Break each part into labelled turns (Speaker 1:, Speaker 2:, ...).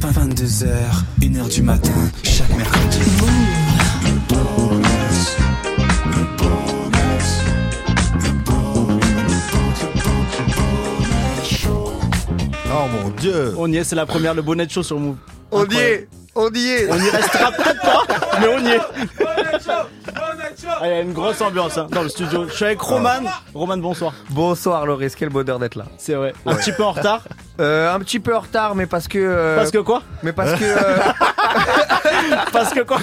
Speaker 1: 22h, 1h du matin, chaque mercredi. Le bonus, le bonus, le bonus, le bonus,
Speaker 2: Oh mon dieu
Speaker 3: On y est, c'est la première, le bonnet de show sur Move.
Speaker 2: On y est On y est
Speaker 3: On y restera peut-être pas, mais on y est. Ah, Il y a une grosse ambiance hein, dans le studio. Je suis avec Roman. Roman, bonsoir.
Speaker 4: Bonsoir Loris, quel bonheur d'être là.
Speaker 3: C'est vrai. Un petit peu en retard.
Speaker 4: Euh, un petit peu en retard, mais parce que. euh,
Speaker 3: Parce que quoi
Speaker 4: Mais parce que. euh,
Speaker 3: Parce que quoi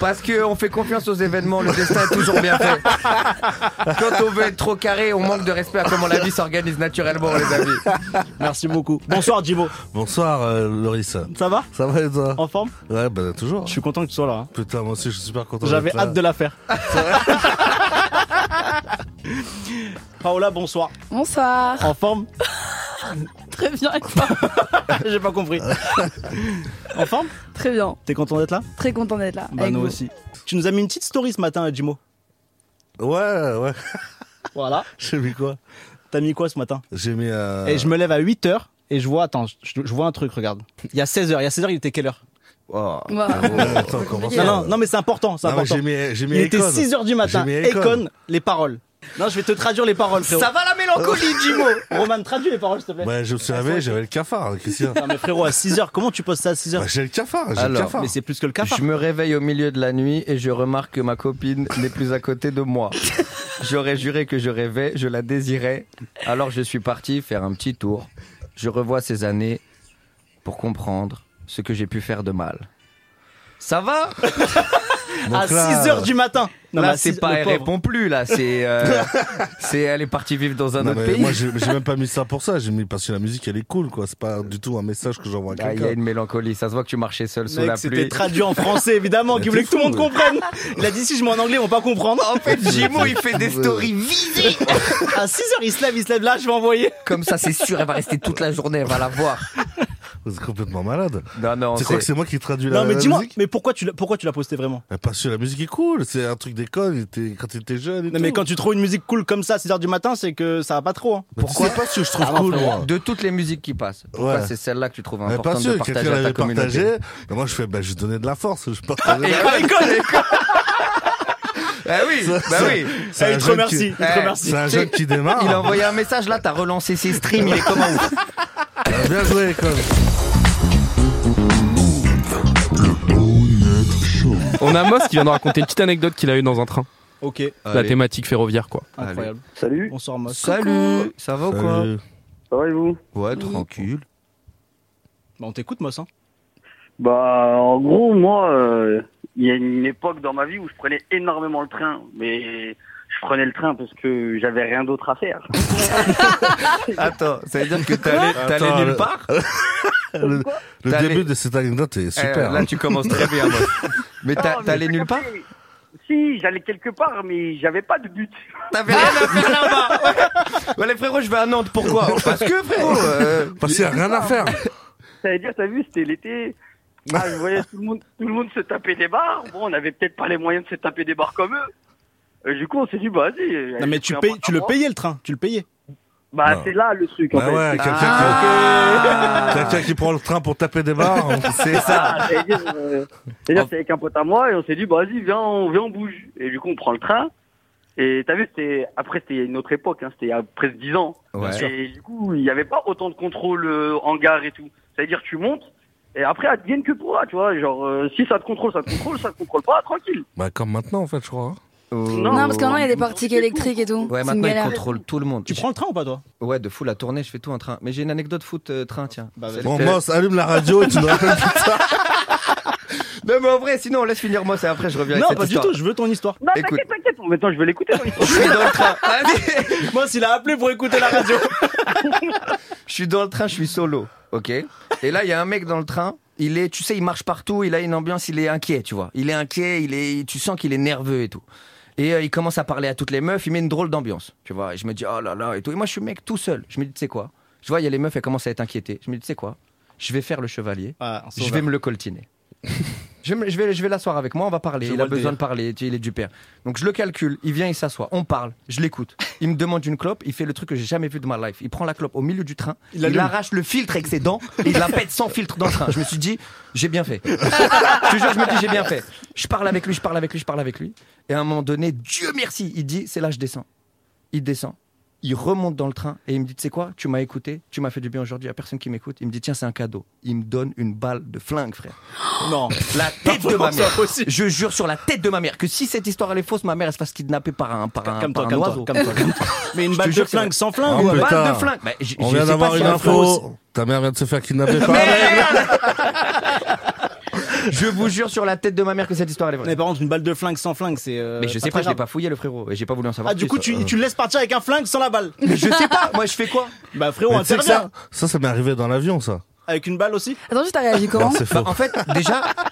Speaker 4: parce que on fait confiance aux événements, le destin est toujours bien fait. Quand on veut être trop carré, on manque de respect à comment la vie s'organise naturellement, les amis.
Speaker 3: Merci beaucoup. Bonsoir, Jimo.
Speaker 2: Bonsoir euh, Loris.
Speaker 3: Ça va
Speaker 2: Ça va et toi
Speaker 3: En forme
Speaker 2: Ouais, bah toujours.
Speaker 3: Je suis content que tu sois là. hein.
Speaker 2: Putain, moi aussi je suis super content.
Speaker 3: J'avais
Speaker 2: d'être là.
Speaker 3: hâte de la faire. Paola, bonsoir.
Speaker 5: Bonsoir.
Speaker 3: En forme
Speaker 5: Très bien et toi
Speaker 3: Ah. J'ai pas compris. En forme
Speaker 5: Très bien.
Speaker 3: T'es content d'être là
Speaker 5: Très content d'être là.
Speaker 3: Bah,
Speaker 5: avec
Speaker 3: nous
Speaker 5: vous.
Speaker 3: aussi. Tu nous as mis une petite story ce matin, Jimo.
Speaker 2: Ouais, ouais.
Speaker 3: Voilà.
Speaker 2: J'ai mis quoi
Speaker 3: T'as mis quoi ce matin
Speaker 2: J'ai mis. Euh...
Speaker 3: Et je me lève à 8h et je vois, attends, je, je vois un truc, regarde. Il y a 16h, il y a 16h, il était quelle heure
Speaker 2: Oh.
Speaker 5: Wow.
Speaker 2: Ouais, attends, comment ça
Speaker 3: Non, non, non, mais c'est important, c'est
Speaker 2: Non, mais
Speaker 3: important.
Speaker 2: j'ai mis, j'ai mis
Speaker 3: Il était
Speaker 2: Econ.
Speaker 3: 6h du matin.
Speaker 2: J'ai mis Econ.
Speaker 3: Econ, les paroles. Non, je vais te traduire les paroles, frérot.
Speaker 4: Ça va la mélancolie, Jimo
Speaker 3: Roman, traduis les paroles, s'il te plaît.
Speaker 2: Ouais, Bah, je me suis réveillé, j'avais le cafard, hein, Christian.
Speaker 3: Ah, Non, mais frérot, à 6h, comment tu poses ça à 6h
Speaker 2: Bah, j'ai le cafard, j'ai le
Speaker 4: Alors,
Speaker 2: cafard.
Speaker 3: Mais c'est plus que le cafard.
Speaker 4: Je me réveille au milieu de la nuit et je remarque que ma copine n'est plus à côté de moi. J'aurais juré que je rêvais, je la désirais. Alors je suis parti faire un petit tour. Je revois ces années pour comprendre ce que j'ai pu faire de mal. Ça va
Speaker 2: Donc
Speaker 3: À
Speaker 2: là,
Speaker 3: 6h du matin. Non, mais
Speaker 4: Là,
Speaker 3: à
Speaker 4: c'est
Speaker 3: 6
Speaker 4: pas
Speaker 3: le
Speaker 4: elle
Speaker 3: pauvre.
Speaker 4: répond plus là, c'est euh, c'est elle est partie vivre dans un
Speaker 2: Non,
Speaker 4: autre
Speaker 2: mais
Speaker 4: pays.
Speaker 2: moi j'ai j'ai même pas mis ça pour ça, j'ai mis parce que la musique elle est cool quoi, c'est pas du tout un message que j'envoie à
Speaker 4: Ah, Il y a
Speaker 2: quelqu'un.
Speaker 4: une mélancolie, ça se voit que tu marchais seul sous
Speaker 3: Mec,
Speaker 4: la
Speaker 3: c'était
Speaker 4: pluie.
Speaker 3: traduit en français, évidemment, qui voulait que tout le monde comprenne. Il a dit si je mets en anglais, on va pas comprendre.
Speaker 4: En fait, Jimo, il fait des stories visées.
Speaker 3: À 6h, il se lève, il se lève là, je vais envoyer.
Speaker 4: Comme ça, c'est sûr, elle va rester toute la journée, elle va la voir.
Speaker 2: Vous êtes complètement malade.
Speaker 4: Non, non,
Speaker 2: Tu
Speaker 4: c'est-
Speaker 2: crois que c'est moi qui traduis la,
Speaker 3: Non, mais
Speaker 2: la
Speaker 3: dis-moi,
Speaker 2: musique
Speaker 3: mais pourquoi tu l'as- pourquoi tu l'as posté vraiment
Speaker 2: Mais Parce que la musique est cool, c'est un truc d'école, il était- quand t'étais jeune et
Speaker 3: Non mais
Speaker 2: tout.
Speaker 3: quand tu trouves une musique cool comme ça à 6h du matin, c'est que ça va pas trop. hein.
Speaker 2: Mais Bah, tu sais pas ce que je trouve
Speaker 3: Ah, non,
Speaker 2: cool
Speaker 3: frérot.
Speaker 2: moi.
Speaker 4: De toutes les musiques qui passent, pourquoi
Speaker 2: Ouais.
Speaker 4: c'est celle-là que tu trouves
Speaker 2: Mais pas
Speaker 4: importante de
Speaker 2: sûr,
Speaker 4: partager
Speaker 2: quelqu'un
Speaker 4: à ta
Speaker 2: l'avait
Speaker 4: communauté
Speaker 2: partagé. Et moi je fais, bah je donnais de la force, je partageais.
Speaker 3: Ah, école, école.
Speaker 4: Bah oui, bah oui.
Speaker 2: C'est un
Speaker 3: Eh, il te
Speaker 2: jeune
Speaker 3: remercie, il
Speaker 2: qui-
Speaker 3: te
Speaker 4: Eh,
Speaker 3: remercie.
Speaker 2: C'est un
Speaker 4: Tu sais,
Speaker 2: jeune qui démarre.
Speaker 4: Il a envoyé un message là, t'as relancé ses streams, il est comment ouf
Speaker 2: Eh, Bien joué école.
Speaker 6: On a Moss qui vient de raconter une petite anecdote qu'il a eue dans un train.
Speaker 3: Ok,
Speaker 6: La thématique ferroviaire, quoi.
Speaker 3: incroyable.
Speaker 7: Salut,
Speaker 3: Bonsoir Moss.
Speaker 4: Salut, ça va ou quoi
Speaker 2: Salut.
Speaker 7: ça va et vous
Speaker 4: Ouais, tranquille.
Speaker 3: Bah, on t'écoute Moss. Hein.
Speaker 7: Bah en gros moi, euh, il y a une époque dans ma vie où je prenais énormément le train, mais je prenais le train parce que j'avais rien d'autre à faire.
Speaker 4: Attends, ça veut dire que t'allais t'allais
Speaker 2: Attends,
Speaker 4: nulle
Speaker 2: le-
Speaker 4: part
Speaker 2: Le, le
Speaker 4: T'as
Speaker 2: début
Speaker 4: les-
Speaker 2: de cette anecdote est
Speaker 4: Eh,
Speaker 2: super.
Speaker 4: Là,
Speaker 2: hein.
Speaker 4: tu commences très bien, moi. Mais
Speaker 7: Non,
Speaker 4: t'as-
Speaker 7: mais
Speaker 4: t'allais
Speaker 7: j'ai
Speaker 4: nulle part
Speaker 7: compris. Si, j'allais quelque part, mais j'avais pas de but.
Speaker 4: T'avais rien à faire là-bas Ouais, les frérots, je vais à Nantes, pourquoi Parce que, frérot euh,
Speaker 2: Parce qu'il n'y a rien à faire.
Speaker 7: Ça veut dire, t'as vu, c'était l'été. Ah, je voyais tout le monde, tout le monde se taper des bars. Bon, on avait peut-être pas les moyens de se taper des bars comme eux. Euh, du coup, on s'est dit, bah vas-y. euh,
Speaker 3: Non mais
Speaker 7: je
Speaker 3: tu
Speaker 7: fais un
Speaker 3: payes,
Speaker 7: point
Speaker 3: tu
Speaker 7: à
Speaker 3: le
Speaker 7: moi.
Speaker 3: payais le train, tu le payais.
Speaker 7: Bah
Speaker 2: Non.
Speaker 7: c'est là le truc. En
Speaker 2: Bah
Speaker 7: fait.
Speaker 2: ouais, quelqu'un qui-
Speaker 7: Ah.
Speaker 4: Ah,
Speaker 2: quelqu'un qui prend le train pour taper des barres. hein.
Speaker 4: C'est ça
Speaker 7: Ah, c'est-à-dire, euh, c'est-à-dire, c'est avec un pote à moi et on s'est dit, bah, vas-y, viens, on, viens, on bouge. Et du coup, on prend le train. Et t'as vu, c'était, après, c'était une autre époque, hein, c'était il y a presque 10 ans.
Speaker 4: Ouais.
Speaker 7: Et du coup, il n'y avait pas autant de contrôle euh, en gare et tout. C'est-à-dire, tu montes et après, advienne que toi, tu vois. Genre, euh, si ça te contrôle, ça te contrôle, ça te contrôle pas, tranquille.
Speaker 2: Bah comme maintenant en fait je crois. hein.
Speaker 4: Non,
Speaker 5: Non, parce que maintenant il y a des partiques électriques et tout.
Speaker 4: Oh. Ouais,
Speaker 5: c'est une
Speaker 4: maintenant, ils
Speaker 5: galère.
Speaker 4: contrôlent tout le monde.
Speaker 3: Tu prends le train ou pas toi
Speaker 4: Ouais, de fou, la tournée, je fais tout un train. Mais j'ai une anecdote foot euh, train, tiens.
Speaker 3: Bah, vas-y.
Speaker 4: C'est-
Speaker 2: Bon Moss, allume la radio et tu nous rappelles plus tard.
Speaker 4: Non, mais en vrai, sinon, on laisse finir moi, c'est après, je reviens
Speaker 3: Non,
Speaker 4: avec
Speaker 3: pas
Speaker 4: cette histoire.
Speaker 3: du tout, je veux ton histoire.
Speaker 7: Non,
Speaker 4: Écoute.
Speaker 7: t'inquiète, t'inquiète, maintenant, je vais l'écouter. dans l'histoire.
Speaker 4: Je suis dans le train.
Speaker 3: Ah,
Speaker 4: Allez.
Speaker 3: Moss, il a appelé pour écouter la radio.
Speaker 4: Je suis dans le train, je suis solo, ok Et là, il y a un mec dans le train, il est, tu sais, il marche partout, il a une ambiance, il est inquiet, tu vois. Il est inquiet, il est, tu sens qu'il est nerveux et tout. Et euh, il commence à parler à toutes les meufs, il met une drôle d'ambiance, tu vois. Et je me dis, oh là là, et tout. Et moi, je suis mec tout seul. Je me dis, tu sais quoi Je vois, il y a les
Speaker 3: Ah,
Speaker 4: meufs, elles commencent à être inquiétées. Je me dis, tu sais quoi Je vais faire le chevalier, je vais me le coltiner. Je, me- je vais, je vais l'asseoir avec moi, on va parler.
Speaker 3: Je
Speaker 4: il
Speaker 3: vois
Speaker 4: a
Speaker 3: le
Speaker 4: besoin
Speaker 3: délire.
Speaker 4: de parler, tu- il est du père. Donc je le calcule, il vient, il s'assoit, on parle, je l'écoute. Il me demande une clope, il fait le truc que j'ai jamais vu de ma life. Il prend la clope au milieu du train, il, arrache le filtre avec ses dents et il la pète sans filtre dans le train. Je me suis dit, j'ai bien fait. je te jure, je me dis, j'ai bien fait. Je parle avec lui, je parle avec lui, je parle avec lui. Et à un moment donné, Dieu merci, il dit, c'est là, je descends. Il descend. Il remonte dans le train et il me dit, tu sais quoi, tu m'as écouté, tu m'as fait du bien aujourd'hui, il n'y a personne qui m'écoute. Il me dit, tiens, c'est un cadeau. Il me donne une balle de flingue, frère.
Speaker 3: Non.
Speaker 4: La tête de ma
Speaker 3: Comment ça
Speaker 4: mère.
Speaker 3: possible
Speaker 4: Je jure sur la tête de ma mère que si cette histoire elle est fausse, ma mère elle se fasse kidnapper par un, par un,
Speaker 3: Calme-toi,
Speaker 4: par un
Speaker 3: calme-toi,
Speaker 4: oiseau.
Speaker 3: calme-toi. calme-toi. Mais une balle
Speaker 4: jure
Speaker 3: de
Speaker 4: que c'est
Speaker 3: flingue sans
Speaker 2: Ah,
Speaker 3: flingue
Speaker 4: Une
Speaker 2: ouais,
Speaker 4: balle
Speaker 2: putain.
Speaker 4: de flingue. Bah, j-
Speaker 2: On
Speaker 4: je
Speaker 2: vient
Speaker 4: sais
Speaker 2: d'avoir
Speaker 4: pas si
Speaker 2: une
Speaker 4: elle est fausse.
Speaker 2: info. Ta mère vient de se faire kidnapper par la mère.
Speaker 4: Je vous jure sur la tête de ma mère que cette histoire elle est
Speaker 3: Mais
Speaker 4: vraie.
Speaker 3: par contre, une balle de flingue sans flingue, c'est. euh,
Speaker 4: Mais je sais
Speaker 3: très
Speaker 4: pas, je l'ai
Speaker 3: grave.
Speaker 4: pas fouillé le frérot et j'ai pas voulu en savoir
Speaker 3: Ah, du
Speaker 4: plus,
Speaker 3: coup,
Speaker 4: euh.
Speaker 3: tu, tu le laisses partir avec un flingue sans la balle.
Speaker 4: Mais je sais pas, moi je fais quoi
Speaker 3: Bah, frérot,
Speaker 2: Mais tu sais que
Speaker 3: intervient.
Speaker 2: ça, ça, ça m'est arrivé dans l'avion, ça.
Speaker 3: Avec une balle aussi
Speaker 5: Attends, juste t'as réagi
Speaker 2: Non,
Speaker 5: comment
Speaker 2: Ah, c'est
Speaker 4: Bah,
Speaker 2: faux.
Speaker 4: en fait, déjà,
Speaker 3: Ah,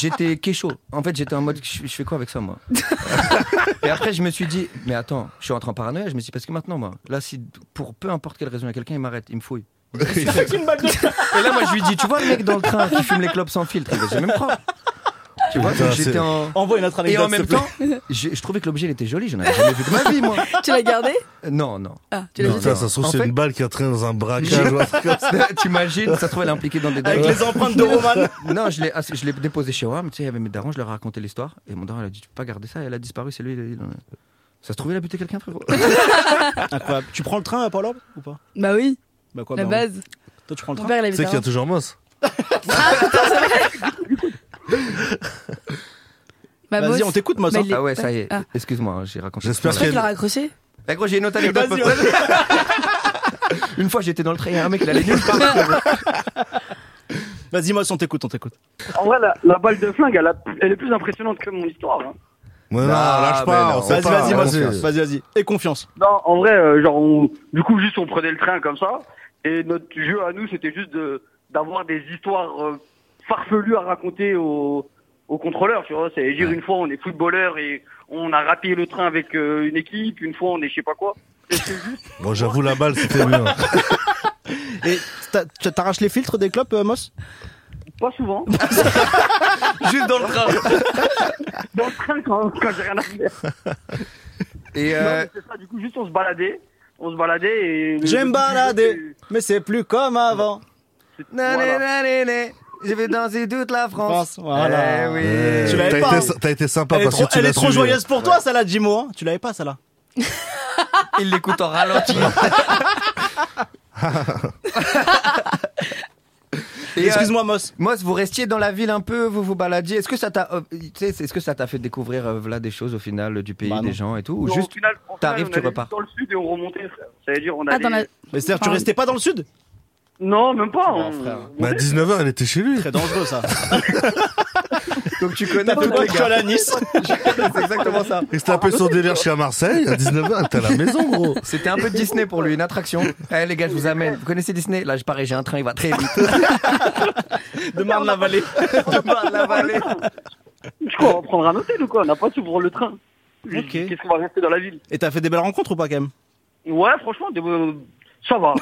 Speaker 4: j'étais kécho. En fait, j'étais en mode, je, je fais quoi avec ça, moi Et après, je me suis dit, mais attends, je suis rentré en paranoïa. Je me suis dit, parce que maintenant, moi, là, si pour peu importe quelle raison, il y a quelqu'un, il m'arrête, il me fouille.
Speaker 3: Avec une balle de flingue.
Speaker 4: Et là, moi, je lui dis, tu vois le mec dans le train qui fume les clopes sans filtre, il va jamais me prendre. Tu vois,
Speaker 2: Putain,
Speaker 4: donc,
Speaker 2: c'est-
Speaker 4: j'étais en.
Speaker 3: Envoie une autre
Speaker 4: Et
Speaker 3: anecdote.
Speaker 4: en même temps, je, je trouvais que l'objet, il était joli. J'en avais jamais vu de ma vie, moi.
Speaker 5: Tu l'as gardé
Speaker 4: Euh, Non, non.
Speaker 5: Ah, tu l'as
Speaker 2: Putain,
Speaker 5: jeté.
Speaker 2: ça se trouve,
Speaker 4: En
Speaker 2: c'est
Speaker 4: fait-
Speaker 2: une balle qui a traîné dans un braquage. ou un truc comme ça.
Speaker 4: T'imagines, ça se trouve, elle est impliquée dans des
Speaker 3: Avec les empreintes de Roman.
Speaker 4: Non, je l'ai, ah, je l'ai déposé chez moi, mais tu sais, il y avait mes darons, je leur ai raconté l'histoire. Et mon daron, il a dit Tu peux pas garder ça, et elle a disparu, c'est lui. il- il en a- Ça se trouvait, il a buté quelqu'un, frérot.
Speaker 3: Incroyable. Tu prends le train à Paul ou pas
Speaker 5: Bah oui,
Speaker 3: Bah, quoi
Speaker 5: la
Speaker 4: ben
Speaker 3: bah,
Speaker 5: base.
Speaker 3: Toi, tu prends le
Speaker 5: Mon
Speaker 3: train.
Speaker 5: père, il
Speaker 2: Tu sais
Speaker 5: avait
Speaker 2: qu'il y a
Speaker 5: ça.
Speaker 2: toujours Moss.
Speaker 5: Ma
Speaker 3: Vas-y,
Speaker 5: bosse.
Speaker 3: on t'écoute, moi.
Speaker 5: Bah, Mais
Speaker 3: ça.
Speaker 5: il est-
Speaker 4: ah ouais, ça y est.
Speaker 5: Ah.
Speaker 4: Excuse-moi, hein, j'ai raconté.
Speaker 2: J'espère
Speaker 5: Après,
Speaker 4: l'histoire.
Speaker 5: tu l'as raccroché
Speaker 4: Eh, gros, j'ai une autre anecdote.
Speaker 3: Vas-y,
Speaker 4: parce que- une fois, j'étais dans le train, il y a un mec, il allait nulle part. frérot.
Speaker 3: Vas-y, moi, on t'écoute, on t'écoute.
Speaker 7: En vrai, la, la balle de flingue, elle, a- elle est plus impressionnante que mon histoire. hein.
Speaker 2: Mais non,
Speaker 4: Ah,
Speaker 2: lâche
Speaker 4: mais
Speaker 2: pas,
Speaker 4: non.
Speaker 2: on sait
Speaker 3: Vas-y,
Speaker 2: pas.
Speaker 3: vas-y,
Speaker 4: moi,
Speaker 2: Vas-y.
Speaker 3: vas-y, vas-y, vas-y. Et confiance.
Speaker 7: Non, en vrai, euh, genre, on- du coup, juste on prenait le train comme ça. Et notre jeu à nous, c'était juste de- d'avoir des histoires euh, farfelues à raconter aux au contrôleurs. Tu vois, c'est dire une fois on est footballeur et on a raté le train avec euh, une équipe, une fois on est je sais pas quoi. Et c'est juste-
Speaker 2: Bon, j'avoue, la balle, c'était mieux.
Speaker 3: Et t'as- t'as- t'arraches les filtres des clopes, euh, Moss
Speaker 7: pas souvent.
Speaker 4: Juste dans le train.
Speaker 7: Dans le train quand, quand j'ai rien à faire.
Speaker 4: Et
Speaker 7: Non,
Speaker 4: euh,
Speaker 7: mais c'est ça, du coup, juste on se baladait. On se baladait et.
Speaker 3: Je me
Speaker 7: le-
Speaker 3: baladais, mais c'est plus comme avant.
Speaker 7: c'est- c'est-
Speaker 4: na, na,
Speaker 7: voilà.
Speaker 4: na, na, na, je vais danser toute la France.
Speaker 3: France, voilà.
Speaker 4: Eh oui.
Speaker 3: Tu l'avais
Speaker 2: T'as
Speaker 3: pas,
Speaker 2: été-
Speaker 3: hein.
Speaker 2: T'as été sympa
Speaker 3: Elle est
Speaker 2: parce
Speaker 3: trop,
Speaker 2: que tu
Speaker 3: elle est
Speaker 2: l'as
Speaker 3: trop
Speaker 2: suivi. hein.
Speaker 3: joyeuse pour toi, ça là, Jimo. hein. Tu l'avais pas, ça là.
Speaker 4: Il l'écoute en ralenti. Et, euh,
Speaker 3: Excuse-moi, Moss.
Speaker 4: Moss, vous restiez dans la ville un peu, vous vous baladiez. Est-ce que ça t'a, euh, tu sais, est-ce que ça t'a fait découvrir euh, voilà, des choses au final euh, du pays,
Speaker 3: Bah non.
Speaker 4: des gens et tout, ou
Speaker 7: Non,
Speaker 4: juste
Speaker 7: au final, au final,
Speaker 4: t'arrives,
Speaker 7: on
Speaker 4: tu
Speaker 7: allait
Speaker 4: repars.
Speaker 7: Dans le sud et on remontait, frère. Ça veut dire, on
Speaker 5: Ah,
Speaker 7: allait.
Speaker 5: t'en as.
Speaker 3: Mais c'est-à-dire, tu
Speaker 5: Pardon.
Speaker 3: restais pas dans le sud
Speaker 7: Non, même pas. hein.
Speaker 3: Oh,
Speaker 7: on-
Speaker 3: frère.
Speaker 7: on-
Speaker 2: Bah, 19h, elle était chez lui.
Speaker 3: Très dangereux, ça.
Speaker 4: donc tu connais
Speaker 3: T'as fait
Speaker 4: toutes
Speaker 3: quoi
Speaker 4: les
Speaker 3: que tu
Speaker 4: gars.
Speaker 3: as la Nice
Speaker 4: C'est exactement ça.
Speaker 2: Il se tapait son délire chez Marseille. À 19h, elle était à la maison, gros.
Speaker 4: C'était un peu Disney pour lui, une attraction. Eh les gars, je vous amène. Vous connaissez Disney Là, je parie, j'ai un train, il va très vite.
Speaker 3: de Marne-la-Vallée.
Speaker 4: Par la vallée.
Speaker 7: Je crois, on va prendre un hôtel ou quoi On n'a pas tout pour le train.
Speaker 3: Ok.
Speaker 7: Qu'est-ce qu'on va rester dans la ville
Speaker 3: Et t'as fait des belles rencontres ou pas, quand même
Speaker 7: Ouais, franchement, des- euh, ça va.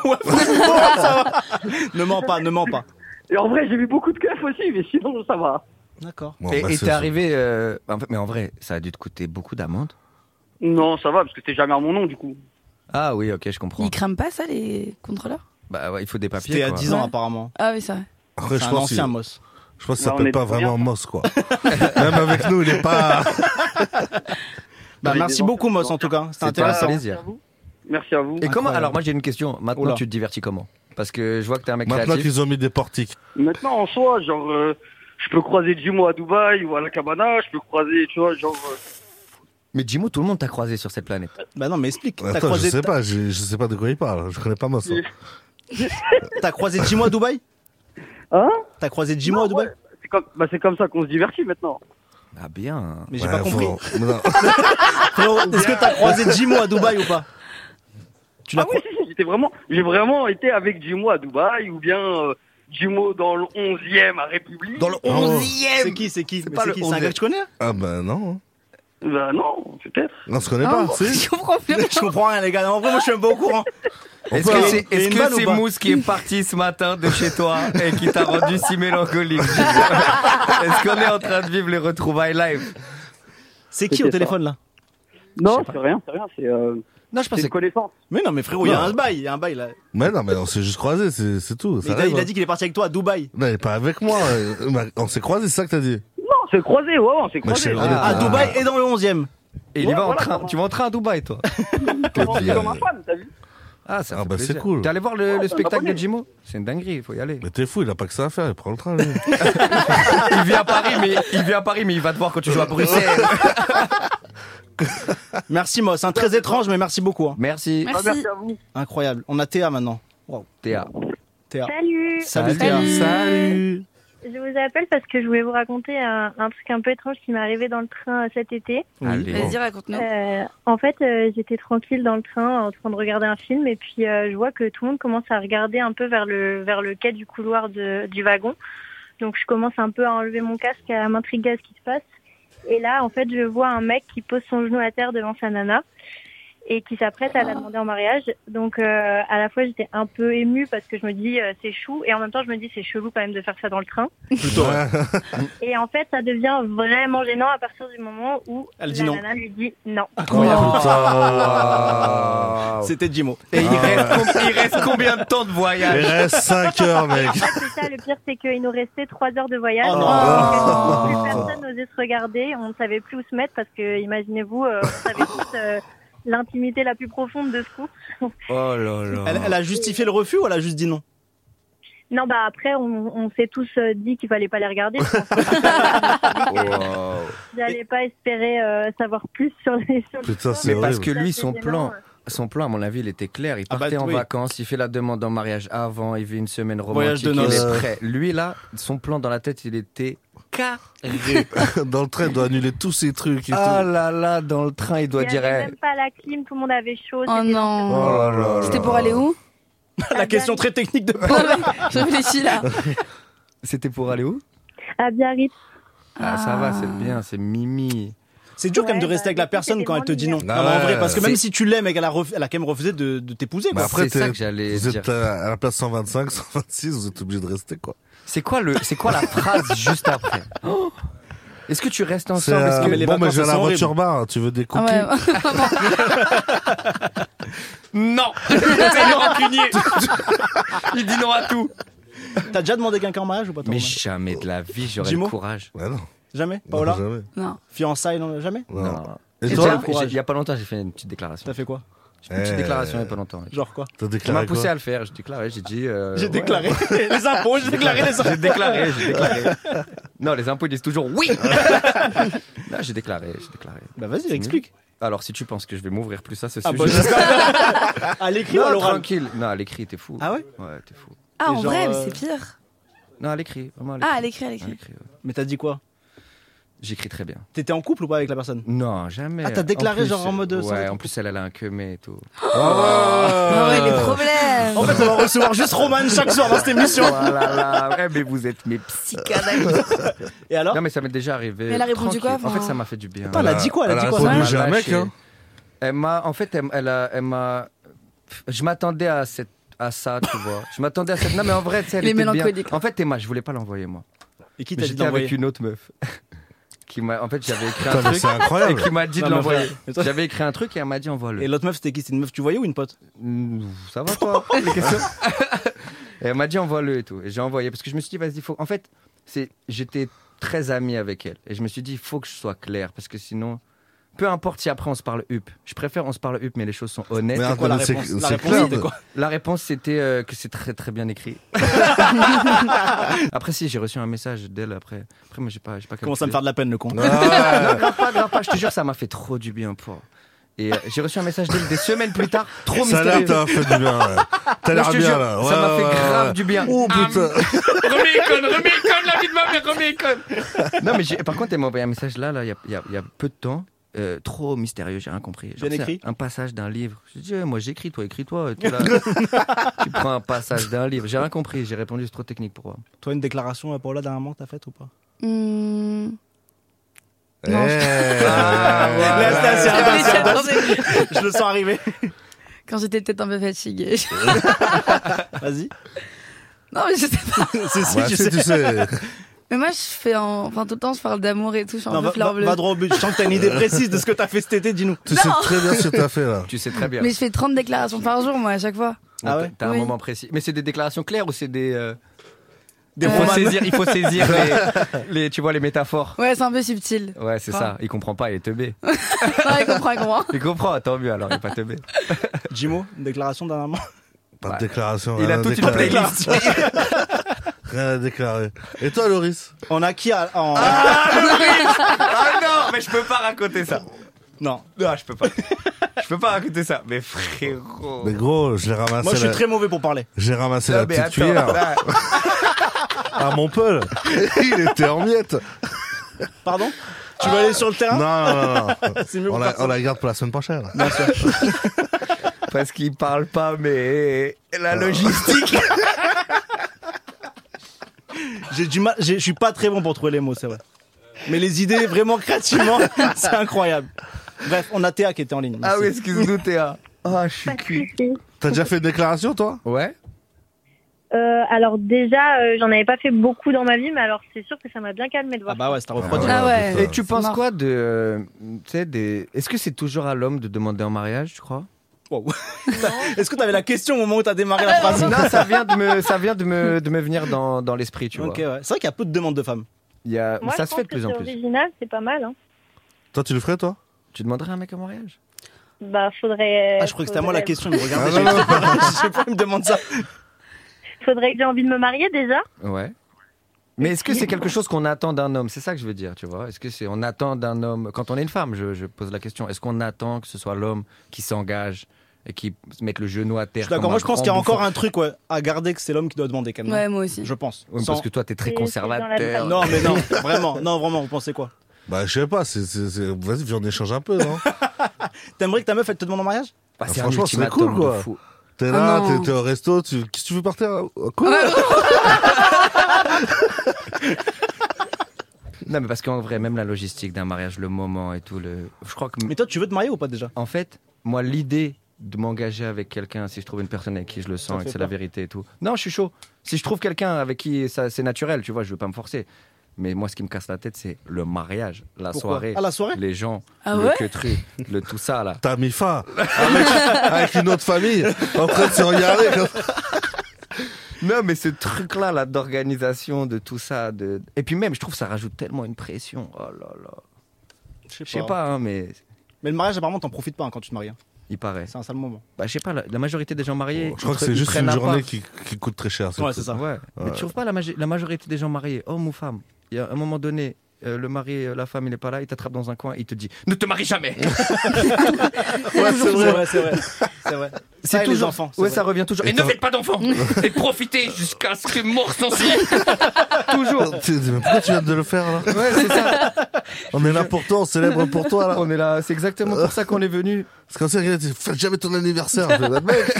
Speaker 3: Ne mens pas, ne mens pas.
Speaker 7: Et en vrai, j'ai vu beaucoup de keufs aussi, mais sinon, ça va.
Speaker 3: D'accord.
Speaker 2: Bon,
Speaker 4: Et
Speaker 2: bah,
Speaker 4: et
Speaker 2: ce-
Speaker 4: t'es arrivé. euh, en fait- mais en vrai, ça a dû te coûter beaucoup d'amende.
Speaker 7: Non, ça va, parce que c'était jamais à mon nom, du coup.
Speaker 4: Ah oui, ok, je comprends.
Speaker 5: Ils crament pas ça, les contrôleurs
Speaker 4: Bah ouais, il faut des papiers.
Speaker 3: C'était à
Speaker 4: quoi.
Speaker 3: 10 ans,
Speaker 5: Ouais.
Speaker 3: apparemment.
Speaker 5: Ah, oui, c'est vrai.
Speaker 2: Après,
Speaker 3: C'est
Speaker 2: je
Speaker 3: un
Speaker 2: pense, qu'il-
Speaker 3: ancien Moss.
Speaker 2: je pense qu'il
Speaker 7: Là, on
Speaker 2: s'appelle
Speaker 7: est
Speaker 2: pas
Speaker 7: trop
Speaker 2: vraiment Moss, quoi. Même avec nous, il est pas.
Speaker 3: Bah,
Speaker 7: Oui,
Speaker 3: merci
Speaker 7: des
Speaker 3: beaucoup,
Speaker 7: anciens.
Speaker 3: Moss, en tout cas. C'était
Speaker 4: C'est
Speaker 3: intéressant.
Speaker 4: pas- plaisir.
Speaker 7: Merci à vous. Merci à vous.
Speaker 4: Et comment
Speaker 3: Incroyable.
Speaker 4: Alors moi j'ai une question. Maintenant
Speaker 3: Oula.
Speaker 4: tu te divertis comment Parce que je vois que t'es un mec
Speaker 2: Maintenant
Speaker 4: créatif.
Speaker 2: qu'ils ont mis des portiques.
Speaker 7: Maintenant, en soi, genre, euh, je peux croiser Jimo à Dubaï ou à la Cabana, je peux croiser, tu vois, genre... euh,
Speaker 4: Mais Jimo, tout le monde t'a croisé sur cette planète.
Speaker 3: Bah non, mais explique. T'as
Speaker 2: Attends, je
Speaker 3: croisé,
Speaker 2: sais pas, je, je sais pas de quoi il parle. Je connais pas Moss. hein.
Speaker 3: t'as croisé Jimo à Dubaï
Speaker 7: Hein
Speaker 3: T'as croisé Jimo à
Speaker 7: Non,
Speaker 3: Dubaï
Speaker 7: ouais, C'est comme, bah, c'est comme ça qu'on se divertit maintenant.
Speaker 4: Ah bien.
Speaker 3: Mais j'ai
Speaker 2: Ouais,
Speaker 3: pas compris.
Speaker 2: faut- Non.
Speaker 3: Frérot, Est-ce que t'as croisé Jimo à Dubaï ou pas Tu l'as
Speaker 7: Ah oui, si, si, j'étais vraiment, j'ai vraiment été avec Jimo à Dubaï ou bien euh, Jimo dans le 11e à République.
Speaker 4: Dans le
Speaker 2: Oh.
Speaker 4: 11e
Speaker 3: Ah C'est qui C'est qui Mais
Speaker 4: pas
Speaker 3: C'est
Speaker 4: le
Speaker 3: qui C'est un gars que tu connais hein
Speaker 2: Ah bah non.
Speaker 7: Bah non, peut-être.
Speaker 2: On se connaît pas,
Speaker 5: Ah,
Speaker 2: si.
Speaker 5: Je comprends plus rien.
Speaker 3: Je comprends rien, les gars. En vrai, moi, je suis un peu au courant.
Speaker 4: Est-ce
Speaker 3: peut-
Speaker 4: que c'est
Speaker 3: il y a
Speaker 4: est-ce
Speaker 3: une
Speaker 4: que
Speaker 3: balle ou
Speaker 4: c'est
Speaker 3: pas
Speaker 4: Mousse qui est parti ce matin de chez toi et qui t'a rendu si mélancolique Julien Est-ce qu'on est en train de vivre les retrouvailles live
Speaker 3: C'est qui au
Speaker 7: C'était
Speaker 3: téléphone là
Speaker 7: Non, c'est rien, c'est rien, c'est euh,
Speaker 4: Non, je
Speaker 7: c'est une
Speaker 4: pensais que
Speaker 7: connaissance.
Speaker 3: Mais non, mais frérot, il y a
Speaker 2: Non.
Speaker 3: un bail, il y a un bail là.
Speaker 2: Mais non, mais on s'est juste croisés, c'est c'est tout.
Speaker 3: Il
Speaker 2: ça
Speaker 3: a,
Speaker 2: arrive,
Speaker 3: il a
Speaker 2: hein.
Speaker 3: dit qu'il est parti avec toi à Dubaï.
Speaker 2: Non, il Bah, est pas avec moi. euh, bah, On s'est croisés, c'est ça que t'as dit.
Speaker 7: Non, on s'est croisés, ouais, ouais, on s'est
Speaker 2: Mais
Speaker 7: croisés.
Speaker 2: c'est-
Speaker 7: Ah,
Speaker 3: À Dubaï et dans le 11ème.
Speaker 4: Et il y
Speaker 7: Ouais,
Speaker 4: va en
Speaker 7: voilà,
Speaker 4: train.
Speaker 7: comment-
Speaker 4: Tu vas en train à Dubaï, toi
Speaker 7: on est comme un fan, t'as vu
Speaker 4: Ah, ça
Speaker 2: Ah,
Speaker 4: fait
Speaker 2: bah, c'est
Speaker 4: plaisir.
Speaker 2: cool.
Speaker 4: T'es allé voir le,
Speaker 7: Ouais,
Speaker 4: le
Speaker 7: ça m'a
Speaker 4: spectacle
Speaker 7: donné.
Speaker 4: de Jimo C'est une dinguerie, il faut y aller.
Speaker 2: Mais t'es fou, il a pas que ça à faire, il prend le train. lui.
Speaker 4: Il vient à Paris, mais il vient à Paris, mais il va te voir quand tu joues à Bruxelles.
Speaker 3: Merci Moss, un très étrange, mais merci beaucoup. hein.
Speaker 4: Merci,
Speaker 7: Ah,
Speaker 5: Merci.
Speaker 7: Merci à vous.
Speaker 3: Incroyable. On a Théa maintenant.
Speaker 4: Théa.
Speaker 3: Théa.
Speaker 8: Salut
Speaker 3: Salut, Théa.
Speaker 5: Salut.
Speaker 6: Salut
Speaker 8: Je vous appelle parce que je voulais vous raconter un, un truc un peu étrange qui m'est arrivé dans le train euh, cet été.
Speaker 4: Allez.
Speaker 5: Vas-y, raconte-nous.
Speaker 8: Euh, en fait, euh, j'étais tranquille dans le train en train de regarder un film et puis euh, je vois que tout le monde commence à regarder un peu vers le, vers le quai du couloir de, du wagon. Donc je commence un peu à enlever mon casque, à m'intriguer à ce qui se passe. Et là, en fait, je vois un mec qui pose son genou à terre devant sa nana et qui s'apprête à la demander en mariage. Donc euh, à la fois, j'étais un peu émue parce que je me dis euh, c'est chou et en même temps, je me dis c'est chelou quand même de faire ça dans le train.
Speaker 3: Plutôt. ouais.
Speaker 8: Et en fait, ça devient vraiment gênant à partir du moment où
Speaker 3: Elle
Speaker 8: la
Speaker 3: dit non.
Speaker 8: nana lui dit non.
Speaker 2: Ah,
Speaker 4: Ah. Waouh.
Speaker 3: Ah, C'était Jimo.
Speaker 4: Et il reste, com- il reste combien de temps de voyage
Speaker 2: Il reste 5 heures, mec.
Speaker 8: En fait, c'est ça, le pire, c'est qu'il nous restait trois heures de voyage.
Speaker 3: Oh non.
Speaker 8: Donc, Plus personne n'osait se regarder, on ne savait plus où se mettre parce que, imaginez-vous, euh, on savait tous euh, l'intimité la plus profonde de ce coup.
Speaker 4: Oh là là.
Speaker 3: Elle, elle a justifié le refus ou elle a juste dit non
Speaker 8: Non, bah après, on, on s'est tous euh, dit qu'il fallait pas les regarder. Je pense
Speaker 4: Wow.
Speaker 8: que J'allais pas espérer euh, savoir plus sur les sur le
Speaker 2: Putain,
Speaker 8: sport.
Speaker 2: c'est
Speaker 4: Mais parce
Speaker 2: horrible.
Speaker 4: que lui,
Speaker 8: Ça,
Speaker 4: son
Speaker 8: c'est
Speaker 4: plan,
Speaker 8: gênant, euh.
Speaker 4: son plan, à mon avis, il était clair. Il
Speaker 3: Ah bah,
Speaker 4: partait en
Speaker 3: oui.
Speaker 4: vacances, il fait la demande en mariage avant, il vit une semaine
Speaker 3: Voyage
Speaker 4: romantique,
Speaker 3: de
Speaker 4: il
Speaker 3: noces.
Speaker 4: est prêt. Lui, là, son plan dans la tête, il était carré.
Speaker 2: Dans le train, il doit annuler tous ces trucs et
Speaker 4: Ah
Speaker 2: tout.
Speaker 4: là là, dans le train, il doit
Speaker 8: Il y
Speaker 4: dire...
Speaker 8: avait
Speaker 4: eh,
Speaker 8: même pas la clim, tout le monde avait chaud.
Speaker 5: Oh
Speaker 8: c'était-
Speaker 5: non.
Speaker 4: là là
Speaker 5: C'était
Speaker 4: là
Speaker 5: pour
Speaker 4: là.
Speaker 5: aller où
Speaker 3: La question très technique de
Speaker 5: Non, mais je réfléchis là.
Speaker 4: C'était pour aller où
Speaker 8: À Biarritz.
Speaker 4: Ah, ça va,
Speaker 5: Ah.
Speaker 4: c'est bien, c'est Mimi.
Speaker 3: C'est dur quand même de
Speaker 8: Ouais,
Speaker 3: rester
Speaker 8: bah,
Speaker 3: avec la
Speaker 8: du coup,
Speaker 3: personne
Speaker 8: c'était
Speaker 3: quand elle te dit non.
Speaker 8: moins
Speaker 2: bien.
Speaker 3: Non, mais en
Speaker 2: Ouais.
Speaker 3: vrai, parce que même
Speaker 4: C'est-
Speaker 3: si tu l'aimes et qu'elle a, ref- elle a quand même refusé de, de t'épouser,
Speaker 2: Bah,
Speaker 3: quoi.
Speaker 2: après,
Speaker 4: C'est ça
Speaker 2: t'es-
Speaker 4: que j'allais
Speaker 2: Vous
Speaker 4: dire.
Speaker 2: êtes à à la place 125, 126, vous êtes obligé de rester, quoi.
Speaker 4: C'est quoi, le... c'est quoi la phrase juste après Oh. Est-ce que tu restes
Speaker 2: C'est,
Speaker 4: ensemble Est-ce
Speaker 2: euh,
Speaker 4: que-
Speaker 3: Mais les
Speaker 2: bon, mais
Speaker 3: vacances,
Speaker 2: j'ai
Speaker 3: elles
Speaker 2: la
Speaker 3: sont
Speaker 2: voiture bar, tu veux des
Speaker 5: Ah
Speaker 2: cookies
Speaker 5: ouais.
Speaker 4: Non C'est rancunier Il dit non à tout
Speaker 3: T'as déjà demandé quelqu'un en mariage ou pas toi,
Speaker 4: Mais
Speaker 3: Romain
Speaker 4: jamais de la vie, j'aurais
Speaker 3: Dis-moi.
Speaker 4: le courage.
Speaker 2: Ouais, non,
Speaker 3: Jamais
Speaker 2: non,
Speaker 3: Paola
Speaker 2: jamais.
Speaker 5: Non.
Speaker 3: Fiançailles, non, jamais
Speaker 2: Non.
Speaker 4: J'ai
Speaker 2: Et
Speaker 3: toi,
Speaker 4: déjà-
Speaker 2: toi
Speaker 3: le courage
Speaker 4: j'ai- Il y a pas longtemps, j'ai fait une petite déclaration.
Speaker 3: T'as fait quoi
Speaker 4: J'ai fait une petite
Speaker 2: Eh.
Speaker 4: déclaration il y a pas longtemps.
Speaker 3: Genre quoi
Speaker 2: T'as
Speaker 4: On m'a
Speaker 2: déclaré
Speaker 4: poussé
Speaker 2: quoi
Speaker 4: à le faire, j'ai déclaré, j'ai dit. euh,
Speaker 3: J'ai
Speaker 4: ouais.
Speaker 3: déclaré les impôts, j'ai déclaré les impôts.
Speaker 4: J'ai déclaré, j'ai déclaré. Non, les impôts ils disent toujours oui Non, j'ai déclaré, j'ai déclaré.
Speaker 3: Bah vas-y, explique.
Speaker 4: Alors si tu penses que je vais m'ouvrir plus à ce
Speaker 3: Ah
Speaker 4: sujet.
Speaker 3: bon, j'espère. À l'écrit ou à
Speaker 4: non,
Speaker 3: l'oral
Speaker 4: tranquille. Non, à l'écrit, t'es fou.
Speaker 3: Ah ouais
Speaker 4: Ouais, t'es fou.
Speaker 5: Ah, en
Speaker 3: genre,
Speaker 5: vrai,
Speaker 3: euh,
Speaker 5: c'est pire.
Speaker 4: Non, à l'écrit, vraiment à l'écrit.
Speaker 5: Ah, à l'écrit, à l'écrit.
Speaker 4: À l'écrit, ouais.
Speaker 3: Mais t'as dit quoi
Speaker 4: J'écris très bien.
Speaker 3: T'étais en couple ou pas avec la personne
Speaker 4: Non, jamais.
Speaker 3: Ah, t'as déclaré
Speaker 4: plus,
Speaker 3: genre en mode, euh, sans
Speaker 4: Ouais,
Speaker 3: être-
Speaker 4: en plus, elle, elle a un que mais et tout.
Speaker 5: Ah ouais, les problèmes.
Speaker 3: En fait, on va recevoir juste Roman chaque soir dans cette émission.
Speaker 4: Oh là là, eh, mais vous êtes mes psychanalystes.
Speaker 3: Et alors
Speaker 4: Non, mais ça m'est déjà arrivé.
Speaker 5: Mais elle a répondu
Speaker 4: Tranquille.
Speaker 5: quoi,
Speaker 4: En
Speaker 5: enfin
Speaker 4: fait, ça m'a fait du bien.
Speaker 3: Attends, elle a dit quoi Elle a dit quoi
Speaker 2: répondu,
Speaker 3: ça
Speaker 2: j'ai un
Speaker 4: m'a
Speaker 2: mec,
Speaker 4: lâché.
Speaker 2: hein.
Speaker 4: Elle m'a, en fait, elle, elle a- elle m'a. Je m'attendais à cette, à ça, tu vois. Je m'attendais à cette. Non, mais en vrai, tu sais, elle
Speaker 5: Il est
Speaker 4: était bien.
Speaker 5: mélancolique.
Speaker 4: En fait, Emma, je voulais pas l'envoyer moi.
Speaker 3: Et qui
Speaker 4: Mais
Speaker 3: t'a dit
Speaker 4: j'étais avec
Speaker 3: d'envoyer
Speaker 4: une autre meuf. qui m'a. En fait, j'avais écrit un
Speaker 2: Putain, mais
Speaker 4: truc
Speaker 2: c'est
Speaker 4: et
Speaker 2: incroyable.
Speaker 4: qui m'a dit
Speaker 3: Non,
Speaker 4: de
Speaker 3: mais
Speaker 4: l'envoyer.
Speaker 3: frère, mais toi-
Speaker 4: J'avais écrit un truc et elle m'a dit envoie-le.
Speaker 3: Et l'autre meuf, c'était qui C'était une meuf que tu voyais ou une pote
Speaker 4: Mmh, Ça va toi Les questions Et Elle m'a dit envoie-le et tout. Et j'ai envoyé parce que je me suis dit vas-y, faut. En fait, c'est j'étais très ami avec elle et je me suis dit il faut que je sois clair parce que sinon, peu importe si après on se parle up. Je préfère on se parle up mais les choses sont honnêtes.
Speaker 2: Mais
Speaker 3: C'est quoi la
Speaker 2: attends, c'est
Speaker 3: réponse La
Speaker 2: c'est
Speaker 3: réponse,
Speaker 2: clair.
Speaker 3: c'était quoi
Speaker 4: La réponse c'était euh, que c'est très très bien écrit. après si j'ai reçu un message d'elle après. Après moi j'ai pas j'ai pas.
Speaker 3: Commence à
Speaker 4: calculé.
Speaker 3: me faire de la peine, le con.
Speaker 2: Ah,
Speaker 4: Non, grave pas, grave pas. Je te jure ça m'a fait trop du bien pour. Et euh, j'ai reçu un message d'elle des semaines plus tard. Trop
Speaker 2: Ça a
Speaker 4: mystérieux.
Speaker 2: l'air, t'as fait du bien. ouais. T'as
Speaker 4: Là, je
Speaker 2: l'air
Speaker 4: te
Speaker 2: bien
Speaker 4: jure,
Speaker 2: là.
Speaker 4: ça
Speaker 2: Ouais,
Speaker 4: m'a fait
Speaker 2: ouais,
Speaker 4: grave
Speaker 2: ouais.
Speaker 4: du bien. Ah,
Speaker 2: Oh putain.
Speaker 4: Remets Icon, remets Icon, la vie de ma mère, remets Icon. Non, mais j'ai- par contre, elle m'a envoyé un message là, là, il y a, il y a- il y a peu de temps. euh, trop mystérieux, j'ai rien compris. Genre,
Speaker 3: Bien
Speaker 4: tu sais,
Speaker 3: écrit.
Speaker 4: Un passage d'un livre. Je dis, eh, moi j'écris, toi écris-toi. et tout, là. tu prends un passage d'un livre. J'ai rien compris, j'ai répondu, c'est trop technique pour moi.
Speaker 3: Toi, une déclaration à Paola dernièrement, t'as faite ou pas
Speaker 5: Hmm.
Speaker 2: Eh.
Speaker 5: Non,
Speaker 2: Ah,
Speaker 3: Là, c'est assez
Speaker 5: Ah, J'avais
Speaker 3: intense,
Speaker 5: échappé.
Speaker 3: Je le sens arriver.
Speaker 5: Quand j'étais peut-être un peu fatiguée.
Speaker 3: Vas-y.
Speaker 5: non, mais je sais pas.
Speaker 3: C'est si,
Speaker 2: Bah,
Speaker 3: je
Speaker 2: si,
Speaker 3: sais.
Speaker 2: tu sais.
Speaker 5: Mais moi, je fais en... Enfin, tout le temps, je parle d'amour et tout. Je suis un
Speaker 3: Non,
Speaker 5: peu
Speaker 3: va,
Speaker 5: fleur
Speaker 3: va-
Speaker 5: bleue.
Speaker 3: va droit au but. Je sens que t'as une idée précise de ce que t'as fait cet été, dis-nous.
Speaker 2: Euh. Tu sais très bien ce que t'as fait là.
Speaker 4: Tu sais très bien.
Speaker 5: Mais je fais 30 déclarations par jour, moi, à chaque fois.
Speaker 3: Ah ouais
Speaker 4: T'as un
Speaker 5: Oui.
Speaker 4: moment précis. Mais c'est des déclarations claires ou c'est des. euh,
Speaker 3: Des
Speaker 4: il, faut
Speaker 3: romans.
Speaker 4: saisir, il faut saisir les, les- tu vois, les métaphores.
Speaker 5: Ouais, c'est un peu subtil.
Speaker 4: Ouais, c'est ça. Il comprend pas, il est teubé.
Speaker 5: Non, il comprend, il comprend.
Speaker 4: Il comprend, tant mieux alors, il est pas teubé.
Speaker 3: Jimo, une déclaration dernièrement.
Speaker 2: Pas
Speaker 4: Ouais.
Speaker 2: de déclaration.
Speaker 4: Il
Speaker 2: rien
Speaker 4: a
Speaker 2: à
Speaker 4: toute une
Speaker 2: déclarer.
Speaker 4: playlist.
Speaker 2: Rien à déclarer. Et toi, Loris
Speaker 3: On a qui à- en.
Speaker 4: Ah non, mais je peux pas raconter ça.
Speaker 3: Non.
Speaker 4: Non, je peux pas. Je peux pas raconter ça. Mais frérot.
Speaker 2: Mais gros, je l'ai
Speaker 3: Moi, je
Speaker 2: ramassé.
Speaker 3: suis
Speaker 2: Ah, la-
Speaker 3: très mauvais pour parler.
Speaker 2: J'ai ramassé
Speaker 4: Non,
Speaker 2: la
Speaker 4: Ah, mais
Speaker 2: petite
Speaker 4: attends,
Speaker 2: cuillère
Speaker 4: là,
Speaker 2: à Montpellier. Il était en miettes.
Speaker 3: Pardon Tu veux aller sur le
Speaker 2: Non,
Speaker 3: terrain
Speaker 2: non, non.
Speaker 3: C'est
Speaker 2: non.
Speaker 3: mieux
Speaker 2: On
Speaker 3: pour
Speaker 2: la, on
Speaker 3: personne.
Speaker 2: la garde pour la semaine prochaine.
Speaker 4: Parce qu'il parle pas, Ah, mais
Speaker 2: Ah.
Speaker 4: la logistique.
Speaker 3: J'ai du mal. j'ai- Je suis pas très bon pour trouver les mots, c'est vrai. Mais les idées, vraiment créativement, c'est incroyable. Bref, on a Théa qui était en ligne.
Speaker 4: Ah
Speaker 3: Merci.
Speaker 4: oui, excuse-nous, Théa. Ah, je suis cuit.
Speaker 2: T'as déjà fait une déclaration, toi
Speaker 4: Ouais.
Speaker 8: Euh, alors déjà, euh, j'en avais pas fait beaucoup dans ma vie, mais alors c'est sûr que ça m'a bien calmé de
Speaker 3: Ah
Speaker 8: voir.
Speaker 3: bah ouais, c'est un refroidi.
Speaker 5: Ah ouais.
Speaker 2: putain.
Speaker 4: Et tu penses
Speaker 5: marrant.
Speaker 4: quoi de. euh, Tu sais, des. Est-ce que c'est toujours à l'homme de demander en mariage, tu crois
Speaker 3: Wow. Est-ce que t'avais la question au moment où t'as démarré la phrase
Speaker 4: Ah, Non, ça vient de me, ça vient de me, de me venir dans, dans l'esprit, tu
Speaker 3: Ok,
Speaker 4: vois.
Speaker 3: ouais. C'est vrai qu'il y a peu de demandes de femmes.
Speaker 4: Il y a...
Speaker 8: Moi,
Speaker 4: ça
Speaker 8: je
Speaker 4: se fait de
Speaker 8: pense que
Speaker 4: plus en
Speaker 8: c'est
Speaker 4: plus.
Speaker 8: original, c'est pas mal. Hein.
Speaker 2: Toi, tu le ferais, toi
Speaker 4: Tu demanderais un mec en mariage
Speaker 8: Bah faudrait.
Speaker 3: Ah, je crois que c'était à moi la
Speaker 8: faudrait-
Speaker 3: question. Il me regardait.
Speaker 2: Ah, non, non,
Speaker 3: Je sais pas, il me demande ça.
Speaker 8: Faudrait que j'ai envie de me marier déjà.
Speaker 4: Ouais. Mais est-ce que c'est quelque chose qu'on attend d'un homme C'est ça que je veux dire, tu vois. Est-ce que c'est on attend d'un homme quand on est une femme Je, je pose la question. Est-ce qu'on attend que ce soit l'homme qui s'engage et qui se mette le genou à terre
Speaker 3: Je suis d'accord.
Speaker 4: comme
Speaker 3: Moi,
Speaker 4: un
Speaker 3: je pense
Speaker 4: grand
Speaker 3: qu'il y a encore
Speaker 4: bouffon
Speaker 3: un truc ouais, à garder que c'est l'homme qui doit demander quand même. hein,
Speaker 5: Ouais, moi aussi.
Speaker 3: Je pense.
Speaker 4: Ouais,
Speaker 3: Sans-
Speaker 4: Parce que toi, t'es très
Speaker 8: Et c'est
Speaker 4: conservateur.
Speaker 8: dans
Speaker 3: Non, mais non, vraiment. Non, vraiment. Vous pensez quoi
Speaker 2: Bah, je sais pas. c'est- c'est- c'est- Vas-y, viens, on échange un peu, non
Speaker 3: T'aimerais que ta meuf elle te demande en mariage
Speaker 4: Bah,
Speaker 2: Ah,
Speaker 4: c'est un
Speaker 2: franchement, c'est
Speaker 4: ultimatum
Speaker 2: cool, quoi.
Speaker 4: de fou.
Speaker 2: T'es
Speaker 4: Ah,
Speaker 2: là,
Speaker 5: non.
Speaker 2: t'es- t'es au resto, tu... qu'est-ce que tu veux Ah, partir
Speaker 4: Euh,
Speaker 2: Quoi
Speaker 4: Non, mais parce qu'en vrai, même la logistique d'un mariage, le moment et tout, le... je crois que.
Speaker 3: Mais toi, tu veux te marier ou pas déjà
Speaker 4: En fait, moi, l'idée de m'engager avec quelqu'un, si je trouve une personne avec qui je le
Speaker 3: Ça
Speaker 4: sens et
Speaker 3: fait
Speaker 4: que c'est la
Speaker 3: peur.
Speaker 4: vérité et tout. Non, je suis chaud. Si je trouve quelqu'un avec qui ça c'est naturel, tu vois, je veux pas me forcer. Mais moi, ce qui me casse la tête, c'est le mariage, la
Speaker 3: Pourquoi
Speaker 4: soirée,
Speaker 3: À la soirée
Speaker 4: les gens,
Speaker 5: Ah
Speaker 4: le
Speaker 5: ouais
Speaker 4: queutru, le tout ça là.
Speaker 2: T'as mis fin avec, avec une autre famille en train de se regarder. comme-
Speaker 4: Non, mais ce truc là, là d'organisation, de tout ça, de et puis même, je trouve ça rajoute tellement une pression. Oh là là. Je sais pas, hein, mais
Speaker 3: Mais le mariage, apparemment, t'en profites pas hein, quand tu te maries. hein.
Speaker 4: il paraît.
Speaker 3: C'est un sale moment.
Speaker 4: Bah, je sais pas. La, la majorité des gens mariés,
Speaker 2: Oh, Je crois
Speaker 4: ils
Speaker 2: que
Speaker 4: pre-
Speaker 2: c'est
Speaker 4: ils
Speaker 2: juste
Speaker 4: prennent
Speaker 2: une
Speaker 4: un
Speaker 2: journée
Speaker 4: part.
Speaker 2: qui, qui coûte très cher. c'est
Speaker 3: Ouais,
Speaker 2: tout.
Speaker 3: c'est ça.
Speaker 4: Ouais. Mais tu trouves pas la, maje- la majorité des gens mariés, hommes ou femmes, il y a un moment donné, euh, le mari, euh, la femme, il est pas là, il t'attrape dans un coin, il te dit Ne te marie jamais
Speaker 3: Ouais, c'est vrai, c'est vrai. C'est vrai. Ça et les
Speaker 4: toujours-
Speaker 3: enfants. c'est
Speaker 4: Ouais,
Speaker 3: vrai.
Speaker 4: ça revient toujours. Et,
Speaker 2: Et
Speaker 4: ne
Speaker 2: t'en-
Speaker 4: faites pas d'enfants Et profitez jusqu'à ce que mort s'en Toujours
Speaker 2: Tu- mais pourquoi tu viens de le faire là
Speaker 4: Ouais, c'est ça.
Speaker 2: On est là pour toi, on célèbre pour toi là.
Speaker 4: On est là, c'est exactement pour ça qu'on est venu.
Speaker 2: Parce qu'en sérieux, tu fais jamais ton anniversaire. Je fais, bah, mec,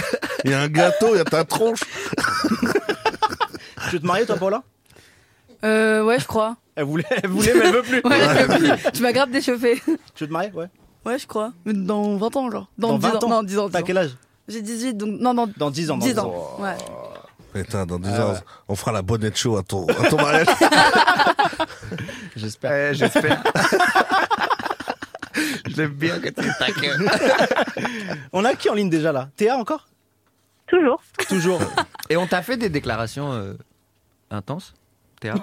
Speaker 2: Il y a un gâteau, il y a ta tronche.
Speaker 3: Tu veux te marier, toi, Paula
Speaker 5: Euh, ouais, je crois.
Speaker 3: elle voulait, elle voulait, mais elle veut plus.
Speaker 5: Ouais, je peux plus. tu m'as grave déchauffé.
Speaker 3: Tu veux te marier Ouais.
Speaker 5: Ouais, je crois. Mais Dans 20 ans, genre. Dans,
Speaker 3: Dans
Speaker 5: 10
Speaker 3: 20 ans.
Speaker 5: Non, 10 ans. 10
Speaker 3: T'as
Speaker 5: ans.
Speaker 3: quel âge
Speaker 5: J'ai 18, donc. Non, non.
Speaker 3: Dans 10 ans. dans
Speaker 5: 10 ans. Ouais.
Speaker 2: Putain, dans 10
Speaker 3: Ah
Speaker 2: ans,
Speaker 3: ouais.
Speaker 2: on fera la bonnette show à ton, à ton mariage.
Speaker 3: J'espère.
Speaker 4: Ouais, Eh, j'espère. Je l'aime bien que tu taquin.
Speaker 3: On a qui en ligne déjà là Théa encore
Speaker 8: Toujours.
Speaker 3: Toujours.
Speaker 4: Et on t'a fait des déclarations euh, intenses Théa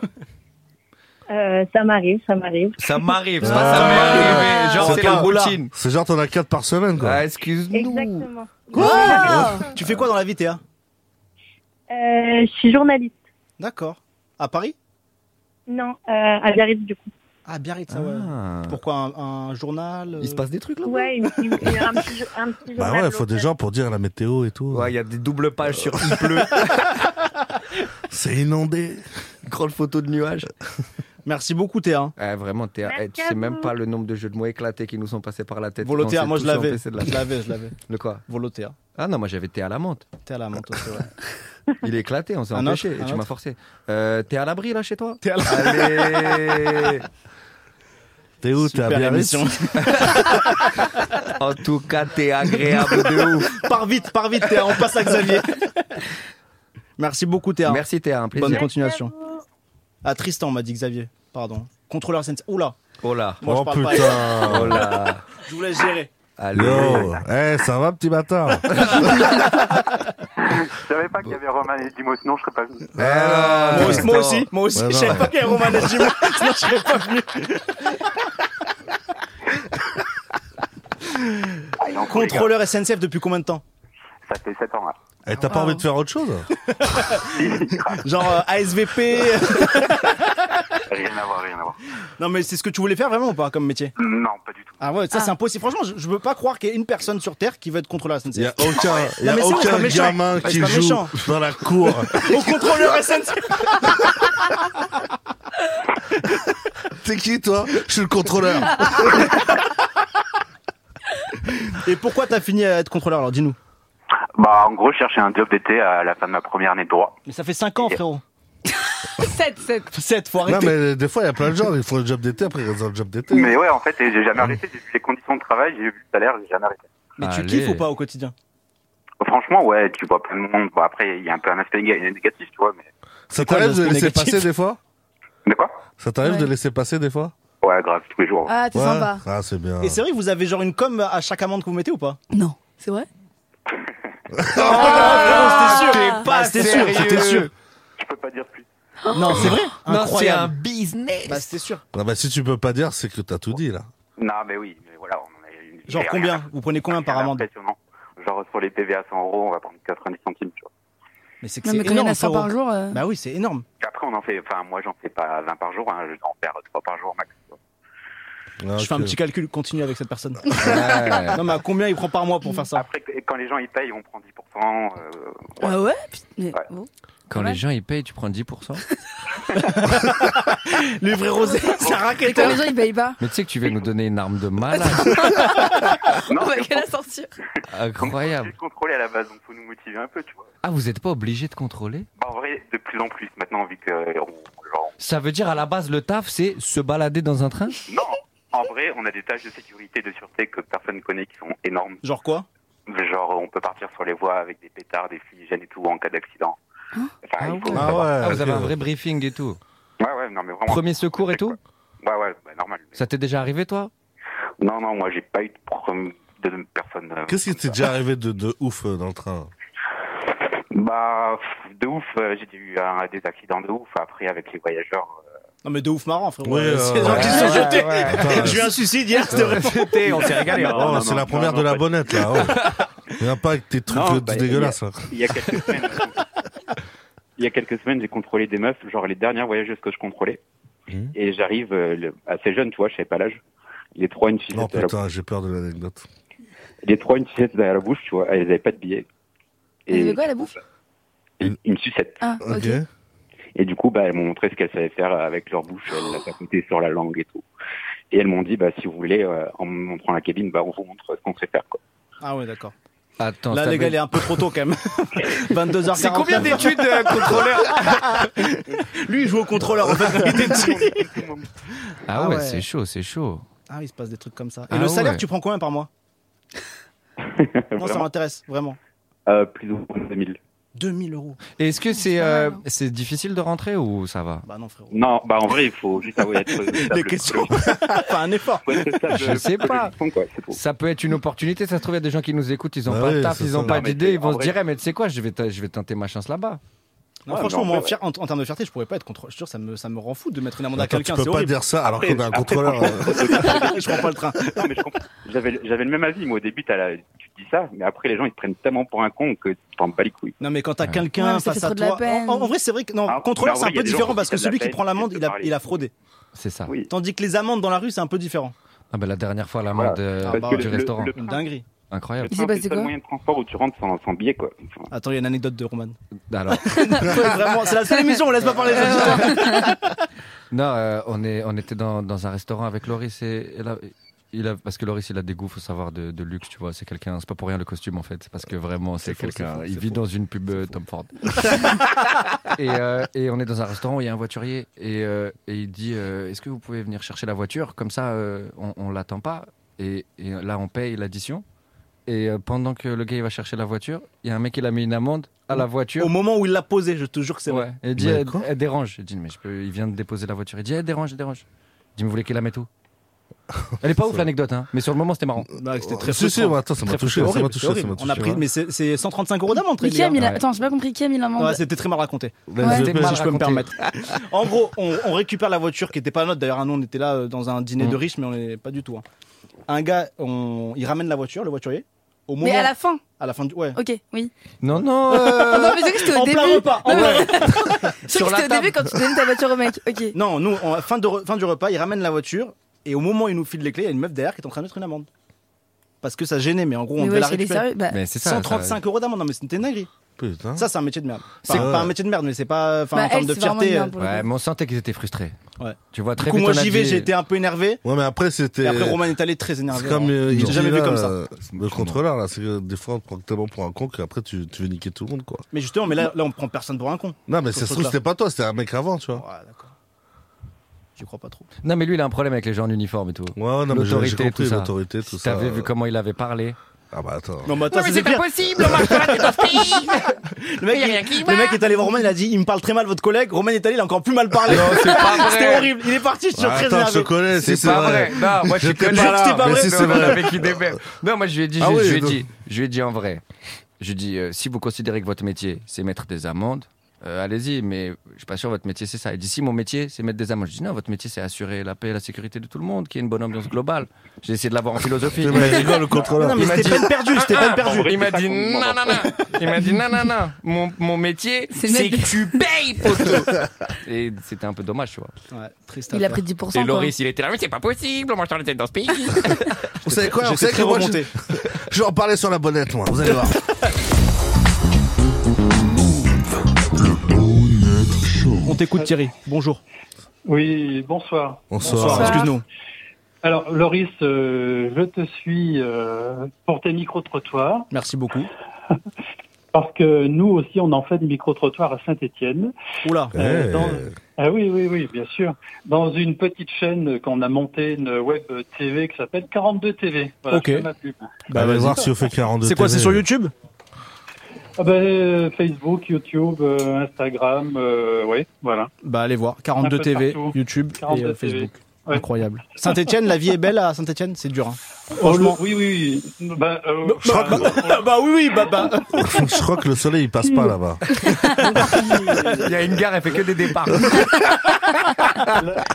Speaker 8: Euh, ça m'arrive, ça m'arrive.
Speaker 4: Ça m'arrive,
Speaker 2: c'est pas ça m'est
Speaker 5: arrivé.
Speaker 4: Eh,
Speaker 5: Genre,
Speaker 2: c'est la
Speaker 4: routine.
Speaker 2: C'est genre, t'en as 4 par semaine quoi.
Speaker 4: Ah, excuse-nous.
Speaker 8: Exactement.
Speaker 5: Quoi
Speaker 3: tu fais quoi dans la vie,
Speaker 8: Euh,
Speaker 3: Théa
Speaker 8: je suis journaliste.
Speaker 3: D'accord. À Paris
Speaker 8: Non, euh, à Biarritz du coup.
Speaker 3: Ah, Biarritz, ah ouais.
Speaker 4: Ah.
Speaker 3: Pourquoi un, un journal euh,
Speaker 4: Il se passe des trucs là
Speaker 8: Ouais, une- une- une- un petit, jo- un petit
Speaker 2: Bah
Speaker 8: journal.
Speaker 2: ouais, faut des
Speaker 8: local.
Speaker 2: gens pour dire la météo et tout. Euh.
Speaker 4: Ouais, il y a des doubles pages sur il pleut,
Speaker 2: C'est inondé.
Speaker 4: grande photo de nuages.
Speaker 3: Merci beaucoup, Théa.
Speaker 4: Eh, vraiment, Théa, eh,
Speaker 8: Merci
Speaker 4: tu
Speaker 8: à
Speaker 4: sais même
Speaker 8: vous.
Speaker 4: pas le nombre de jeux de mots éclatés qui nous sont passés par la tête.
Speaker 3: Volotea,
Speaker 4: Quand on
Speaker 3: moi
Speaker 4: s'est
Speaker 3: je
Speaker 4: tous
Speaker 3: l'avais.
Speaker 4: empêchés de la-
Speaker 3: Je l'avais, je l'avais.
Speaker 4: Le quoi
Speaker 3: Volotea.
Speaker 4: Ah non, moi j'avais Théa à la menthe.
Speaker 3: T'es à la menthe, c'est vrai.
Speaker 4: Il est éclaté, on s'est
Speaker 3: Un
Speaker 4: empêché
Speaker 3: autre,
Speaker 4: et
Speaker 3: un
Speaker 4: tu
Speaker 3: autre.
Speaker 4: m'as forcé. Euh, T'es à l'abri là chez toi
Speaker 3: T'es à la-
Speaker 4: Allez
Speaker 2: T'es où T'es à
Speaker 3: Super
Speaker 2: Biarritz
Speaker 3: émission.
Speaker 4: En tout cas, t'es agréable de ouf.
Speaker 3: Pars vite, pars vite, Théa, on passe à Xavier. Merci beaucoup, Théa.
Speaker 4: Merci Théa, un plaisir.
Speaker 3: Bonne
Speaker 8: Merci à
Speaker 3: continuation.
Speaker 8: vous.
Speaker 3: Ah, Tristan m'a dit Xavier, pardon. Contrôleur SNCF. Oula,
Speaker 4: Oh là,
Speaker 3: moi je
Speaker 2: Oh
Speaker 3: parle pas.
Speaker 2: putain
Speaker 4: oh là.
Speaker 3: Je vous laisse gérer.
Speaker 4: Allez.
Speaker 2: Yo Eh, ça va, petit bâtard
Speaker 4: Eh,
Speaker 9: Je savais pas qu'il y avait Roman et Dimo, sinon je serais pas venu.
Speaker 4: Ah,
Speaker 3: Moi aussi,
Speaker 4: Tristan.
Speaker 3: moi aussi, moi aussi.
Speaker 2: Ouais,
Speaker 3: je
Speaker 2: non.
Speaker 3: savais pas qu'il y avait Roman et Jimon, sinon je serais pas venu.
Speaker 9: Ah, il est en cours, les gars.
Speaker 3: Contrôleur SNCF depuis combien de temps
Speaker 9: Ça fait 7 ans là.
Speaker 3: Ah,
Speaker 2: Eh, t'as pas envie de faire autre chose
Speaker 3: Genre euh, ASVP euh,
Speaker 9: Rien à voir, rien à voir.
Speaker 3: Non mais c'est ce que tu voulais faire vraiment ou pas comme métier
Speaker 9: Non, pas du tout.
Speaker 3: Ah ouais, ça c'est impossible. Franchement, je, je veux pas croire qu'il y ait une personne sur Terre qui veut être contrôleur SNCF.
Speaker 2: Il y a aucun, y
Speaker 3: Non,
Speaker 2: a
Speaker 3: mais c'est vrai, c'est pas
Speaker 2: aucun
Speaker 3: méchant.
Speaker 2: gamin
Speaker 3: Ouais, c'est
Speaker 2: qui
Speaker 3: pas
Speaker 2: joue
Speaker 3: méchant.
Speaker 2: dans la cour.
Speaker 3: Au contrôleur SNCF
Speaker 2: T'es qui, toi Je suis le contrôleur.
Speaker 3: Et pourquoi t'as fini à être contrôleur alors dis-nous
Speaker 9: Bah, en gros, je cherchais un job d'été à la fin de ma première année de droit.
Speaker 3: Mais ça fait 5 ans frérot
Speaker 5: 7, 7.
Speaker 3: 7 faut
Speaker 2: Non,
Speaker 3: arrêter
Speaker 2: mais des fois, il y a plein de gens, ils font le job d'été, après, ils restent dans le job d'été.
Speaker 9: Mais ouais, en fait, et j'ai jamais arrêté. J'ai vu les conditions de travail, j'ai vu le salaire, j'ai jamais arrêté.
Speaker 3: mais tu
Speaker 4: Allez.
Speaker 3: kiffes ou pas au quotidien
Speaker 9: Franchement, ouais, tu vois plein de monde. Bon, après, il y a un peu un aspect néga- négatif, tu vois, mais.
Speaker 2: Ça
Speaker 3: quoi
Speaker 2: t'arrive de
Speaker 3: l'aspect
Speaker 2: laisser
Speaker 3: négatif
Speaker 2: passer des fois
Speaker 9: De quoi
Speaker 2: Ça t'arrive
Speaker 5: Ouais.
Speaker 2: de laisser passer des fois
Speaker 9: Ouais, grave, tous les jours.
Speaker 5: Ah, t'es
Speaker 2: Ouais.
Speaker 5: sympa.
Speaker 2: Ah, c'est bien.
Speaker 3: Et c'est vrai que vous avez genre une com à chaque amende que vous mettez ou pas
Speaker 5: Non, c'est vrai
Speaker 2: Oh,
Speaker 3: Ah, c'était sûr
Speaker 4: pas
Speaker 3: C'était sûr, c'était sûr
Speaker 9: Je peux pas dire plus.
Speaker 5: Oh.
Speaker 3: Non, c'est vrai
Speaker 4: Non, c'est un
Speaker 3: Incroyable
Speaker 4: business.
Speaker 3: Bah c'était sûr
Speaker 2: Ah bah, si tu peux pas dire, c'est que t'as tout dit, là.
Speaker 9: Non, mais oui, mais voilà, on euh, en a eu une.
Speaker 3: Genre
Speaker 9: j'ai rien.
Speaker 3: combien Vous prenez combien par
Speaker 9: Rien
Speaker 3: amende
Speaker 9: d'impressionnant. Genre, sur les PV à 100 euros, on va prendre 90 centimes, tu vois.
Speaker 3: Mais c'est que
Speaker 5: Non,
Speaker 3: c'est
Speaker 5: mais quand il y en
Speaker 3: énorme
Speaker 5: a 100
Speaker 3: frérot.
Speaker 5: par jour. euh,
Speaker 3: Bah oui, c'est énorme
Speaker 9: Après, on en fait, enfin, moi, j'en fais pas 20 par jour, hein, je dois en faire 3 par jour max. tu vois.
Speaker 2: Ah,
Speaker 3: Je fais un
Speaker 2: ok.
Speaker 3: petit calcul, continue avec cette personne. non mais à combien il prend par mois pour faire ça
Speaker 9: Après, qu- quand les gens ils payent, on prend 10%. euh,
Speaker 5: Ah ouais Putain, mais
Speaker 9: Ouais.
Speaker 5: bon.
Speaker 4: Quand
Speaker 5: Ouais.
Speaker 4: les gens ils payent, tu prends 10%.
Speaker 3: Le vrai rosé, c'est un
Speaker 5: Quand
Speaker 3: racketteur
Speaker 5: les gens ils payent pas,
Speaker 4: Mais tu sais que tu viens de nous donner une arme de malade.
Speaker 9: Non,
Speaker 5: on va
Speaker 9: mais
Speaker 5: qu'à la sortir.
Speaker 9: on est
Speaker 4: Incroyable.
Speaker 9: contrôlé à la base, donc faut nous motiver un peu, tu vois.
Speaker 4: Ah, vous n'êtes pas obligé de contrôler
Speaker 9: Bah, en vrai, de plus en plus maintenant, vu que. euh, on- genre,
Speaker 4: Ça veut dire à la base, le taf, c'est se balader dans un train
Speaker 9: non En vrai, on a des tâches de sécurité, de sûreté que personne connaît qui sont énormes.
Speaker 3: Genre quoi
Speaker 9: Genre, on peut partir sur les voies avec des pétards, des fumigènes et tout en cas d'accident. Enfin,
Speaker 4: Ah
Speaker 9: il faut
Speaker 4: ouais.
Speaker 2: Ah
Speaker 9: savoir.
Speaker 2: ouais.
Speaker 4: Ah, vous
Speaker 2: ok.
Speaker 4: avez un vrai briefing et tout.
Speaker 9: ouais, ouais, non, mais vraiment.
Speaker 4: Premier secours et tout
Speaker 9: Ouais, ouais, bah, normal.
Speaker 4: Ça t'est déjà arrivé, toi
Speaker 9: Non, non, moi, j'ai pas eu de, problème de personne. euh,
Speaker 2: Qu'est-ce qui t'est déjà arrivé de, de ouf euh, dans le train
Speaker 9: Bah, pff, de ouf, euh, j'ai eu un, des accidents de ouf. Après, avec les voyageurs, euh,
Speaker 3: Non mais de ouf marrant frérot.
Speaker 2: Ouais,
Speaker 3: Euh, c'est
Speaker 2: euh,
Speaker 3: les gens qui se
Speaker 4: ouais,
Speaker 3: sont jetés.
Speaker 4: ouais.
Speaker 2: Putain,
Speaker 3: J'ai eu un suicide hier, c'était vraiment.
Speaker 4: on s'est régalé. hein.
Speaker 9: Non,
Speaker 2: Oh,
Speaker 9: non,
Speaker 2: c'est
Speaker 9: non,
Speaker 2: la première
Speaker 9: non,
Speaker 2: de
Speaker 9: non,
Speaker 2: la
Speaker 9: pas
Speaker 2: bonnette, là. oh. Viens pas avec tes trucs
Speaker 9: Non,
Speaker 2: euh,
Speaker 9: bah,
Speaker 2: dégueulasses, là.
Speaker 9: il y a quelques semaines, il y a quelques semaines, j'ai contrôlé des meufs, genre les dernières voyageuses que je contrôlais.
Speaker 2: Mhm.
Speaker 9: Et j'arrive euh, le- assez jeune, tu vois, je savais pas l'âge. Les trois une
Speaker 2: Non,
Speaker 9: fillette, à la,
Speaker 2: putain, j'ai peur de l'anecdote.
Speaker 9: les trois une fillette derrière la bouche, tu vois, elles avaient pas de billets.
Speaker 5: Elles avaient quoi, la bouche
Speaker 9: Une, une sucette.
Speaker 5: Ah, ok.
Speaker 2: Mhm. Ok.
Speaker 9: Et du coup, bah, elles m'ont montré ce qu'elles savaient faire avec leur bouche, elles la tapotaient sur la langue et tout. Et elles m'ont dit, bah, si vous voulez, euh, en me montrant la cabine, bah, on vous montre ce qu'on sait faire, quoi.
Speaker 3: Ah ouais d'accord.
Speaker 4: Attends,
Speaker 3: Là
Speaker 4: ça
Speaker 3: les
Speaker 4: veut-
Speaker 3: gars, il est un peu trop tôt quand même. 22h49.
Speaker 4: C'est combien d'études, euh, contrôleur
Speaker 3: Lui il joue au contrôleur en fait quand il était petit.
Speaker 4: Ah ouais,
Speaker 3: Ah ouais.
Speaker 4: c'est chaud, c'est chaud.
Speaker 3: Ah il se passe des trucs comme ça. Et
Speaker 4: Ah
Speaker 3: le salaire
Speaker 4: ouais.
Speaker 3: tu prends combien par mois Non ça
Speaker 9: Vraiment.
Speaker 3: m'intéresse vraiment.
Speaker 9: Euh, plus ou moins 2000.
Speaker 3: 2000 euros.
Speaker 4: Et Est-ce que c'est
Speaker 5: pas
Speaker 4: euh,
Speaker 5: mal, hein.
Speaker 4: c'est difficile de rentrer ou ça va
Speaker 3: Bah non frérot.
Speaker 9: Non, bah, en vrai, il faut juste avoir être
Speaker 3: Les questions. Enfin un effort.
Speaker 4: Je sais pas.
Speaker 9: Moi,
Speaker 4: Ça peut être une opportunité, ça se trouve, il y a des gens qui nous écoutent, ils ont
Speaker 2: Bah
Speaker 4: pas
Speaker 2: oui,
Speaker 4: de taf,
Speaker 2: c'est
Speaker 4: ils
Speaker 2: ça.
Speaker 4: ont pas
Speaker 9: Non, mais
Speaker 4: d'idée,
Speaker 9: c'est-
Speaker 4: ils
Speaker 9: en
Speaker 4: vont se
Speaker 9: vrai-
Speaker 4: dire, eh, mais tu sais quoi, je vais, te- je vais tenter ma chance là-bas.
Speaker 3: Non,
Speaker 9: Ouais,
Speaker 3: franchement
Speaker 9: mais en
Speaker 3: moi, en,
Speaker 9: vrai,
Speaker 3: fier- en, en termes de fierté je pourrais pas être contrôleur. Je te jure ça me ça me rend fou de mettre une amende à
Speaker 2: Attends, tu
Speaker 3: quelqu'un
Speaker 2: peux
Speaker 3: c'est
Speaker 2: pas
Speaker 3: horrible.
Speaker 2: dire ça alors
Speaker 9: Après-
Speaker 2: qu'on a un
Speaker 9: après,
Speaker 2: contrôleur. euh,
Speaker 3: Je prends pas le train.
Speaker 9: J'avais j'avais le même avis, moi, au début, t'as la- tu te dis ça, mais après, les gens, ils te prennent tellement pour un con que tu t'en bats les couilles.
Speaker 3: Non mais quand t'as
Speaker 4: Ouais.
Speaker 5: Ouais,
Speaker 3: quelqu'un
Speaker 5: mais ça
Speaker 3: face
Speaker 5: fait
Speaker 3: à
Speaker 5: trop de la
Speaker 3: toi, en,
Speaker 5: peine.
Speaker 3: en vrai c'est vrai que non,
Speaker 9: Ah,
Speaker 3: contrôleur
Speaker 9: mais en
Speaker 3: c'est un
Speaker 9: vrai, il y a
Speaker 3: peu
Speaker 9: des
Speaker 3: différent
Speaker 9: gens
Speaker 3: parce
Speaker 9: qui
Speaker 3: que
Speaker 9: font de la
Speaker 3: celui qui
Speaker 9: peine,
Speaker 3: prend l'amende
Speaker 9: qui
Speaker 3: il a,
Speaker 9: parlent.
Speaker 3: il a fraudé,
Speaker 4: C'est ça.
Speaker 9: Oui.
Speaker 3: tandis que les amendes dans la rue c'est un peu différent.
Speaker 4: Ah bah la dernière fois, l'amende
Speaker 9: Voilà.
Speaker 4: euh,
Speaker 3: Parce que
Speaker 4: du
Speaker 3: le-
Speaker 4: restaurant.
Speaker 9: le-
Speaker 3: Une dinguerie.
Speaker 4: Incroyable.
Speaker 5: Il s'est
Speaker 9: Enfin,
Speaker 5: passé
Speaker 9: c'est le
Speaker 5: quoi
Speaker 9: seul moyen de transport où tu rentres sans, sans billet, quoi. Enfin,
Speaker 3: Attends, il y a une anecdote de Roman.
Speaker 4: Bah, Alors,
Speaker 3: Vraiment, c'est la seule émission, on laisse pas parler les auditeurs.
Speaker 4: non, euh, on, est, on était dans, dans un restaurant avec Loris et, et là, il a, parce que Loris, il a des goûts, faut savoir, de, de luxe, tu vois. C'est quelqu'un, c'est pas pour rien le costume en fait, c'est parce que vraiment,
Speaker 2: C'est
Speaker 4: c'est
Speaker 2: faux, c'est
Speaker 4: quelqu'un.
Speaker 2: faux,
Speaker 4: Il
Speaker 2: c'est
Speaker 4: vit
Speaker 2: faux.
Speaker 4: dans une pub euh, Tom Ford. et, euh, et on est dans un restaurant où il y a un voiturier et, euh, et il dit euh, Est-ce que vous pouvez venir chercher la voiture Comme ça, euh, on, on l'attend pas. Et, et là, on paye l'addition. Et euh, pendant que le gars il va chercher la voiture, il y a un mec qui a mis une amende à la voiture.
Speaker 3: Au moment où il l'a posé, je te jure que c'est vrai.
Speaker 4: Ouais. Et euh, il dit,
Speaker 2: Mais
Speaker 4: elle,
Speaker 2: quoi
Speaker 4: elle dérange. Il dit, mais je peux- il vient de déposer la voiture. Il dit, elle dérange, elle dérange. Il dit, mais vous voulez qu'elle la mette où Elle est pas ouf l'anecdote, hein. mais sur le moment c'était marrant.
Speaker 3: Non, Bah, C'était très
Speaker 2: Oh, Si, si,
Speaker 3: frustrant.
Speaker 2: ouais, attends, ça m'a
Speaker 3: Très
Speaker 2: touché,
Speaker 3: frustrant.
Speaker 2: ça m'a
Speaker 3: Horrible,
Speaker 2: touché,
Speaker 3: horrible.
Speaker 2: ça m'a touché.
Speaker 3: On a pris,
Speaker 2: ouais.
Speaker 3: mais c'est c'est 135 euros d'amende, très bien.
Speaker 5: Kem, il a...
Speaker 4: Ouais.
Speaker 5: Attends, j'ai pas compris. Kem, il amende.
Speaker 3: Ouais, c'était très mal raconté.
Speaker 2: Vas-y,
Speaker 5: Ouais.
Speaker 2: vas-y,
Speaker 4: C'était
Speaker 2: vas-y.
Speaker 4: mal
Speaker 3: si je peux me
Speaker 4: raconté.
Speaker 3: permettre. En gros, on, on récupère la voiture qui était pas la nôtre. D'ailleurs, nous, on était là euh, dans un dîner de
Speaker 4: Mm.
Speaker 3: riches, mais on n'est pas du tout. hein. Un gars, on- il ramène la voiture, le voiturier. Au moment,
Speaker 5: Mais à la fin.
Speaker 3: à la fin du. Ouais.
Speaker 5: Ok, oui.
Speaker 4: Non, non,
Speaker 5: Ah
Speaker 4: euh,
Speaker 5: Non, mais c'est que c'était
Speaker 3: en
Speaker 5: au début.
Speaker 3: plein repas. en
Speaker 5: Non,
Speaker 3: plein
Speaker 5: mais-
Speaker 3: repas.
Speaker 5: Je crois que
Speaker 4: la
Speaker 5: c'était au début quand tu donnes ta voiture au mec. Ok.
Speaker 3: Non, nous, en fin, de re- fin du repas, il ramène la voiture et au moment où il nous file les clés, il y a une meuf derrière qui est en train de mettre une amende. Parce que ça gênait, mais en gros, on
Speaker 5: Mais
Speaker 3: devait
Speaker 5: ouais,
Speaker 3: la
Speaker 5: c'est les
Speaker 3: récupérer.
Speaker 5: sérieux. Bah,
Speaker 4: mais c'est ça. ça-
Speaker 3: 135 euros d'amende, non mais c'était une dinguerie.
Speaker 2: Putain.
Speaker 3: Ça, c'est un métier de merde.
Speaker 2: C'est-
Speaker 3: C'est pas un métier de merde, mais c'est pas. Enfin,
Speaker 5: bah,
Speaker 3: en termes
Speaker 5: elle,
Speaker 3: de
Speaker 5: c'est vraiment une
Speaker 3: fierté. euh,
Speaker 5: merde pour le
Speaker 4: Ouais,
Speaker 5: coup.
Speaker 4: mais on sentait qu'ils étaient frustrés.
Speaker 3: Ouais.
Speaker 4: Tu vois,
Speaker 3: Du
Speaker 4: très
Speaker 3: coup,
Speaker 4: vite
Speaker 3: moi,
Speaker 4: on a
Speaker 3: j'y vais,
Speaker 4: dit-
Speaker 3: j'ai été un peu énervé.
Speaker 2: Ouais, mais après,
Speaker 3: Et
Speaker 2: c'était.
Speaker 3: après, Roman est allé très énervé.
Speaker 2: C'est comme
Speaker 3: hein.
Speaker 2: euh, il
Speaker 3: J'ai jamais
Speaker 2: dit,
Speaker 3: vu
Speaker 2: là,
Speaker 3: comme ça.
Speaker 2: euh, Le contrôleur, là, c'est que des fois, on te prend tellement pour un con qu'après, tu, tu veux niquer tout le monde, quoi.
Speaker 3: Mais justement, mais là, là, on prend personne pour un con.
Speaker 2: Non, mais ça se trouve,
Speaker 3: Contrôleur.
Speaker 2: c'était pas toi, c'était un mec avant, tu
Speaker 3: Ouais,
Speaker 2: vois.
Speaker 3: d'accord. Je crois pas trop.
Speaker 4: Non, mais lui, il a un problème avec les gens en uniforme et tout.
Speaker 2: Ouais, non, mais j'ai- j'ai
Speaker 4: L'autorité,
Speaker 2: compris
Speaker 4: tout ça.
Speaker 2: l'autorité, tout ça.
Speaker 4: T'avais vu comment il avait parlé.
Speaker 2: Ah, bah attends.
Speaker 3: Non, mais attends, c'est pire.
Speaker 4: impossible, on marche pas dans
Speaker 3: Le mec,
Speaker 4: y a
Speaker 3: il-
Speaker 4: rien qui
Speaker 3: le mec est allé voir Roman, il a dit Il me parle très mal, votre collègue. Roman est allé, il a encore plus mal parlé. C'était horrible. Il est parti, je suis
Speaker 2: Ah,
Speaker 3: très
Speaker 2: attends, je te
Speaker 3: énervé.
Speaker 2: connais, si
Speaker 4: C'est pas vrai. Non, moi je suis
Speaker 2: J'étais
Speaker 4: connu.
Speaker 3: pas là. C'était pas
Speaker 4: Mais
Speaker 3: vrai.
Speaker 4: si,
Speaker 2: Non,
Speaker 4: c'est
Speaker 2: non,
Speaker 4: vrai.
Speaker 2: avec
Speaker 4: Non, moi je lui ai dit,
Speaker 2: Ah
Speaker 4: je,
Speaker 2: oui,
Speaker 4: je lui ai
Speaker 2: donc-
Speaker 4: dit, je lui ai dit en vrai. Je lui ai dit, euh, si vous considérez que votre métier c'est mettre des amendes, euh, allez-y, mais je suis pas sûr que votre métier c'est ça. Il dit, si mon métier c'est mettre des amendes, je dis non, votre métier c'est assurer la paix et la sécurité de tout le monde, qu'il y ait une bonne ambiance globale. J'ai essayé de l'avoir en philosophie. Il m'a dit-
Speaker 2: rigole, le contrôleur.
Speaker 3: Non, mais
Speaker 4: Il m'a
Speaker 3: c'était
Speaker 4: dit- Ah,
Speaker 3: peine perdue, c'était peine perdue.
Speaker 9: vrai,
Speaker 4: Il m'a
Speaker 9: c'est ça
Speaker 4: dit
Speaker 9: qu'on me
Speaker 4: non,
Speaker 9: demande.
Speaker 4: non, non. Il m'a dit non, non, non. Mon, mon métier,
Speaker 5: C'est
Speaker 4: c'est que
Speaker 5: mettre-
Speaker 4: tu payes, poteau. Et c'était un peu dommage, tu vois.
Speaker 3: Ouais, triste
Speaker 5: Il a
Speaker 3: affaire.
Speaker 5: pris 10%. quoi.
Speaker 4: Et Loris, il était là, mais c'est pas possible, on mange dans les têtes dans ce pays.
Speaker 2: Vous savez quoi Vous
Speaker 3: J'étais
Speaker 2: savez
Speaker 3: très
Speaker 2: que moi, je-
Speaker 3: remonté.
Speaker 2: je vais en parler sur la bonnette, moi. Vous allez voir.
Speaker 3: On t'écoute, Thierry. Bonjour.
Speaker 10: Oui, bonsoir.
Speaker 2: Bonsoir.
Speaker 3: excuse-nous.
Speaker 10: Alors, Loris, euh, je te suis euh, pour tes micro-trottoirs,
Speaker 3: Merci beaucoup.
Speaker 10: parce que nous aussi, on en fait des micro-trottoirs à Saint-Étienne.
Speaker 3: Oula.
Speaker 10: Euh,
Speaker 2: Eh.
Speaker 10: dans- Ah oui, oui, oui, bien sûr. Dans une petite chaîne qu'on a montée, une web TV qui s'appelle 42 TV. Voilà,
Speaker 3: Ok.
Speaker 10: je fais ma pub.
Speaker 2: Bah, allez voir si on fait 42
Speaker 3: C'est quoi, c'est
Speaker 2: TV.
Speaker 3: sur YouTube
Speaker 10: Ah ben, euh, Facebook, YouTube, euh, Instagram, euh, oui, voilà.
Speaker 3: Bah allez voir, 42
Speaker 10: Un peu
Speaker 3: TV,
Speaker 10: partout.
Speaker 3: YouTube et
Speaker 10: 42
Speaker 3: euh, Facebook.
Speaker 10: Ouais.
Speaker 3: Incroyable. Saint-Etienne, la vie est belle à Saint-Etienne, c'est dur. hein. Franchement.
Speaker 10: Oh, oui, oui, oui. Ben, euh,
Speaker 3: Bah, bah, bah, bah, oui, oui, bah, bah.
Speaker 2: Je crois que le soleil, il passe pas là-bas.
Speaker 4: Il y a une gare, elle fait que des départs.
Speaker 10: la,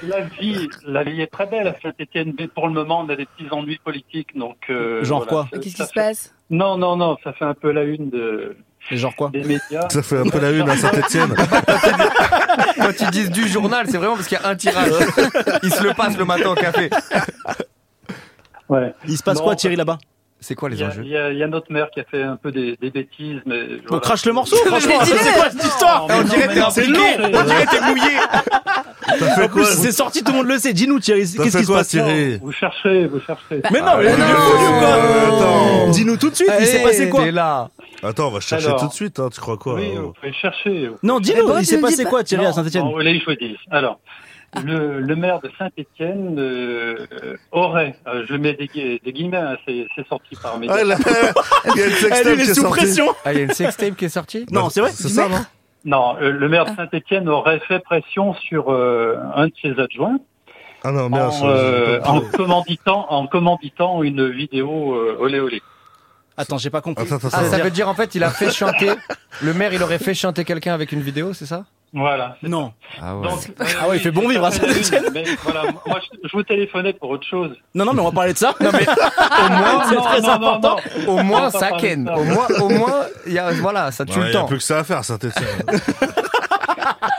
Speaker 10: la vie, la vie est très belle à Saint-Étienne, mais pour le moment, on a des petits ennuis politiques, donc. euh,
Speaker 3: Genre
Speaker 10: voilà,
Speaker 3: quoi
Speaker 10: ça-
Speaker 5: Qu'est-ce
Speaker 10: ça
Speaker 5: qui se
Speaker 10: fait-
Speaker 5: passe
Speaker 10: Non, non, non, ça fait un peu la une de,
Speaker 3: Et genre quoi
Speaker 10: des médias.
Speaker 2: Ça fait un peu la une à Saint-Etienne.
Speaker 4: Quand ils disent du journal, c'est vraiment parce qu'il y a un tirage. Ils se le passent le matin au café.
Speaker 10: Ouais.
Speaker 3: Il se passe
Speaker 10: Non, bah,
Speaker 3: quoi, Thierry, là-bas
Speaker 4: C'est quoi
Speaker 10: Il
Speaker 4: les
Speaker 10: y, a, il
Speaker 4: enjeux
Speaker 10: y a- il y a notre maire qui a fait un peu des, des bêtises, mais.
Speaker 3: On
Speaker 10: voilà.
Speaker 3: crache le morceau,
Speaker 10: Non,
Speaker 3: franchement,
Speaker 5: mais dis-le.
Speaker 3: c'est quoi cette histoire
Speaker 10: mais
Speaker 4: on
Speaker 10: non,
Speaker 4: dirait
Speaker 10: mais
Speaker 4: t'es
Speaker 10: non,
Speaker 4: un
Speaker 10: c'est
Speaker 4: piqué.
Speaker 10: long,
Speaker 4: On
Speaker 10: c'est-
Speaker 4: dirait t'es mouillé.
Speaker 2: T'as fait
Speaker 3: En plus,
Speaker 2: quoi
Speaker 3: c'est sorti, tout le monde le sait. Dis-nous, Thierry,
Speaker 2: T'as
Speaker 3: qu'est-ce
Speaker 2: fait
Speaker 3: qui se
Speaker 2: quoi,
Speaker 3: passe
Speaker 2: Thierry
Speaker 10: Vous cherchez, vous cherchez.
Speaker 3: Mais non,
Speaker 2: Ah,
Speaker 3: mais il est
Speaker 2: non,
Speaker 3: fou, lui, ou quoi
Speaker 2: euh,
Speaker 11: Oh.
Speaker 2: attends.
Speaker 3: Dis-nous tout de suite, il s'est
Speaker 4: Hey,
Speaker 3: passé quoi
Speaker 4: t'es là.
Speaker 2: Attends, on va chercher
Speaker 10: Alors.
Speaker 2: tout de suite, hein, tu crois quoi
Speaker 10: oui,
Speaker 2: euh,
Speaker 10: vous pouvez chercher.
Speaker 3: Non,
Speaker 5: Eh
Speaker 3: dis-nous,
Speaker 5: ben,
Speaker 3: il
Speaker 5: tu
Speaker 3: s'est
Speaker 5: nous
Speaker 3: passé
Speaker 5: dis pas-
Speaker 3: quoi, Thierry, à Saint-Etienne
Speaker 10: Bon, allez, je vous dis. Alors,
Speaker 3: Ah.
Speaker 10: le, le maire de Saint-Étienne euh, euh, aurait, euh, je mets des, gui- des guillemets, hein, c'est c'est sorti par médias.
Speaker 2: Ah, là, Il y a une
Speaker 3: Elle,
Speaker 2: sextape
Speaker 3: il
Speaker 2: qui
Speaker 3: est
Speaker 2: est sortie.
Speaker 3: sous
Speaker 2: Bah,
Speaker 3: pression
Speaker 4: Ah, il y a une sextape qui est Bah, sortie
Speaker 3: Non, c'est vrai
Speaker 2: C'est ça, non
Speaker 10: Non, euh, le
Speaker 3: Ah.
Speaker 10: maire de Saint-Étienne aurait fait pression sur euh, un de ses adjoints
Speaker 2: Ah non, merde.
Speaker 10: en,
Speaker 2: ça, j'ai
Speaker 10: euh,
Speaker 2: pas
Speaker 10: en
Speaker 2: compris.
Speaker 10: commanditant en commanditant une vidéo euh, olé olé.
Speaker 3: Attends, j'ai pas compris.
Speaker 2: Attends, attends,
Speaker 4: Ah,
Speaker 2: attends.
Speaker 4: ça veut dire en fait, il a fait chanter. Le maire, il aurait fait chanter quelqu'un avec une vidéo, c'est ça
Speaker 10: Voilà.
Speaker 3: Non.
Speaker 4: Ah
Speaker 10: Donc, euh,
Speaker 3: Ah ouais, il fait bon vivre à
Speaker 10: c'est pas la
Speaker 3: Saint-Étienne.
Speaker 10: lune, Mais voilà, moi je, je vous téléphonais pour autre chose.
Speaker 3: Non, non, mais on va parler de ça.
Speaker 5: Ah,
Speaker 4: Au moins,
Speaker 10: Non, non, non, non.
Speaker 4: au moins,
Speaker 10: On va
Speaker 4: ça
Speaker 10: pas
Speaker 4: ken.
Speaker 10: parler de ça.
Speaker 4: Au moins, au moins, il y a, voilà, ça tue
Speaker 2: Ouais,
Speaker 4: le
Speaker 2: Il y a
Speaker 4: temps.
Speaker 2: plus que ça à faire, Saint-Etienne.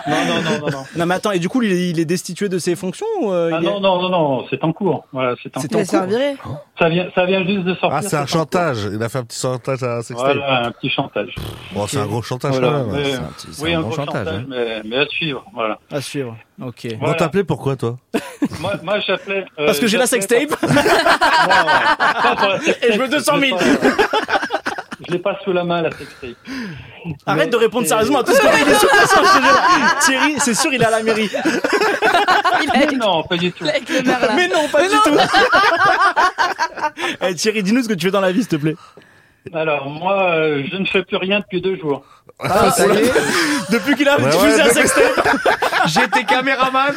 Speaker 10: Non, non, non, non. non.
Speaker 3: Non, mais attends, et du coup, il est, il est destitué de ses fonctions ou, euh,
Speaker 10: Ah
Speaker 3: il est-
Speaker 10: non, non, non, non, c'est en cours. Voilà, c'est en
Speaker 3: C'est
Speaker 10: cours.
Speaker 3: en cours.
Speaker 10: Ça vient, ça vient juste de sortir.
Speaker 2: Ah, c'est un
Speaker 10: en cours.
Speaker 2: chantage. Il a fait un petit chantage à Sextape.
Speaker 10: Voilà, un petit chantage.
Speaker 2: Bon, c'est un gros chantage
Speaker 10: Voilà,
Speaker 2: quand même.
Speaker 10: mais-
Speaker 2: C'est un petit- c'est
Speaker 10: oui,
Speaker 2: un
Speaker 10: un
Speaker 2: bon
Speaker 10: gros
Speaker 2: chantage,
Speaker 10: chantage,
Speaker 2: hein.
Speaker 10: mais, mais à suivre. Voilà.
Speaker 3: À suivre. Ok.
Speaker 2: On
Speaker 10: Voilà.
Speaker 2: t'appelait pourquoi, toi
Speaker 10: Moi, moi j'appelais. euh,
Speaker 3: Parce que j'ai la
Speaker 10: j'appelais
Speaker 3: sextape
Speaker 10: pas- pas pour la sextape,
Speaker 3: et je veux 200 000.
Speaker 10: je l'ai pas- Je l'ai pas sous la main la sextape.
Speaker 3: Arrête
Speaker 10: Mais-
Speaker 3: de répondre
Speaker 10: et-
Speaker 3: sérieusement à tout ce qu'on dit. Il est sous pression, je te jure. Thierry, c'est sûr, il est à la mairie.
Speaker 10: Mais non, pas du tout.
Speaker 3: Mais non, pas du tout. Eh, Thierry, dis-nous ce que tu fais dans la vie, s'il te plaît.
Speaker 10: Alors moi, euh, je ne fais plus rien depuis deux jours.
Speaker 4: Ah, ça y est,
Speaker 3: Depuis qu'il a
Speaker 2: Ouais,
Speaker 3: diffusé
Speaker 2: ouais,
Speaker 3: un
Speaker 2: depuis-
Speaker 3: sextape.
Speaker 4: j'étais caméraman.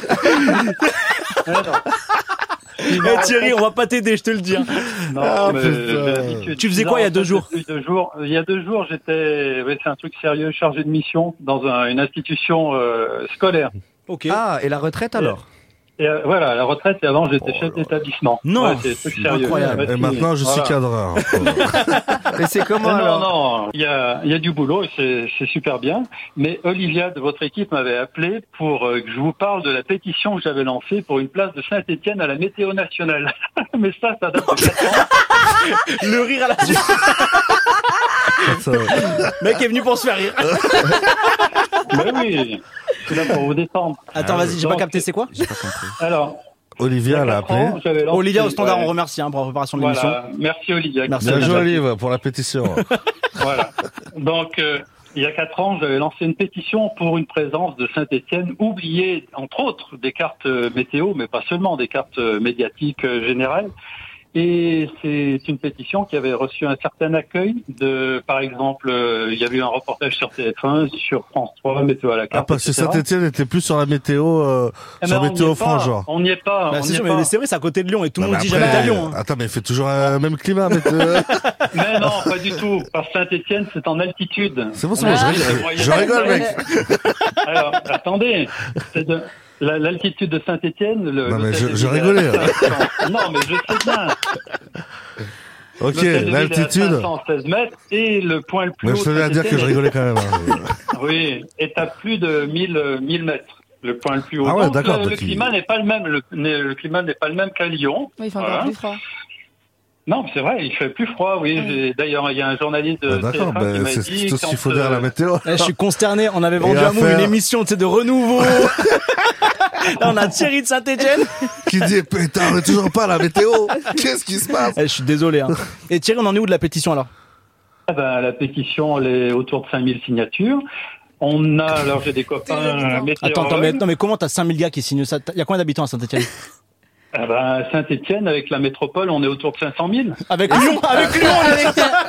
Speaker 3: Eh, Thierry, on va pas t'aider, je te le dis. hein.
Speaker 10: Non,
Speaker 2: Ah,
Speaker 10: mais
Speaker 2: putain.
Speaker 10: j'ai l'habitude.
Speaker 3: Tu faisais
Speaker 10: Non,
Speaker 3: quoi il y a
Speaker 10: ça,
Speaker 3: deux jours
Speaker 10: depuis deux jours Il y a deux jours, j'étais, ouais, c'est un truc sérieux, chargé de mission dans un- une institution euh, scolaire.
Speaker 3: Ok.
Speaker 4: Ah, et la retraite alors
Speaker 10: Et euh, voilà, à la retraite, et avant,
Speaker 2: Oh
Speaker 10: j'étais chef d'établissement.
Speaker 3: Non,
Speaker 10: Ouais, c'est des trucs sérieux.
Speaker 3: incroyable.
Speaker 10: Ouais,
Speaker 2: Et
Speaker 10: c'est-
Speaker 2: maintenant, je suis hein.
Speaker 10: voilà.
Speaker 2: cadreur.
Speaker 4: Et c'est comment
Speaker 10: Non,
Speaker 4: alors
Speaker 10: non, non, il y a, il y a du boulot, et c'est c'est super bien. Mais Olivia de votre équipe m'avait appelé pour euh, que je vous parle de la pétition que j'avais lancée pour une place de Saint-Étienne à la météo nationale. Mais ça, ça date de quatre ans.
Speaker 3: Le rire à la
Speaker 2: Ça- euh,
Speaker 3: Mec est venu pour se faire rire.
Speaker 10: Mais oui, c'est là pour vous détendre.
Speaker 3: Attends, vas-y, j'ai pas
Speaker 10: Donc,
Speaker 3: capté, c'est quoi
Speaker 4: J'ai pas compris.
Speaker 10: Alors,
Speaker 2: Olivia l'a appelé.
Speaker 3: Olivia au standard, on
Speaker 10: on
Speaker 3: remercie hein, pour la préparation de l'émission.
Speaker 10: Voilà. Merci Olivia.
Speaker 3: Merci,
Speaker 2: Bien
Speaker 3: Olivia.
Speaker 2: joué, Olive, pour la pétition.
Speaker 10: Voilà. Donc, euh, il y a quatre ans, j'avais lancé une pétition pour une présence de Saint-Étienne, oubliée entre autres des cartes euh, météo, mais pas seulement des cartes euh, médiatiques euh, générales. Et c'est une pétition qui avait reçu un certain accueil. De, par exemple, euh, il y avait eu un reportage sur TF1, sur France 3, météo à la
Speaker 2: Ah,
Speaker 10: carte.
Speaker 2: parce que
Speaker 10: etc.
Speaker 2: Saint-Etienne était plus sur la météo, euh,
Speaker 10: Eh ben,
Speaker 2: sur
Speaker 10: on n'y est
Speaker 2: Météo
Speaker 10: pas.
Speaker 2: France, genre.
Speaker 10: On n'y est pas.
Speaker 3: Bah,
Speaker 10: on
Speaker 3: c'est
Speaker 10: n'y est
Speaker 3: sûr,
Speaker 10: pas.
Speaker 3: mais c'est vrai, c'est à côté de Lyon et tout le
Speaker 2: Non,
Speaker 3: monde
Speaker 2: mais
Speaker 3: dit
Speaker 2: après, euh,
Speaker 3: jamais à Lyon. hein.
Speaker 2: Attends, mais il fait toujours le même climat. mais t'es-
Speaker 10: Mais non, pas du tout. Parce que Saint-Étienne, c'est en altitude.
Speaker 2: C'est bon, c'est bon, je rigole, je rigole, mec.
Speaker 10: Alors, attendez. C'est de- la- L'altitude de Saint-Étienne. le-
Speaker 2: Non, mais
Speaker 10: l'hôtel
Speaker 2: je-
Speaker 10: de
Speaker 2: je
Speaker 10: ville est
Speaker 2: rigolais, hein.
Speaker 10: à 500. Non, mais je sais bien.
Speaker 2: Ok,
Speaker 10: L'hôtel de ville est à
Speaker 2: l'altitude.
Speaker 10: 516 mètres et le point le plus
Speaker 2: Mais
Speaker 10: haut.
Speaker 2: je
Speaker 10: de
Speaker 2: tenais à dire que je
Speaker 10: Saint-Étienne
Speaker 2: rigolais quand même. hein.
Speaker 10: est- Oui, est à plus de 1000, euh, 1000 mètres. Le point le plus haut.
Speaker 2: Ah ouais,
Speaker 10: Donc, euh,
Speaker 2: d'accord,
Speaker 10: Le, le
Speaker 2: donc il-
Speaker 10: climat n'est pas le même. Le, le climat n'est pas le même qu'à Lyon.
Speaker 5: Oui, il fait encore
Speaker 10: Voilà.
Speaker 5: plus froid.
Speaker 10: Non, c'est vrai, il fait plus froid. Oui, J'ai- d'ailleurs, il y a un journaliste de
Speaker 2: Ah, D'accord,
Speaker 10: TF1 qui
Speaker 2: ben,
Speaker 10: m'a
Speaker 2: c'est
Speaker 10: dit
Speaker 2: tout ce qu'il
Speaker 10: quand,
Speaker 2: faut dire à
Speaker 10: euh,
Speaker 2: la météo.
Speaker 3: Eh, je suis consterné, on avait
Speaker 2: Et
Speaker 3: vendu
Speaker 2: à
Speaker 3: à Mou
Speaker 2: faire-
Speaker 3: une émission tu sais, de renouveau. Là, on a Thierry de Saint-Etienne.
Speaker 2: Qui dit, putain, on est toujours pas à la météo. Qu'est-ce qui se passe?
Speaker 3: je suis désolé. hein. Et Thierry, on en est où de la pétition alors
Speaker 10: Ah ben, la pétition, elle est autour de 5000 signatures. On a, alors j'ai des copains météorologues.
Speaker 3: Attends, attends, mais, attends, mais comment t'as 5000 gars qui signent ça Il y a combien d'habitants à Saint-Etienne
Speaker 10: Ah ben, Saint-Etienne, avec la métropole, on est autour de 500 000.
Speaker 3: Avec Lyon, avec Lyon on est-
Speaker 4: Ah,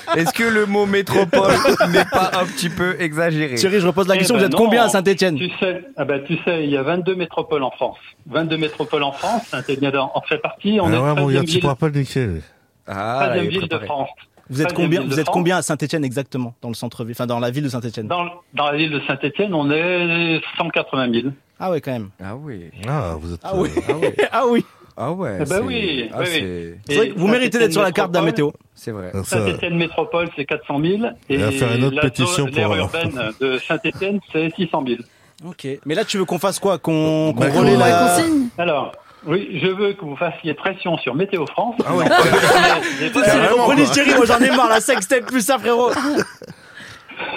Speaker 4: Est-ce que le mot métropole n'est pas un petit peu exagéré
Speaker 3: Thierry, je repose la
Speaker 10: Eh
Speaker 3: question,
Speaker 10: ben
Speaker 3: vous êtes
Speaker 10: non.
Speaker 3: combien à Saint-Etienne
Speaker 10: Tu sais, ah ben, tu sais, il y a 22 métropoles en France. 22 métropoles en France, Saint-Etienne en en fait partie.
Speaker 2: Ah
Speaker 10: On est
Speaker 2: ouais, mon
Speaker 10: 13e
Speaker 2: gars, tu
Speaker 10: ville,
Speaker 2: pourras pas le niquer. lui.
Speaker 4: Ah, là,
Speaker 10: 13e
Speaker 4: il est
Speaker 10: ville de
Speaker 4: préparé.
Speaker 10: France.
Speaker 3: Vous êtes
Speaker 10: Pas
Speaker 3: combien
Speaker 10: de ville
Speaker 3: Vous
Speaker 10: de
Speaker 3: êtes
Speaker 10: France.
Speaker 3: combien à Saint-Etienne exactement Dans le centre-ville, enfin dans la ville de Saint-Etienne
Speaker 10: Dans, dans la ville de Saint-Etienne, on est 180 000.
Speaker 3: Ah ouais, quand même.
Speaker 4: Ah oui.
Speaker 2: Ah, vous êtes.
Speaker 3: Ah oui.
Speaker 4: Ah ouais.
Speaker 3: Ah oui
Speaker 4: Ah ouais.
Speaker 10: Eh ben
Speaker 4: c'est-
Speaker 10: oui,
Speaker 4: ah,
Speaker 10: oui, oui.
Speaker 4: c'est-
Speaker 3: C'est vrai que vous méritez d'être sur la carte de la
Speaker 10: météo.
Speaker 3: météo.
Speaker 4: C'est vrai.
Speaker 2: euh, ça-
Speaker 10: Saint-Étienne Métropole, c'est 400 000. Et,
Speaker 2: Et à faire une autre
Speaker 10: la
Speaker 2: pétition
Speaker 10: zone,
Speaker 2: pour
Speaker 10: l'aire
Speaker 2: avoir-
Speaker 10: urbaine de Saint-Étienne, c'est 600 000.
Speaker 3: Ok. Mais là, tu veux qu'on fasse quoi Qu'on qu'on
Speaker 2: Bah,
Speaker 3: relaie
Speaker 2: qu'on-
Speaker 3: la.
Speaker 5: Qu'on signe
Speaker 10: Alors, oui, je veux que vous fassiez pression sur Météo France. Ah ouais.
Speaker 3: Vas-y, reprenez Thierry, moi j'en ai marre, la sextape plus ça, frérot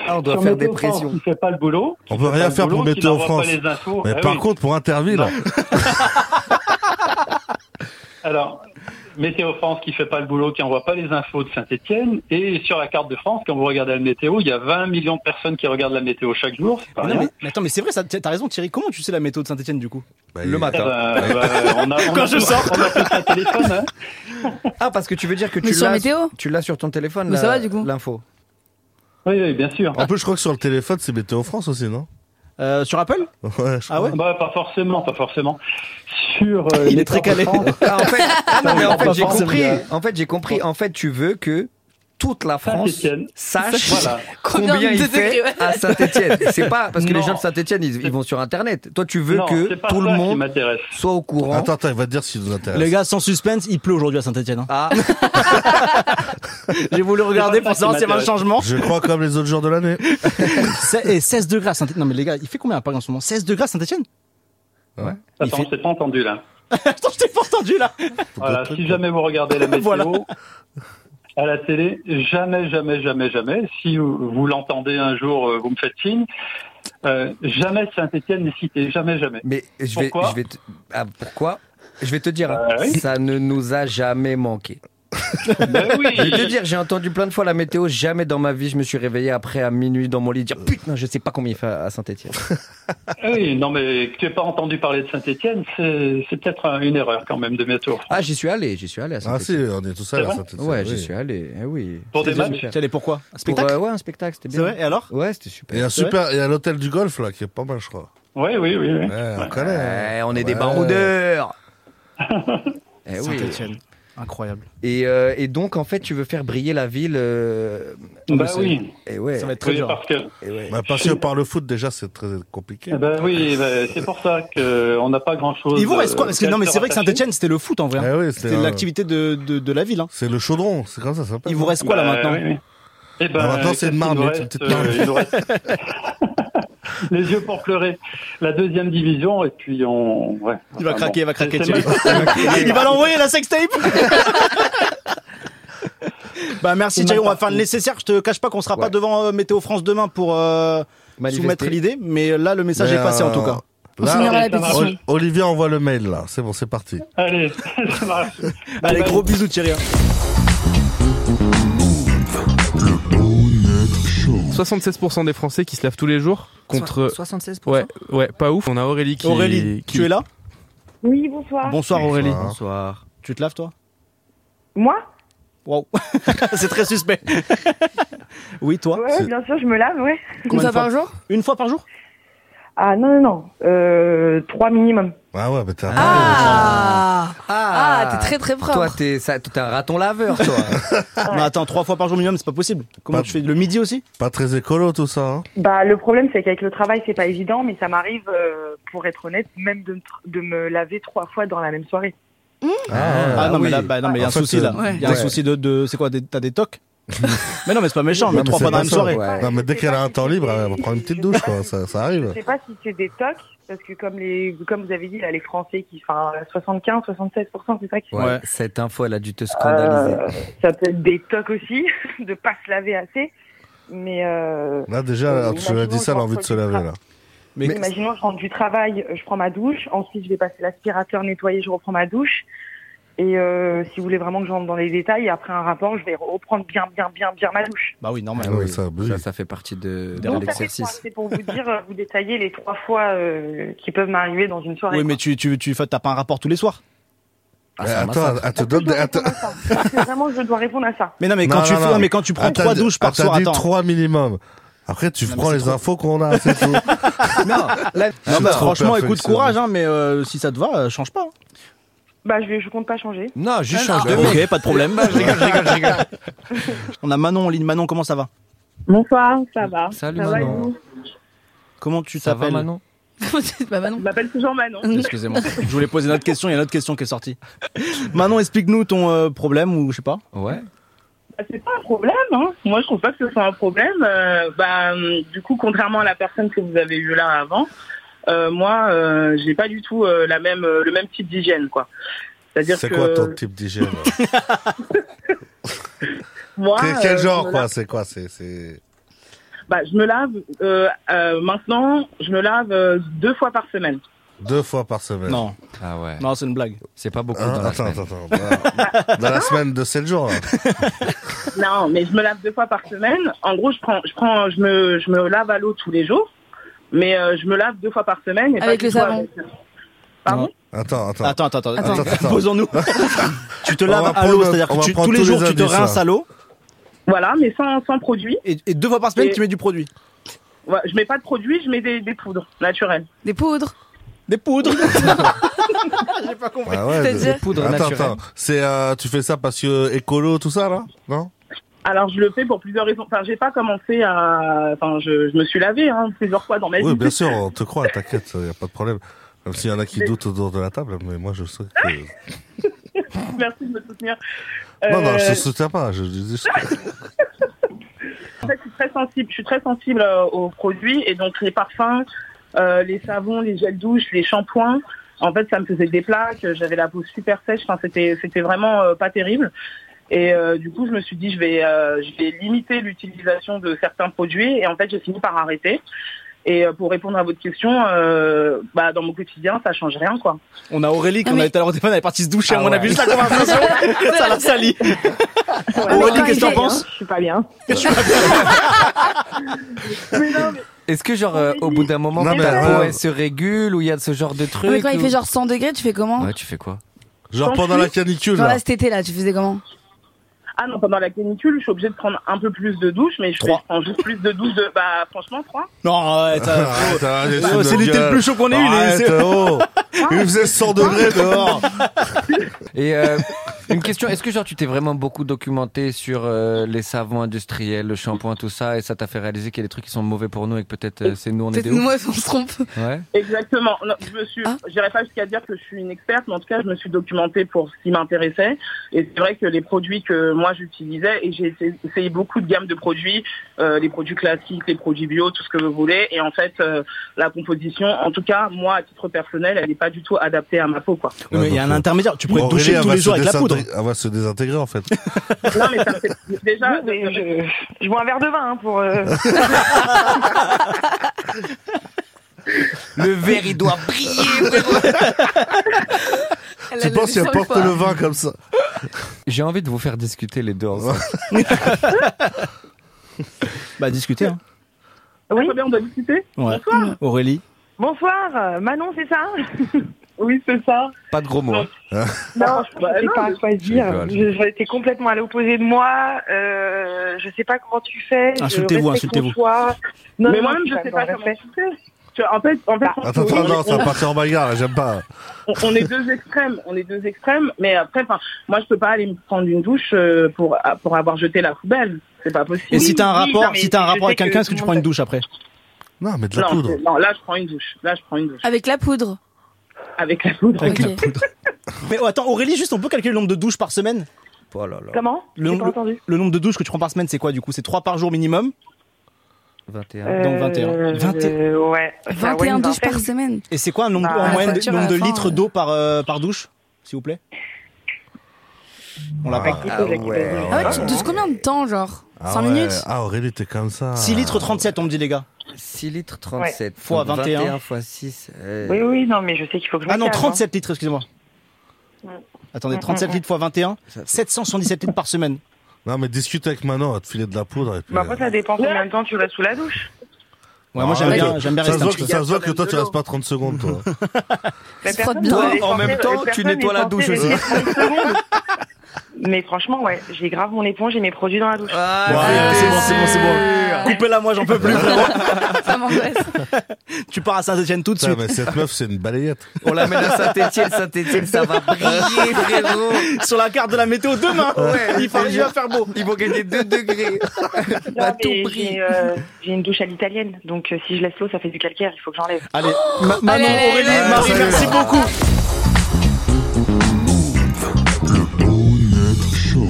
Speaker 4: Ah, on doit faire des pressions.
Speaker 10: Qui fait pas le boulot.
Speaker 2: On peut
Speaker 10: qui fait
Speaker 2: rien
Speaker 10: pas le
Speaker 2: faire pour
Speaker 10: boulot, qui
Speaker 2: Météo
Speaker 10: n'envoie
Speaker 2: France.
Speaker 10: Pas les infos.
Speaker 2: Mais
Speaker 10: Ah
Speaker 2: par
Speaker 10: oui.
Speaker 2: contre, pour Interville,
Speaker 10: Alors, Météo France qui fait pas le boulot, qui envoie pas les infos de Saint-Étienne. Et sur la carte de France, quand vous regardez la météo, il y a 20 millions de personnes qui regardent la météo chaque jour. C'est pas
Speaker 3: Mais non,
Speaker 10: rien.
Speaker 3: mais- mais attends, mais c'est vrai, ça- t'as raison Thierry, comment tu sais la météo de Saint-Etienne du coup
Speaker 2: bah, il-
Speaker 4: Le
Speaker 10: Eh ben,
Speaker 4: matin.
Speaker 10: bah, on a, on
Speaker 3: Quand
Speaker 10: a
Speaker 3: je
Speaker 10: tous-
Speaker 3: sors.
Speaker 10: on a tous un téléphone. hein.
Speaker 4: Ah, parce que tu veux dire que
Speaker 5: Mais
Speaker 4: tu
Speaker 5: sur
Speaker 4: l'as
Speaker 5: météo
Speaker 4: tu l'as sur ton téléphone
Speaker 5: Mais ça
Speaker 4: la-
Speaker 5: va, du coup.
Speaker 4: l'info.
Speaker 10: Oui, oui, bien sûr.
Speaker 2: En plus, je crois que sur le téléphone, c'est Météo France aussi, non
Speaker 3: Euh, Sur Apple
Speaker 2: Ouais, je
Speaker 3: Ah ouais
Speaker 10: Bah, pas forcément, pas forcément. Sur, euh,
Speaker 3: Il
Speaker 10: les
Speaker 3: est très calé.
Speaker 10: enfants,
Speaker 4: Ah, en fait, ah non, mais en fait, j'ai
Speaker 3: Forcément.
Speaker 4: compris. En fait, j'ai compris. En fait, tu veux que toute la France
Speaker 10: Saint-Étienne.
Speaker 4: sache
Speaker 10: Voilà.
Speaker 4: combien
Speaker 10: Combien
Speaker 4: il
Speaker 10: de
Speaker 4: fait
Speaker 10: degrés, ouais.
Speaker 4: à Saint-Étienne. C'est pas parce que les
Speaker 10: Non.
Speaker 4: gens de Saint-Étienne ils, ils vont sur internet. Toi tu veux
Speaker 10: Non,
Speaker 4: que
Speaker 10: c'est pas
Speaker 4: tout
Speaker 10: ça
Speaker 4: le
Speaker 10: qui
Speaker 4: monde soit au courant.
Speaker 2: Attends, attends, il va te dire s'il nous intéresse.
Speaker 3: Les gars, sans suspense, il pleut aujourd'hui à hein. Saint-Etienne.
Speaker 4: Ah.
Speaker 3: J'ai voulu regarder pour savoir s'il y avait un changement.
Speaker 2: Je crois comme les autres jours de l'année.
Speaker 3: C'est- Et 16 degrés à Saint-Etienne. Non, mais les gars, il fait combien à Paris en ce moment 16 degrés à Saint-Etienne
Speaker 2: Ouais.
Speaker 10: Attends, on s'est pas entendu là.
Speaker 3: Attends, je t'ai pas entendu là.
Speaker 10: Voilà, si jamais vous regardez la météo
Speaker 3: Voilà.
Speaker 10: à la télé, jamais, jamais, jamais, jamais, si vous, vous l'entendez un jour, euh, vous me faites signe, euh, jamais Saint-Étienne n'est cité, jamais, jamais.
Speaker 4: Mais je vais,
Speaker 10: Pourquoi
Speaker 4: je vais te- ah, pourquoi Je vais te dire, hein,
Speaker 10: Ah oui. Bah
Speaker 4: ça ne nous a jamais manqué. Je vais te dire, j'ai entendu plein de fois la météo. Jamais dans ma vie, je me suis réveillé après à minuit dans mon lit dire putain, je sais pas combien il fait à Saint-Etienne.
Speaker 10: Ah Oui, non, mais que tu n'aies pas entendu parler de Saint-Étienne, c'est c'est peut-être un- une erreur quand même de météo.
Speaker 4: Ah, j'y suis allé, j'y suis allé à
Speaker 2: Ah si,
Speaker 4: Saint-Etienne.
Speaker 2: on est tous allés
Speaker 10: C'est
Speaker 2: à
Speaker 10: vrai
Speaker 2: Saint-Étienne.
Speaker 4: ouais,
Speaker 2: oui.
Speaker 4: j'y suis allé. eh oui.
Speaker 10: Pour des
Speaker 4: C'était
Speaker 10: matchs
Speaker 4: super.
Speaker 3: Tu allé pour quoi Un
Speaker 4: Pour,
Speaker 3: spectacle
Speaker 4: euh, ouais, un spectacle, c'était
Speaker 3: C'est
Speaker 4: bien.
Speaker 3: vrai Et alors
Speaker 4: Ouais, c'était super.
Speaker 2: Et il y a super, il y a l'hôtel du golf là qui est pas mal, je crois.
Speaker 10: Oui, oui, oui. oui.
Speaker 2: Ouais, on connaît. hein.
Speaker 4: Eh, on est des
Speaker 2: Ouais.
Speaker 4: baroudeurs. eh oui.
Speaker 3: Saint-Etienne. Incroyable.
Speaker 4: Et, euh, et donc, en fait, tu veux faire briller la ville. euh,
Speaker 10: Bah
Speaker 4: c'est-
Speaker 10: oui,
Speaker 4: Eh ouais.
Speaker 3: Ça va être très
Speaker 10: oui,
Speaker 3: dur.
Speaker 10: parce que
Speaker 4: eh ouais.
Speaker 2: Bah, passer par le foot déjà c'est très compliqué.
Speaker 3: Ah,
Speaker 10: eh ben oui, ben, c'est pour ça qu'on n'a pas grand-chose.
Speaker 3: Ils vous reste quoi Parce que
Speaker 10: euh,
Speaker 3: non, mais c'est vrai que
Speaker 10: à se rattacher.
Speaker 3: Saint-Etienne, c'était le foot en vrai. hein.
Speaker 2: Eh oui, c'est
Speaker 3: C'était
Speaker 2: un-
Speaker 3: l'activité de, de, de la ville. hein.
Speaker 2: C'est le chaudron, c'est comme ça, ça s'appelle.
Speaker 3: Il vous reste quoi là
Speaker 10: Bah,
Speaker 3: maintenant
Speaker 10: oui, oui. Eh ben,
Speaker 2: Ah, maintenant, c'est
Speaker 10: qu'est-ce
Speaker 2: une marde,
Speaker 10: qu'il nous
Speaker 2: mais
Speaker 10: reste,
Speaker 2: petite marde.
Speaker 10: euh, il nous reste- Les yeux pour pleurer. La deuxième division, et puis on. ouais.
Speaker 3: Il va
Speaker 10: Enfin,
Speaker 3: craquer, il
Speaker 10: bon.
Speaker 3: va craquer.
Speaker 10: C'est-
Speaker 3: Thierry. il va l'envoyer la sextape. bah merci Thierry, on va faire le nécessaire. Je te cache pas qu'on sera pas
Speaker 4: Ouais.
Speaker 3: devant euh, Météo France demain pour euh,
Speaker 4: Manifester.
Speaker 3: soumettre l'idée, mais là le message
Speaker 2: Mais,
Speaker 3: est passé en
Speaker 2: euh,
Speaker 3: tout cas.
Speaker 5: On signera la
Speaker 10: ça marche.
Speaker 5: pétition.
Speaker 2: O- Olivier envoie le mail là, c'est bon, c'est parti.
Speaker 10: Allez, ça marche.
Speaker 3: Allez,
Speaker 10: Bye.
Speaker 3: gros bisous Thierry. hein.
Speaker 12: 76% des Français qui se lèvent tous les jours contre.
Speaker 4: 76
Speaker 12: Ouais, ouais, pas ouf. On a Aurélie qui.
Speaker 3: Aurélie,
Speaker 12: qui-
Speaker 3: tu es là
Speaker 13: Oui, bonsoir.
Speaker 3: Bonsoir Aurélie.
Speaker 2: Bonsoir.
Speaker 4: Bonsoir.
Speaker 3: Tu te laves toi
Speaker 13: Moi
Speaker 3: Waouh, c'est très suspect. oui, toi
Speaker 13: Ouais, bien sûr, je me lave, ouais.
Speaker 5: Une
Speaker 3: Combien de
Speaker 5: fois par jour
Speaker 3: Une fois par jour
Speaker 13: Ah non, non, non. Euh, trois minimum.
Speaker 2: Ah ouais, bah t'es un
Speaker 5: Ah
Speaker 4: Ah,
Speaker 5: Ah, t'es très très
Speaker 4: Toi,
Speaker 5: propre.
Speaker 4: t'es ça- t'es un raton laveur, toi.
Speaker 3: Mais attends, trois fois par jour minimum, c'est pas possible. Comment
Speaker 2: Pas-
Speaker 3: tu fais Le midi aussi
Speaker 2: pas très écolo tout ça. hein.
Speaker 13: Bah, le problème, c'est qu'avec le travail, c'est pas évident, mais ça m'arrive, euh, pour être honnête, même de, me tr- de me laver trois fois dans la même soirée.
Speaker 3: Ah, non, mais
Speaker 4: oui.
Speaker 3: là, bah, non, mais il y a
Speaker 2: En
Speaker 3: un
Speaker 2: fait, euh,
Speaker 3: souci là. Il
Speaker 5: Ouais.
Speaker 3: y a un
Speaker 4: Ouais.
Speaker 3: souci de. de c'est quoi des- T'as des tocs Mais non, mais c'est pas méchant, mais
Speaker 2: Non, mais
Speaker 3: trois
Speaker 2: c'est
Speaker 3: fois
Speaker 2: pas
Speaker 3: dans la même
Speaker 2: ça,
Speaker 3: soirée.
Speaker 4: ouais.
Speaker 2: Non, mais dès qu'elle a un temps libre, elle va prendre une petite douche, quoi. Ça, ça
Speaker 13: Je
Speaker 2: arrive.
Speaker 13: sais pas si c'est des tocs, parce que comme les, comme vous avez dit, là, les Français qui, enfin, 75, 76%, c'est ça qui
Speaker 4: Ouais,
Speaker 3: Ouais.
Speaker 4: Cette info, elle a dû te scandaliser.
Speaker 13: Euh, ça peut être des tocs aussi, de pas se laver assez. Mais euh,
Speaker 2: Là, déjà,
Speaker 13: Oui,
Speaker 2: tu l'as dit ça, elle a envie de se laver, hein. là.
Speaker 3: Mais,
Speaker 13: imaginons, je rentre du travail, euh, je prends ma douche, ensuite je vais passer l'aspirateur, nettoyer, je reprends ma douche. Et euh, si vous voulez vraiment que je rentre dans les détails, après un rapport, je vais reprendre bien, bien, bien, bien ma douche.
Speaker 3: bah oui, normal.
Speaker 2: Ah oui, ça, oui.
Speaker 4: ça, ça fait partie
Speaker 3: Euh,
Speaker 4: de,
Speaker 13: Donc, ça
Speaker 4: de
Speaker 13: fait trois.
Speaker 4: l'exercice.
Speaker 13: C'est pour vous dire, euh, vous détailler les trois fois euh, qui peuvent m'arriver dans une soirée.
Speaker 3: Oui, mais tu, tu, tu, t'as pas un rapport tous les soirs.
Speaker 4: Ah,
Speaker 2: Mais
Speaker 4: c'est un
Speaker 2: attends,
Speaker 4: massacre.
Speaker 2: elle te
Speaker 13: Est-ce que
Speaker 2: donne
Speaker 13: je dois
Speaker 2: des. elle te-
Speaker 13: répondre à ça Est-ce que Vraiment, je dois répondre à ça.
Speaker 3: Mais non, mais
Speaker 2: Non,
Speaker 3: quand tu
Speaker 2: non,
Speaker 3: fais,
Speaker 2: non.
Speaker 3: mais quand tu prends
Speaker 2: Elle t'a
Speaker 3: trois
Speaker 2: dit-
Speaker 3: douches par
Speaker 2: elle t'a
Speaker 3: soir,
Speaker 2: dit
Speaker 3: attends.
Speaker 2: trois minimum. Après, tu prends les infos qu'on a, c'est tout.
Speaker 4: Non, là,
Speaker 2: Je
Speaker 3: Non,
Speaker 2: suis
Speaker 3: bah,
Speaker 2: trop
Speaker 3: franchement, écoute,
Speaker 2: perfectionniste.
Speaker 3: courage, hein, mais euh, si ça te va, euh, change pas. hein.
Speaker 13: Bah, je, vais- je compte pas changer.
Speaker 4: non,
Speaker 3: Ah,
Speaker 4: juste change de mec.
Speaker 3: ok, pas de problème. Bah, On a Manon en ligne. Manon, comment ça va
Speaker 14: Bonsoir, ça va.
Speaker 4: Salut,
Speaker 14: ça va,
Speaker 4: Manon.
Speaker 14: et vous
Speaker 3: Comment tu
Speaker 4: Ça va,
Speaker 3: t'appelles
Speaker 4: Manon
Speaker 5: bah, bah non.
Speaker 14: Je m'appelle toujours Manon.
Speaker 3: Excusez-moi. Je voulais poser une autre question, il y a une autre question qui est sortie. Manon, explique-nous ton euh, problème ou je sais pas.
Speaker 4: Ouais.
Speaker 14: Bah, C'est pas un problème, hein. Moi, je trouve pas que ce soit un problème. Euh, bah, hum, du coup, contrairement à la personne que vous avez eue là avant, euh, moi, euh, j'ai pas du tout euh, la même, euh, le même type d'hygiène, quoi. C'est-à-dire
Speaker 2: C'est
Speaker 14: que
Speaker 2: quoi ton type d'hygiène là
Speaker 14: moi,
Speaker 2: Quel- Quel
Speaker 14: euh, je
Speaker 2: genre,
Speaker 14: me
Speaker 2: quoi
Speaker 14: lave-
Speaker 2: C'est quoi C'est. c'est-
Speaker 14: bah, je me lave euh, euh, maintenant. Je me lave euh, deux fois par semaine.
Speaker 2: Deux fois par semaine.
Speaker 3: Non,
Speaker 4: Ah ouais.
Speaker 3: non, c'est une blague.
Speaker 4: C'est pas beaucoup
Speaker 2: Hein
Speaker 4: dans la
Speaker 2: attends,
Speaker 4: semaine.
Speaker 2: attends, attends. Dans- Dans la semaine de 7 jours, hein. là.
Speaker 14: Non, mais je me lave deux fois par semaine. En gros, je prends, je prends, je me, je me lave à l'eau tous les jours, mais euh, je me lave deux fois par semaine. Et pas
Speaker 5: Avec
Speaker 14: du
Speaker 5: le
Speaker 14: tout
Speaker 5: savon.
Speaker 14: Pardon
Speaker 2: Attends, attends.
Speaker 3: Attends, attends, attends.
Speaker 5: Attends.
Speaker 2: Attends, attends.
Speaker 3: Posons-nous. tu te
Speaker 2: On
Speaker 3: laves
Speaker 2: va
Speaker 3: à l'eau,
Speaker 2: prendre-
Speaker 3: c'est-à-dire
Speaker 2: on
Speaker 3: que
Speaker 2: va
Speaker 3: tu-
Speaker 2: prendre
Speaker 3: tous les
Speaker 2: tous
Speaker 3: jours
Speaker 2: les
Speaker 3: tu te
Speaker 2: indices,
Speaker 3: rinces
Speaker 2: là.
Speaker 3: à l'eau
Speaker 14: Voilà, mais sans, sans produit.
Speaker 3: et, et deux fois par semaine
Speaker 14: Et-
Speaker 3: tu mets du produit.
Speaker 14: Ouais, je mets pas de produit, je mets des, des poudres naturelles.
Speaker 5: Des poudres.
Speaker 3: Des poudres.
Speaker 2: Ah ouais,
Speaker 5: C'est-à-dire
Speaker 2: Ah euh, attends, attends. C'est, euh, tu fais ça parce que écolo, tout ça, là Non
Speaker 14: Alors je le fais pour plusieurs raisons. Enfin, j'ai pas commencé à. Enfin, je, je me suis lavé hein, plusieurs fois dans ma vie.
Speaker 2: Oui, bien sûr, on te croit, t'inquiète, il a pas de problème. Même s'il y en a qui
Speaker 14: Mais- Euh,
Speaker 2: doutent autour de la table, mais moi je sais que.
Speaker 14: Merci de me soutenir.
Speaker 2: Non, non, je
Speaker 14: Euh,
Speaker 2: te soutiens pas. Je, dis juste que-
Speaker 14: En fait, je suis très sensible. Je suis très sensible euh, aux produits et donc les parfums, euh, les savons, les gels douche, les shampoings. En fait, ça me faisait des plaques. J'avais la peau super sèche. Enfin, c'était c'était vraiment euh, pas terrible. Et euh, du coup, je me suis dit, je vais euh, je vais limiter l'utilisation de certains produits. Et en fait, j'ai fini par arrêter. Et euh, pour répondre à votre question, euh, bah, dans mon quotidien, ça change rien, quoi.
Speaker 3: On a Aurélie qu'on
Speaker 14: Ah, mais-
Speaker 3: avait tout à l'heure au téléphone, elle est partie se doucher,
Speaker 14: Ah
Speaker 3: on a
Speaker 14: ouais.
Speaker 3: vu la conversation, ça l'a salie. Aurélie, qu'est-ce que t'en penses
Speaker 13: hein, Je suis pas bien.
Speaker 4: Est-ce que, genre, euh, au bout d'un moment,
Speaker 2: Non, mais euh,
Speaker 4: ta peau,
Speaker 2: ouais.
Speaker 4: elle se régule ou il y a de ce genre de truc
Speaker 5: mais quand il
Speaker 4: ou-
Speaker 5: fait genre 100 degrés, tu fais comment
Speaker 4: Ouais, tu fais quoi
Speaker 2: Genre pendant la canicule,
Speaker 5: Genre
Speaker 2: là.
Speaker 5: là, cet été là, tu faisais comment
Speaker 14: Ah non, pendant la canicule, je suis obligée de prendre un peu plus de douche, mais je, fais,
Speaker 3: Trois.
Speaker 14: je prends juste plus de douche.
Speaker 11: euh,
Speaker 14: De, bah, franchement, trois.
Speaker 3: Non, ouais, t'as-
Speaker 2: Arrête, arrête,
Speaker 3: Oh,
Speaker 2: notre
Speaker 3: c'est l'été
Speaker 2: gueule.
Speaker 3: le plus chaud qu'on ait eu.
Speaker 2: Euh, Arrête,
Speaker 3: les- c'est-
Speaker 2: oh. Il faisait 100 degrés dehors.
Speaker 4: Et euh, une question, est-ce que genre tu t'es vraiment beaucoup documenté sur euh, les savons industriels, le shampoing, tout ça, et ça t'a fait réaliser qu'il y a des trucs qui sont mauvais pour nous et que peut-être euh, c'est nous on est
Speaker 5: Peut-être
Speaker 4: des
Speaker 5: nous,
Speaker 4: oufs
Speaker 5: on se trompe.
Speaker 4: Ouais.
Speaker 14: Exactement. Non, je me
Speaker 3: Ah.
Speaker 14: suis, j'irai pas jusqu'à dire que je suis une experte, mais en tout cas, je me suis documentée pour ce qui m'intéressait. Et c'est vrai que les produits que moi j'utilisais, et j'ai essayé- essayé beaucoup de gammes de produits, euh, les produits classiques, les produits bio, tout ce que vous voulez. Et en fait, euh, la composition, en tout cas, moi, à titre personnel, elle n'est pas du tout adaptée à ma peau, quoi.
Speaker 3: Mais il y a un
Speaker 2: euh,
Speaker 3: intermédiaire, tu pourrais te
Speaker 2: Aurélie,
Speaker 3: doucher
Speaker 2: elle
Speaker 3: tous
Speaker 2: va
Speaker 3: les
Speaker 2: se
Speaker 3: jours avec la poudre.
Speaker 2: désintégrer- Elle va se désintégrer en fait.
Speaker 14: Non, mais ça me fait- déjà,
Speaker 13: je, je bois un verre de vin hein, pour. euh,
Speaker 4: Le verre il doit briller.
Speaker 2: Tu penses qu'elle porte le vin comme ça
Speaker 4: J'ai envie de vous faire discuter les deux ensemble.
Speaker 3: Bah discuter. Hein.
Speaker 14: Oui. on doit discuter.
Speaker 3: Ouais. Aurélie.
Speaker 13: Bonsoir, euh, Manon, c'est ça
Speaker 14: Oui, c'est ça.
Speaker 4: Pas de gros mots. hein.
Speaker 13: Non, je
Speaker 14: Bah,
Speaker 13: sais
Speaker 14: non,
Speaker 13: pas à
Speaker 14: mais-
Speaker 13: quoi dire.
Speaker 4: rigole.
Speaker 13: Je- J'étais complètement à l'opposé de moi. Euh, je sais pas comment tu fais. je
Speaker 14: Insultez-vous,
Speaker 13: respecte
Speaker 14: insultez-vous.
Speaker 13: ton choix. Non,
Speaker 14: mais
Speaker 13: non,
Speaker 14: moi-même, je
Speaker 13: suis
Speaker 14: sais
Speaker 13: dans
Speaker 14: pas
Speaker 13: le
Speaker 14: comment
Speaker 13: respect. Bah,
Speaker 14: tu fais. Tu vois, En fait, en fait, on-
Speaker 2: Attends, attends, non, ça va partir en bagarre, là, j'aime pas.
Speaker 14: on, on est deux extrêmes, on est deux extrêmes, mais après, enfin, moi, je peux pas aller me prendre une douche euh, pour pour avoir jeté la poubelle, c'est pas possible.
Speaker 3: Et si t'as un
Speaker 14: Oui,
Speaker 3: rapport,
Speaker 14: non, mais
Speaker 3: si t'as un
Speaker 14: je
Speaker 3: rapport
Speaker 14: sais
Speaker 3: avec quelqu'un, est-ce que
Speaker 14: tout
Speaker 3: tu
Speaker 14: le
Speaker 3: prends une
Speaker 14: monde-
Speaker 3: douche après
Speaker 2: Non, mais
Speaker 14: non, c'est- non, là, je prends une douche. Là, je prends une douche
Speaker 5: Avec la poudre.
Speaker 14: avec la poudre.
Speaker 3: Avec la
Speaker 5: Ok.
Speaker 3: poudre. Mais oh, attends, Aurélie, juste, on peut calculer le nombre de douches par semaine Oh
Speaker 13: Comment
Speaker 3: le,
Speaker 13: J'ai pas
Speaker 3: nombre-
Speaker 13: entendu.
Speaker 3: le nombre de douches que tu prends par semaine, c'est quoi du coup C'est 3 par jour minimum
Speaker 4: 21.
Speaker 3: Donc 21.
Speaker 13: Euh,
Speaker 3: 21.
Speaker 13: Ouais. ça, ouais,
Speaker 5: 21
Speaker 13: une
Speaker 5: douches par
Speaker 13: vingtaine.
Speaker 5: semaine.
Speaker 3: Et c'est quoi un nombre,
Speaker 13: Bah,
Speaker 3: en
Speaker 13: la
Speaker 3: moyenne de,
Speaker 5: facture à
Speaker 3: nombre de
Speaker 5: la fin,
Speaker 3: litres
Speaker 5: ouais.
Speaker 3: d'eau par, euh, par douche S'il vous plaît On l'a pas.
Speaker 2: Ah ouais.
Speaker 5: Ah ouais, tu te douches combien de temps, genre 5
Speaker 2: ouais.
Speaker 5: minutes
Speaker 2: Ah, Aurélie, t'es comme ça.
Speaker 3: 6 litres 37, on me dit les gars.
Speaker 4: 6 litres 37.
Speaker 3: Ouais. Fois
Speaker 4: Donc
Speaker 3: 21.
Speaker 4: 21 fois 6. euh,
Speaker 13: Oui, oui, non, mais je sais qu'il faut que je me
Speaker 3: Ah non,
Speaker 13: calme,
Speaker 3: 37 litres, excusez-moi. Attendez,
Speaker 13: Mm,
Speaker 3: 37
Speaker 13: mm,
Speaker 3: litres fois 21, 777 litres par semaine.
Speaker 2: Non, mais discute avec Manon, elle va te filer de la poudre. Et puis, euh,
Speaker 13: hein. Bah, après, ça dépend combien de temps tu restes sous la douche.
Speaker 3: Ouais, moi j'aime
Speaker 2: arrête.
Speaker 3: bien, j'aime bien
Speaker 2: Ah, ça se voit
Speaker 3: rester un petit
Speaker 2: que,
Speaker 3: peu.
Speaker 2: ça se voit que toi, tu
Speaker 13: de l'eau.
Speaker 2: restes pas 30 secondes, toi.
Speaker 13: La
Speaker 5: se
Speaker 13: personne
Speaker 5: frotte bien.
Speaker 13: doit-
Speaker 4: En même temps,
Speaker 13: personne
Speaker 4: tu nettoies
Speaker 13: est
Speaker 4: la
Speaker 13: censée
Speaker 4: douche aussi.
Speaker 13: rester 30 secondes. Mais franchement, ouais, j'ai grave mon éponge et mes produits dans la douche.
Speaker 4: Ah,
Speaker 3: c'est bon, c'est bon, c'est bon. Coupez-la, Ah, moi j'en peux plus. vraiment.
Speaker 5: Ça m'angoisse.
Speaker 3: tu pars à Saint-Etienne tout de
Speaker 2: Putain,
Speaker 3: suite.
Speaker 2: mais cette meuf, c'est une balayette.
Speaker 4: On l'amène à Saint-Etienne, Saint-Etienne, ça va briller, frérot.
Speaker 3: Sur la carte de la météo demain,
Speaker 4: Ouais,
Speaker 3: il, fait- il va faire beau.
Speaker 4: Ils vont gagner 2 degrés.
Speaker 3: Bah,
Speaker 13: Non,
Speaker 4: à tout
Speaker 13: mais
Speaker 4: prix.
Speaker 13: J'ai euh, j'ai une douche à l'italienne, donc euh, si je laisse l'eau, ça fait du calcaire, il faut que j'enlève.
Speaker 3: Allez, Ma- Manon,
Speaker 5: Oh Allez, allez,
Speaker 3: Aurélie,
Speaker 5: allez,
Speaker 3: Marie, merci beaucoup.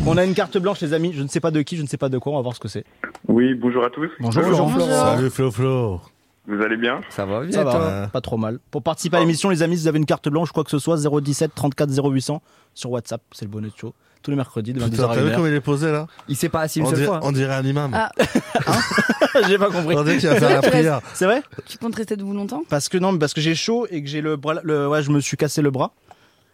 Speaker 3: On a une carte blanche, les amis. Je ne sais pas de qui, je ne sais pas de quoi. On va voir ce que c'est.
Speaker 12: Oui, bonjour à tous.
Speaker 3: Bonjour, Florent.
Speaker 2: Salut, Flo Flo.
Speaker 12: Vous allez bien
Speaker 4: Ça va bien,
Speaker 3: Ça va,
Speaker 4: toi
Speaker 3: hein, pas trop mal. Pour participer à
Speaker 4: Ah.
Speaker 3: l'émission, les amis, si vous avez une carte blanche, quoi que ce soit, 017 34 0800 sur WhatsApp. C'est le bonus show. Tous les mercredis, de
Speaker 2: Putain,
Speaker 3: 22h à
Speaker 2: t'as vu
Speaker 3: 1h.
Speaker 2: comme il est posé, là
Speaker 4: Il s'est pas assis une
Speaker 2: on
Speaker 4: seule
Speaker 2: dirait,
Speaker 4: fois. hein.
Speaker 2: on dirait un imam.
Speaker 5: Ah,
Speaker 3: J'ai pas compris.
Speaker 2: On dirait qu'il va faire la
Speaker 5: Tu restes-
Speaker 2: prière.
Speaker 3: C'est vrai
Speaker 5: tu comptes rester debout longtemps
Speaker 3: Parce que non, mais parce que j'ai chaud et que j'ai le bras. le- ouais, je me suis cassé le bras.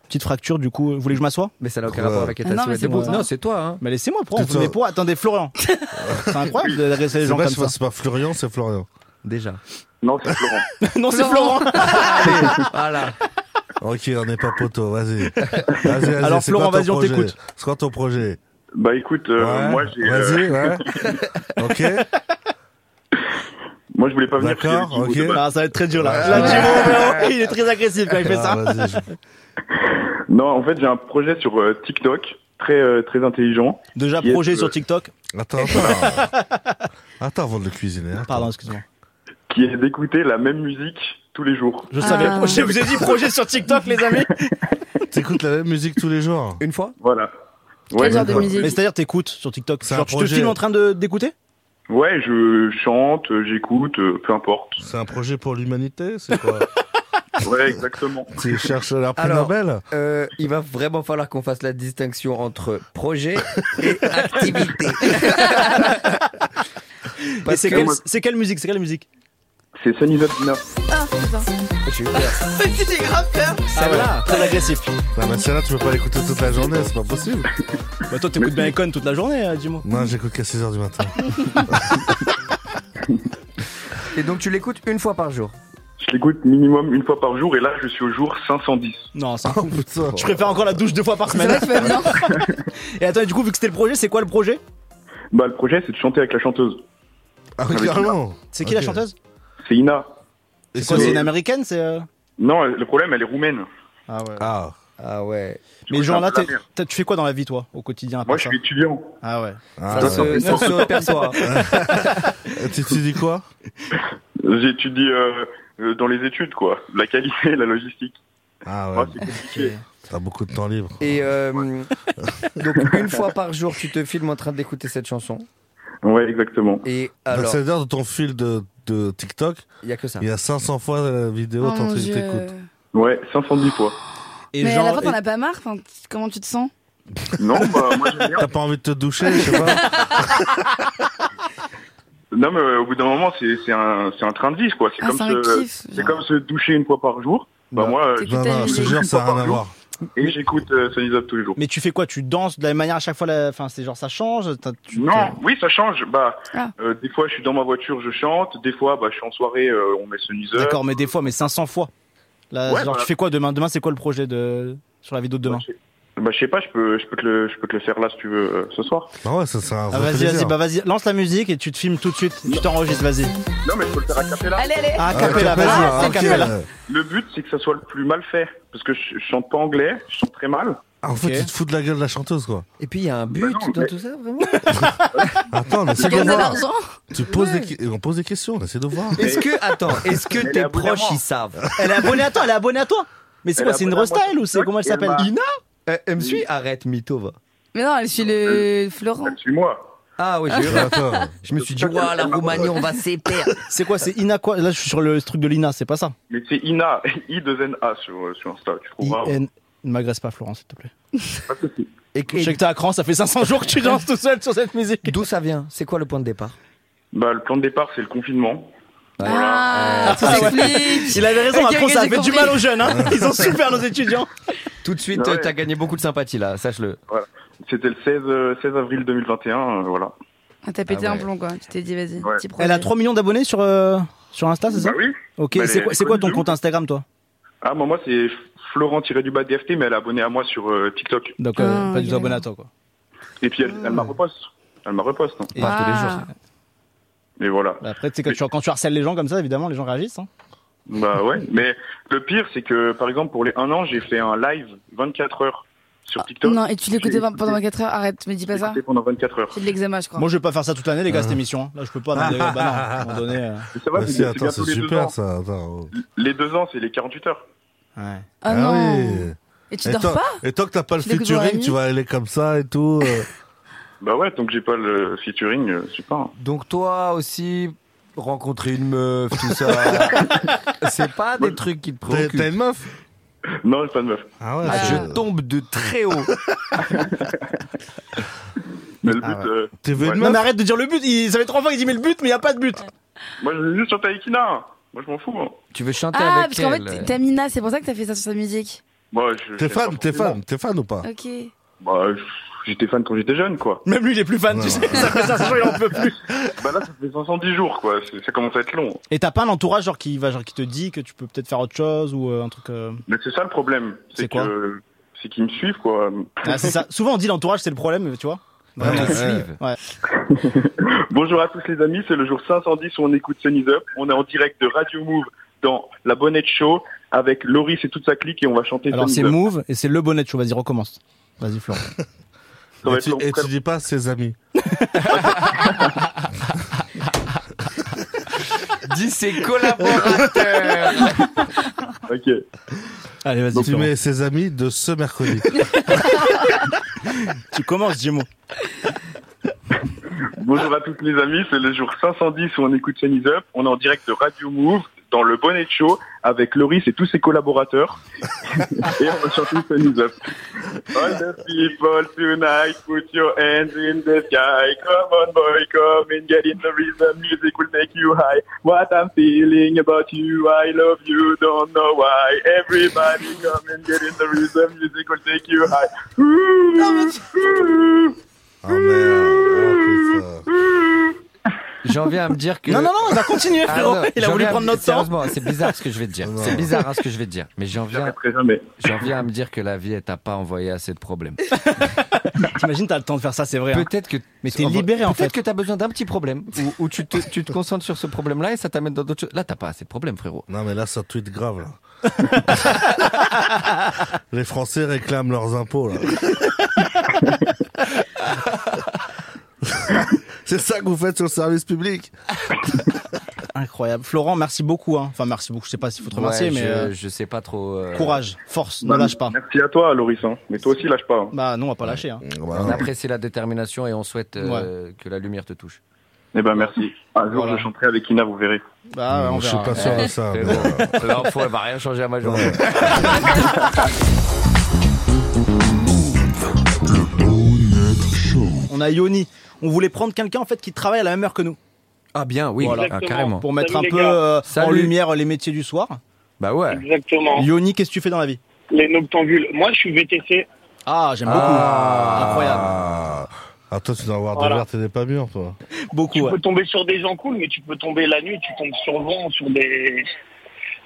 Speaker 3: Petite fracture, du coup. Vous voulez que je m'assoie
Speaker 4: Mais ça n'a aucun
Speaker 2: Ouais.
Speaker 4: rapport avec
Speaker 5: Ah non,
Speaker 4: ta
Speaker 5: mais
Speaker 4: silhouette
Speaker 5: c'est
Speaker 4: debout.
Speaker 5: pour ça.
Speaker 4: Non, c'est toi, hein.
Speaker 3: Mais laissez-moi, pourquoi on
Speaker 2: Putain.
Speaker 3: vous met pour Attendez, Florian. C'est incroyable d'adresser les
Speaker 2: C'est
Speaker 3: gens
Speaker 2: pas,
Speaker 3: comme
Speaker 2: c'est
Speaker 3: ça.
Speaker 2: pas- c'est pas Florian, c'est Florian.
Speaker 4: Déjà.
Speaker 12: Non, c'est Florent.
Speaker 3: non, c'est
Speaker 5: Florent.
Speaker 3: Florent.
Speaker 4: Voilà.
Speaker 2: Ok, on n'est pas poteau, vas-y. Vas-y, vas-y.
Speaker 3: Alors,
Speaker 2: c'est
Speaker 3: Florent,
Speaker 2: quoi ton
Speaker 3: vas-y, on
Speaker 2: projet
Speaker 3: t'écoute.
Speaker 2: C'est quoi ton projet
Speaker 12: bah écoute, euh,
Speaker 2: Ouais,
Speaker 12: moi j'ai, euh,
Speaker 2: Vas-y, ouais. Ok,
Speaker 12: moi je voulais pas venir.
Speaker 2: D'accord,
Speaker 12: parce que-
Speaker 2: ok.
Speaker 3: Ah, ça va être très dur là. Là, Jimo, vraiment, Ah, il est très agressif quand il fait
Speaker 2: Ah,
Speaker 3: ça.
Speaker 2: vas-y, je-
Speaker 12: Non, en fait j'ai un projet sur euh, TikTok, très euh, très intelligent.
Speaker 3: Déjà,
Speaker 12: Yes,
Speaker 3: projet
Speaker 12: euh,
Speaker 3: sur TikTok.
Speaker 2: Attends, attends. attends avant de le cuisiner. Pardon,
Speaker 3: excuse-moi.
Speaker 12: qui est d'écouter la même musique tous les jours.
Speaker 3: Je savais. Je vous ai dit projet sur TikTok, les amis.
Speaker 2: T'écoutes la même musique tous les jours
Speaker 4: Une fois
Speaker 12: Voilà. euh,
Speaker 3: Mais c'est-à-dire, t'écoutes sur TikTok.
Speaker 12: un
Speaker 3: Genre, tu te
Speaker 12: projet.
Speaker 3: filmes en train de- d'écouter
Speaker 12: Ouais, je chante, j'écoute, euh, peu importe.
Speaker 2: C'est un projet pour l'humanité, c'est quoi
Speaker 12: Ouais, exactement.
Speaker 2: Tu cherches la prix
Speaker 4: Alors,
Speaker 2: Nobel
Speaker 4: euh, il va vraiment falloir qu'on fasse la distinction entre projet et activité.
Speaker 3: Et
Speaker 4: Parce
Speaker 3: c'est
Speaker 4: que-
Speaker 3: quelle, c'est quelle musique C'est quelle musique
Speaker 12: C'est Sunny Up Dinner.
Speaker 5: Ah, putain.
Speaker 4: J'ai eu peur.
Speaker 5: J'ai grave peur.
Speaker 12: Ah,
Speaker 3: Celle-là, Ah, très agressif.
Speaker 2: Non, mais Ah, bah, celle-là, tu peux pas l'écouter toute la journée, c'est pas possible.
Speaker 3: Bah, toi, t'écoutes bien Icon toute la journée, euh, dis-moi.
Speaker 2: Non, j'écoute qu'à 6h du matin.
Speaker 4: Et donc tu l'écoutes une fois par jour.
Speaker 12: Je l'écoute minimum une fois par jour et là je suis au jour 510.
Speaker 3: Non, c'est un coup. Je préfère encore la douche deux fois par
Speaker 12: C'est
Speaker 3: semaine.
Speaker 12: vrai, tu vas bien.
Speaker 3: et attends, du coup, vu que c'était le projet, c'est quoi le projet
Speaker 12: Bah le projet c'est de chanter avec la chanteuse.
Speaker 2: Ah
Speaker 12: Avec
Speaker 2: carrément.
Speaker 12: Ina.
Speaker 3: C'est qui la chanteuse
Speaker 12: C'est Ina.
Speaker 3: C'est quoi, c'est une américaine c'est, euh,
Speaker 12: Non, le problème elle est roumaine.
Speaker 3: Ah ouais.
Speaker 2: Ah.
Speaker 4: ouais.
Speaker 3: Mais
Speaker 12: Je
Speaker 3: genre là,
Speaker 12: regarde la
Speaker 3: t'es-
Speaker 12: merde.
Speaker 3: t'as- tu fais quoi dans la vie, toi, au quotidien
Speaker 12: Moi je suis étudiant.
Speaker 3: Ah ouais.
Speaker 12: Ah, Ça ouais. se- ça se perçoit.
Speaker 2: tu, tu dis quoi
Speaker 12: J'étudie euh, euh, dans les études quoi. La qualité, la logistique.
Speaker 2: Ah
Speaker 12: ouais. c'est compliqué.
Speaker 2: T'as beaucoup de temps libre.
Speaker 4: Et euh, donc une fois par jour tu te filmes en train d'écouter cette chanson.
Speaker 12: Ouais, exactement.
Speaker 4: Et
Speaker 2: Donc,
Speaker 4: alors
Speaker 2: Ça veut dire, dans ton fil de, de TikTok,
Speaker 4: il y a que ça.
Speaker 2: Il y a 500 fois la vidéo,
Speaker 5: Oh
Speaker 2: tant
Speaker 5: mon
Speaker 2: que tu
Speaker 5: Dieu.
Speaker 2: t'écoutes.
Speaker 12: Ouais, 510 fois.
Speaker 3: Et
Speaker 5: mais à la
Speaker 2: genre,
Speaker 5: fin, t'en
Speaker 2: et-
Speaker 5: as pas marre Enfin, t- Comment tu te sens
Speaker 12: Non, bah moi j'aime bien.
Speaker 2: T'as pas envie de te doucher, je sais pas.
Speaker 12: Non, mais euh, au bout d'un moment, c'est c'est un, c'est un train de vie, quoi. C'est
Speaker 5: Ah,
Speaker 12: comme,
Speaker 5: c'est un
Speaker 12: se-
Speaker 5: kiff,
Speaker 12: c'est comme se doucher une fois par jour. Bah, moi, euh,
Speaker 2: Non, non, je te
Speaker 12: douche
Speaker 2: jure,
Speaker 12: une
Speaker 2: ça
Speaker 12: fois
Speaker 2: n'a
Speaker 12: par
Speaker 2: rien à
Speaker 12: jour
Speaker 2: voir.
Speaker 12: Et j'écoute euh, Sunny's Up tous les jours.
Speaker 3: Mais tu fais quoi Tu danses de la même manière à chaque fois la... Enfin, c'est genre ça change t'as- tu-
Speaker 12: Non, oui, ça change. Bah,
Speaker 5: Ah.
Speaker 12: euh, des fois, je suis dans ma voiture, je chante. Des fois, bah, je suis en soirée, euh, on met Sunny's Up.
Speaker 3: D'accord, mais des fois, mais 500 fois. Là,
Speaker 12: Ouais,
Speaker 3: genre,
Speaker 12: bah.
Speaker 3: tu fais quoi demain Demain, c'est quoi le projet de... sur la vidéo de demain
Speaker 12: Bah, je sais pas, je peux, je peux te le, je peux te le faire là si tu veux euh, ce soir.
Speaker 2: Bah ouais, ça, c'est un
Speaker 3: Ah,
Speaker 2: vrai
Speaker 3: Vas-y,
Speaker 2: plaisir.
Speaker 3: vas-y, bah vas-y, lance la musique et tu te filmes tout de suite. Tu t'enregistres, vas-y.
Speaker 12: Non, mais je peux le faire à cappella.
Speaker 5: Allez, allez.
Speaker 3: Ah, Capella,
Speaker 2: Capella,
Speaker 3: vas-y,
Speaker 2: ok.
Speaker 3: Capella.
Speaker 12: Le but, c'est que ça soit le plus mal fait, parce que je, je chante pas anglais, je chante très mal.
Speaker 2: Ah, en fait, tu te fous de la gueule de la chanteuse, quoi.
Speaker 4: Et puis il y a un but
Speaker 12: Bah non,
Speaker 4: dans
Speaker 12: mais-
Speaker 4: tout ça vraiment.
Speaker 2: Attends, on essaie de
Speaker 5: Gagner de
Speaker 2: voir.
Speaker 5: l'argent
Speaker 2: Tu poses des... que- On pose des questions, on essaie de voir.
Speaker 4: Est-ce que attends, est-ce que
Speaker 12: Elle est
Speaker 4: tes
Speaker 12: abonnée à
Speaker 4: proches
Speaker 12: moi.
Speaker 4: ils savent
Speaker 3: Elle est abonnée à toi, elle est abonnée à toi. Mais c'est
Speaker 4: Elle
Speaker 3: quoi
Speaker 4: est
Speaker 3: C'est une
Speaker 4: abonnée à moi
Speaker 3: restyle
Speaker 12: sur
Speaker 3: ou c'est
Speaker 12: TikTok
Speaker 3: comment elle
Speaker 12: et elle
Speaker 3: s'appelle
Speaker 12: m'a-
Speaker 4: Ina
Speaker 2: Eh,
Speaker 4: Euh, Elle me suit Arrête mytho va.
Speaker 5: Mais non, elle suit
Speaker 12: Euh,
Speaker 5: le Florent.
Speaker 12: Suis-moi.
Speaker 4: Ah oui, j'ai eu
Speaker 2: Attends.
Speaker 4: peur. Je me suis dit waouh la Roumanie on va s'éteindre.
Speaker 3: C'est quoi C'est Ina quoi Là, je suis sur le truc de l'Ina, c'est pas ça.
Speaker 12: Mais c'est Ina, I2NA sur, euh, sur Insta, tu trouveras. hein.
Speaker 3: IN. Ne m'agresse pas, Florent, s'il te plaît.
Speaker 4: Et,
Speaker 3: Je sais que t'es à cran, ça fait 500 jours que tu danses tout seul sur cette musique.
Speaker 4: D'où ça vient C'est quoi le point de départ
Speaker 12: Bah, le plan de départ, c'est le confinement.
Speaker 5: Ah, tout s'explique.
Speaker 3: Il avait raison,
Speaker 5: Ok,
Speaker 3: Macron,
Speaker 5: ok,
Speaker 3: ça a
Speaker 5: j'ai
Speaker 3: fait du
Speaker 5: compris.
Speaker 3: mal aux jeunes, hein. Ils ont souffert, nos étudiants.
Speaker 4: Tout de suite,
Speaker 12: Ouais.
Speaker 4: euh, t'as gagné beaucoup de sympathie là, sache-le.
Speaker 12: Voilà. C'était le 16, euh, 16 avril 2021, euh, voilà.
Speaker 5: Ah, T'as pété
Speaker 4: Ah
Speaker 5: un
Speaker 4: ouais.
Speaker 5: plomb, quoi. Tu t'es dit, vas-y,
Speaker 12: Ouais.
Speaker 5: petit projet.
Speaker 3: Elle a 3 millions d'abonnés sur, euh, sur Insta, c'est ça
Speaker 12: Bah oui.
Speaker 3: Ok,
Speaker 12: Bah, elle
Speaker 3: c'est
Speaker 12: est-
Speaker 3: quoi,
Speaker 12: elle est
Speaker 3: c'est quoi ton
Speaker 12: connue.
Speaker 3: compte Instagram, toi
Speaker 12: Ah, moi, moi c'est Florent-du-bas DFT, mais elle est abonnée à moi sur euh, TikTok.
Speaker 3: Donc, euh,
Speaker 5: Ah,
Speaker 3: pas du tout
Speaker 5: ok.
Speaker 3: abonné à toi, quoi.
Speaker 12: Et puis, elle, elle m'a reposte. Elle m'a reposte. hein.
Speaker 4: Et tous les jours.
Speaker 5: Ah.
Speaker 12: Et voilà.
Speaker 3: Bah, Après, tu sais, quand tu, quand tu harcèles les gens comme ça, évidemment, les gens réagissent. Hein.
Speaker 12: Bah ouais. Mais le pire, c'est que, par exemple, pour les 1 an, j'ai fait un live 24 heures
Speaker 3: Ah.
Speaker 12: sur TikTok.
Speaker 5: Non, et tu l'écoutais
Speaker 12: J'ai
Speaker 5: pendant
Speaker 12: écouté-
Speaker 5: 24 heures Arrête, mais dis pas
Speaker 12: j'ai
Speaker 5: ça.
Speaker 12: écouté pendant 24 heures.
Speaker 5: C'est de l'eczéma, je crois.
Speaker 3: Moi, je vais pas faire ça toute l'année, les gars, cette émission. hein. Là, je peux pas. mais, euh, bah, non, à un moment donné, euh,
Speaker 12: Mais Ça va,
Speaker 2: Bah
Speaker 12: c'est
Speaker 2: si,
Speaker 12: bien- c'est
Speaker 2: attends,
Speaker 12: bientôt
Speaker 2: c'est
Speaker 12: les deux
Speaker 2: super,
Speaker 12: ans.
Speaker 2: ça. Attends. oh.
Speaker 12: Les 2 ans, c'est les 48 heures.
Speaker 3: ouais.
Speaker 5: Ah non. Et tu
Speaker 2: Et
Speaker 5: dors
Speaker 2: tant-
Speaker 5: pas
Speaker 2: Et tant que t'as pas le
Speaker 5: Tu découvres la
Speaker 2: featuring,
Speaker 5: nuit
Speaker 2: tu vas aller comme ça et tout. euh.
Speaker 12: Bah ouais, donc j'ai pas le featuring, euh, super.
Speaker 4: Donc toi aussi, rencontrer une meuf, tout ça. c'est pas des trucs qui te
Speaker 2: T'as t'as
Speaker 4: préoccupent.
Speaker 2: une meuf
Speaker 12: Non, j'ai pas de meuf.
Speaker 2: Ah ouais,
Speaker 5: Ah,
Speaker 2: c'est-
Speaker 4: Je tombe de très haut.
Speaker 12: Mais le
Speaker 3: Ah
Speaker 12: but,
Speaker 3: ouais.
Speaker 12: euh,
Speaker 2: T'es venu
Speaker 12: Ouais.
Speaker 2: une
Speaker 3: Non, mais
Speaker 2: meuf
Speaker 3: arrête de dire le but. Il, ça fait trois fois qu'il dit, mais le but, mais il n'y a pas de but.
Speaker 12: moi je vais juste chanter avec Ina. hein. Moi je m'en fous. hein.
Speaker 4: Tu veux chanter
Speaker 5: Ah,
Speaker 4: avec
Speaker 5: parce qu'en
Speaker 4: elle
Speaker 5: fait, t'as Mina, c'est pour ça que t'as fait ça sur sa musique.
Speaker 12: Moi, je-
Speaker 2: T'es
Speaker 12: j'aime pas
Speaker 2: fan, t'es
Speaker 12: forcément.
Speaker 2: fan, t'es fan ou pas
Speaker 5: Ok.
Speaker 12: Bah, j'étais fan quand j'étais jeune, quoi.
Speaker 3: Même lui, il est plus fan, tu sais. Ça fait 500 jours, il en peut plus.
Speaker 12: Bah là, ça fait 510 jours, quoi. C'est- Ça commence à être long.
Speaker 3: Et t'as pas un entourage genre qui va genre qui te dit que tu peux peut-être faire autre chose ou euh, un truc. euh,
Speaker 12: Mais c'est ça le problème.
Speaker 3: C'est
Speaker 12: C'est
Speaker 3: quoi
Speaker 12: que c'est qu'ils me suivent, quoi.
Speaker 3: Ah, c'est ça. Souvent on dit l'entourage c'est le problème, tu vois.
Speaker 4: Vraiment,
Speaker 2: Ouais.
Speaker 4: ils suivent.
Speaker 12: Bonjour à tous les amis, c'est le jour 510 où on écoute Sunny's Up. On est en direct de Radio Move dans La Bonnette Show avec Loris et toute sa clique et on va chanter
Speaker 3: Alors
Speaker 12: Sunny's
Speaker 3: c'est
Speaker 12: Up.
Speaker 3: move et c'est le bonnet de chaud. Vas-y recommence. Vas-y Florent.
Speaker 12: Ça va
Speaker 2: Et
Speaker 12: être
Speaker 2: tu,
Speaker 12: long.
Speaker 2: et tu dis pas ses amis.
Speaker 4: Dis ses collaborateurs.
Speaker 12: Ok.
Speaker 3: Allez, vas-y.
Speaker 2: Tu mets ses amis de ce mercredi.
Speaker 3: tu commences, Jimo.
Speaker 12: Bonjour à toutes les amis, c'est le jour 510 où on écoute Sunny's Up. On est en direct de Radio Move dans le Bonnet Show avec Loris et tous ses collaborateurs. et on va chanter Sunny's Up. All the people tonight, put your hands in the sky. Come on boy, come and get in the rhythm. Music will take you high. What I'm feeling about you, I love you, don't know why. Everybody come and get in the rhythm. Music will take you high. Ouh, ouh.
Speaker 4: J'en viens à me dire que.
Speaker 3: Non, non, non, on va continuer,
Speaker 4: Ah,
Speaker 3: frérot.
Speaker 4: non,
Speaker 3: Il a
Speaker 4: j'en
Speaker 3: voulu
Speaker 4: viens à-
Speaker 3: prendre notre temps.
Speaker 4: Sérieusement, c'est bizarre ce que je vais te dire.
Speaker 3: Non.
Speaker 4: C'est bizarre hein, ce que je vais te dire. Mais j'en viens.
Speaker 12: Jamais.
Speaker 4: J'en viens à me dire que la vie, elle t'a pas envoyé assez de problèmes.
Speaker 3: T'imagines, t'as le temps de faire ça, c'est vrai. hein.
Speaker 4: Peut-être que.
Speaker 3: Mais t'es libéré, en fait.
Speaker 4: Peut-être que t'as besoin d'un petit problème où, où tu, te, tu te concentres sur ce problème-là et ça t'amène dans d'autres choses. Là, t'as pas assez de problèmes, frérot.
Speaker 2: Non, mais là, ça tweet grave, là. Les Français réclament leurs impôts, là. C'est ça que vous faites sur le service public.
Speaker 3: Incroyable. Florent, merci beaucoup. hein. Enfin, merci beaucoup. Je sais pas s'il faut te remercier,
Speaker 4: Ouais,
Speaker 3: mais
Speaker 4: je,
Speaker 3: euh,
Speaker 4: je sais pas trop. euh,
Speaker 3: courage, force,
Speaker 12: Bah,
Speaker 3: ne lâche pas.
Speaker 12: Merci à toi, Loris. hein. Mais toi aussi, lâche pas. hein.
Speaker 3: Bah non, on va pas lâcher. hein.
Speaker 4: On apprécie la détermination et on souhaite euh, que la lumière te touche.
Speaker 12: Eh ben, merci. Un jour, je chanterai avec Ina, vous verrez.
Speaker 3: Bah, on
Speaker 4: Je
Speaker 3: verra.
Speaker 4: suis pas sûr de ça, mais L'info, elle va rien changer à ma journée.
Speaker 3: On a Yoni. On voulait prendre quelqu'un en fait qui travaille à la même heure que nous.
Speaker 4: Ah bien, oui, ah, carrément.
Speaker 3: Pour mettre
Speaker 4: Salut,
Speaker 3: un
Speaker 4: les
Speaker 3: peu
Speaker 4: gars.
Speaker 3: euh, en
Speaker 4: Salut.
Speaker 3: lumière les métiers du soir.
Speaker 4: Bah ouais.
Speaker 3: Exactement. Yoni, qu'est-ce que tu fais dans la vie
Speaker 11: Les noctambules. Moi, je suis VTC.
Speaker 3: Ah, j'aime beaucoup.
Speaker 11: Ah.
Speaker 2: Incroyable. Ah, toi, tu dois avoir
Speaker 11: Voilà.
Speaker 2: de l'air, t'es des pas mûr, toi.
Speaker 3: Beaucoup,
Speaker 11: Tu peux tomber sur des gens cool, mais tu peux tomber la nuit, tu tombes sur vent, sur des,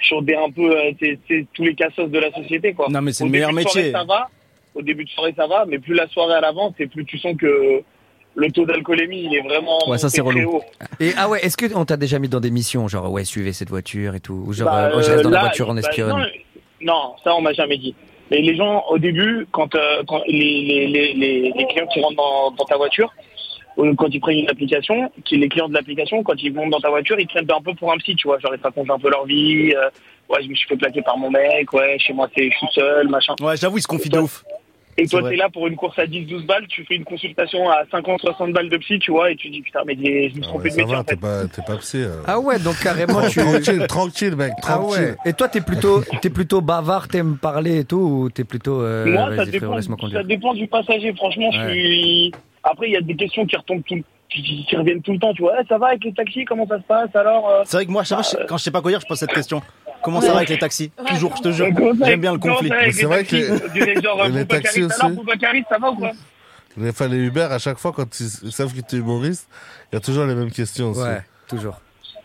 Speaker 11: sur des un peu, euh, c'est- c'est tous les cassos de la société, quoi.
Speaker 3: Non, mais c'est
Speaker 11: Au
Speaker 3: le
Speaker 11: début
Speaker 3: meilleur
Speaker 11: de soirée,
Speaker 3: métier.
Speaker 11: ça va. Au début de soirée, ça va, mais plus la soirée à l'avance, et plus tu sens que le taux d'alcoolémie, il est vraiment.
Speaker 4: Ouais, ça,
Speaker 11: monté
Speaker 4: c'est
Speaker 11: très
Speaker 4: relou.
Speaker 11: haut.
Speaker 4: Et ah ouais, est-ce que on t'a déjà mis dans des missions genre ouais suivez cette voiture et tout ou genre
Speaker 11: Bah,
Speaker 4: euh, oh, je reste dans
Speaker 11: là,
Speaker 4: la voiture on
Speaker 11: bah,
Speaker 4: espionne.
Speaker 11: non, non, ça on m'a jamais dit. Mais les gens au début, quand, euh, quand les, les- les- les- les clients qui rentrent dans, dans ta voiture, euh, quand ils prennent une application, qui, les clients de l'application, quand ils montent dans ta voiture, ils te prennent un peu pour un psy, tu vois. Genre ils te racontent un peu leur vie. euh, ouais, je me suis fait plaquer par mon mec. Ouais, chez moi c'est je suis seul, machin.
Speaker 3: Ouais, j'avoue, ils se confient de ouf.
Speaker 11: Et toi,
Speaker 3: C'est vrai.
Speaker 11: t'es là pour une course à 10-12 balles, tu fais une consultation à 50-60 balles de psy, tu vois, et tu dis putain, mais je me suis trompé de
Speaker 2: Ça
Speaker 11: métier.
Speaker 2: va, Ah, t'es pas, t'es pas psy. euh. alors.
Speaker 4: Ah ouais, donc carrément tu
Speaker 2: Tranquille, tranquille, mec,
Speaker 4: Ah
Speaker 2: tranquille.
Speaker 4: ouais. Et toi t'es plutôt t'es plutôt bavard, t'aimes parler et tout ou t'es plutôt euh,
Speaker 11: Moi, ça
Speaker 4: vas-y, frérot,
Speaker 11: dépend,
Speaker 4: laisse-moi
Speaker 11: ça
Speaker 4: conduire.
Speaker 11: dépend du passager. Franchement, je
Speaker 4: Ouais.
Speaker 11: suis. Après, il y a des questions qui retombent tout, qui, qui reviennent tout le temps. Tu vois, Eh, ça va avec les taxis Comment ça se passe Alors. euh,
Speaker 3: C'est vrai que moi, à chaque fois, je sais- quand je sais pas quoi dire, je pose cette question. Comment
Speaker 11: Ouais.
Speaker 3: ça va avec les taxis Toujours, je te jure.
Speaker 11: Comment ça
Speaker 3: J'aime bien le
Speaker 11: comment
Speaker 3: conflit.
Speaker 11: ça avec les taxis Du mec genre, euh,
Speaker 2: les
Speaker 11: Boubacaris,
Speaker 2: taxis
Speaker 11: alors,
Speaker 2: aussi.
Speaker 11: Boubacaris, ça va ou quoi
Speaker 2: Les, enfin, les Uber, à chaque fois, quand ils, ils savent que tu es humoriste, il y a toujours les mêmes questions aussi.
Speaker 4: Ouais, toujours.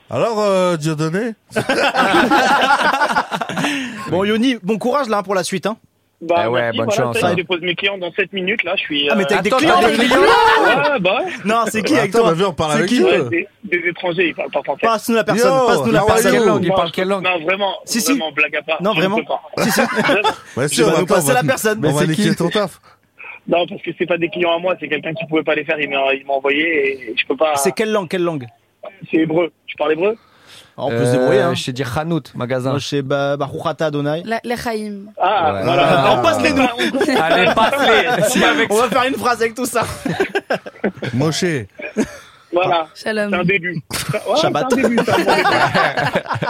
Speaker 2: Alors, euh, Dieudonné
Speaker 3: Bon, Yoni, bon courage là pour la suite. Hein.
Speaker 11: Bah,
Speaker 4: Eh ouais,
Speaker 11: merci,
Speaker 4: bonne
Speaker 11: voilà,
Speaker 4: chance,
Speaker 11: ça y est,
Speaker 4: hein.
Speaker 11: Je dépose mes clients dans 7 minutes là. Je suis.
Speaker 3: Ah, mais
Speaker 11: euh,
Speaker 3: t'es avec des
Speaker 11: Attends,
Speaker 3: clients,
Speaker 11: t'as
Speaker 3: avec des clients
Speaker 11: Ouais, bah ouais.
Speaker 3: Non, c'est qui
Speaker 2: Attends,
Speaker 3: avec toi
Speaker 2: bah, viens, on parle
Speaker 3: C'est
Speaker 2: avec
Speaker 3: qui
Speaker 2: eux.
Speaker 11: Ouais, des, des étrangers, ils parlent pas français.
Speaker 3: Passe-nous la personne,
Speaker 2: Yo,
Speaker 3: passe-nous la
Speaker 2: how are
Speaker 3: personne.
Speaker 2: you Quelle langue, il
Speaker 11: Non,
Speaker 2: parle
Speaker 11: je-
Speaker 2: quelle langue
Speaker 11: Non, vraiment,
Speaker 3: Si, si.
Speaker 11: vraiment, blague à part.
Speaker 3: Non,
Speaker 11: je
Speaker 3: vraiment.
Speaker 11: ne peux pas.
Speaker 3: Si, si.
Speaker 2: Ouais,
Speaker 3: Je vais
Speaker 2: attends,
Speaker 3: nous passer
Speaker 2: on va-
Speaker 3: la personne.
Speaker 2: On
Speaker 3: Mais
Speaker 2: va
Speaker 3: c'est
Speaker 2: niquer
Speaker 3: qui
Speaker 2: ton taf.
Speaker 11: Non, parce que c'est pas des clients à moi, c'est quelqu'un qui pouvait pas les faire, il m'a il m'a envoyé et je peux pas.
Speaker 3: C'est quelle langue Quelle langue
Speaker 11: C'est hébreu. Tu parles hébreu
Speaker 3: On peut se débrouiller. Hein.
Speaker 4: Euh, Je sais dire Hanout magasin.
Speaker 3: Moi, bah, chez Baruchata Donai.
Speaker 5: La- Les Chaim.
Speaker 11: Ah,
Speaker 4: Ouais.
Speaker 3: Voilà.
Speaker 4: Ah.
Speaker 3: On passe les noms.
Speaker 4: Allez, passe-les. Si avec
Speaker 3: On va faire une phrase avec tout ça.
Speaker 2: Moshe.
Speaker 11: Voilà.
Speaker 5: Shalom.
Speaker 11: C'est un début. Ouais,
Speaker 3: Shabbat.
Speaker 11: c'est un début, c'est un bon
Speaker 3: hein.
Speaker 11: début.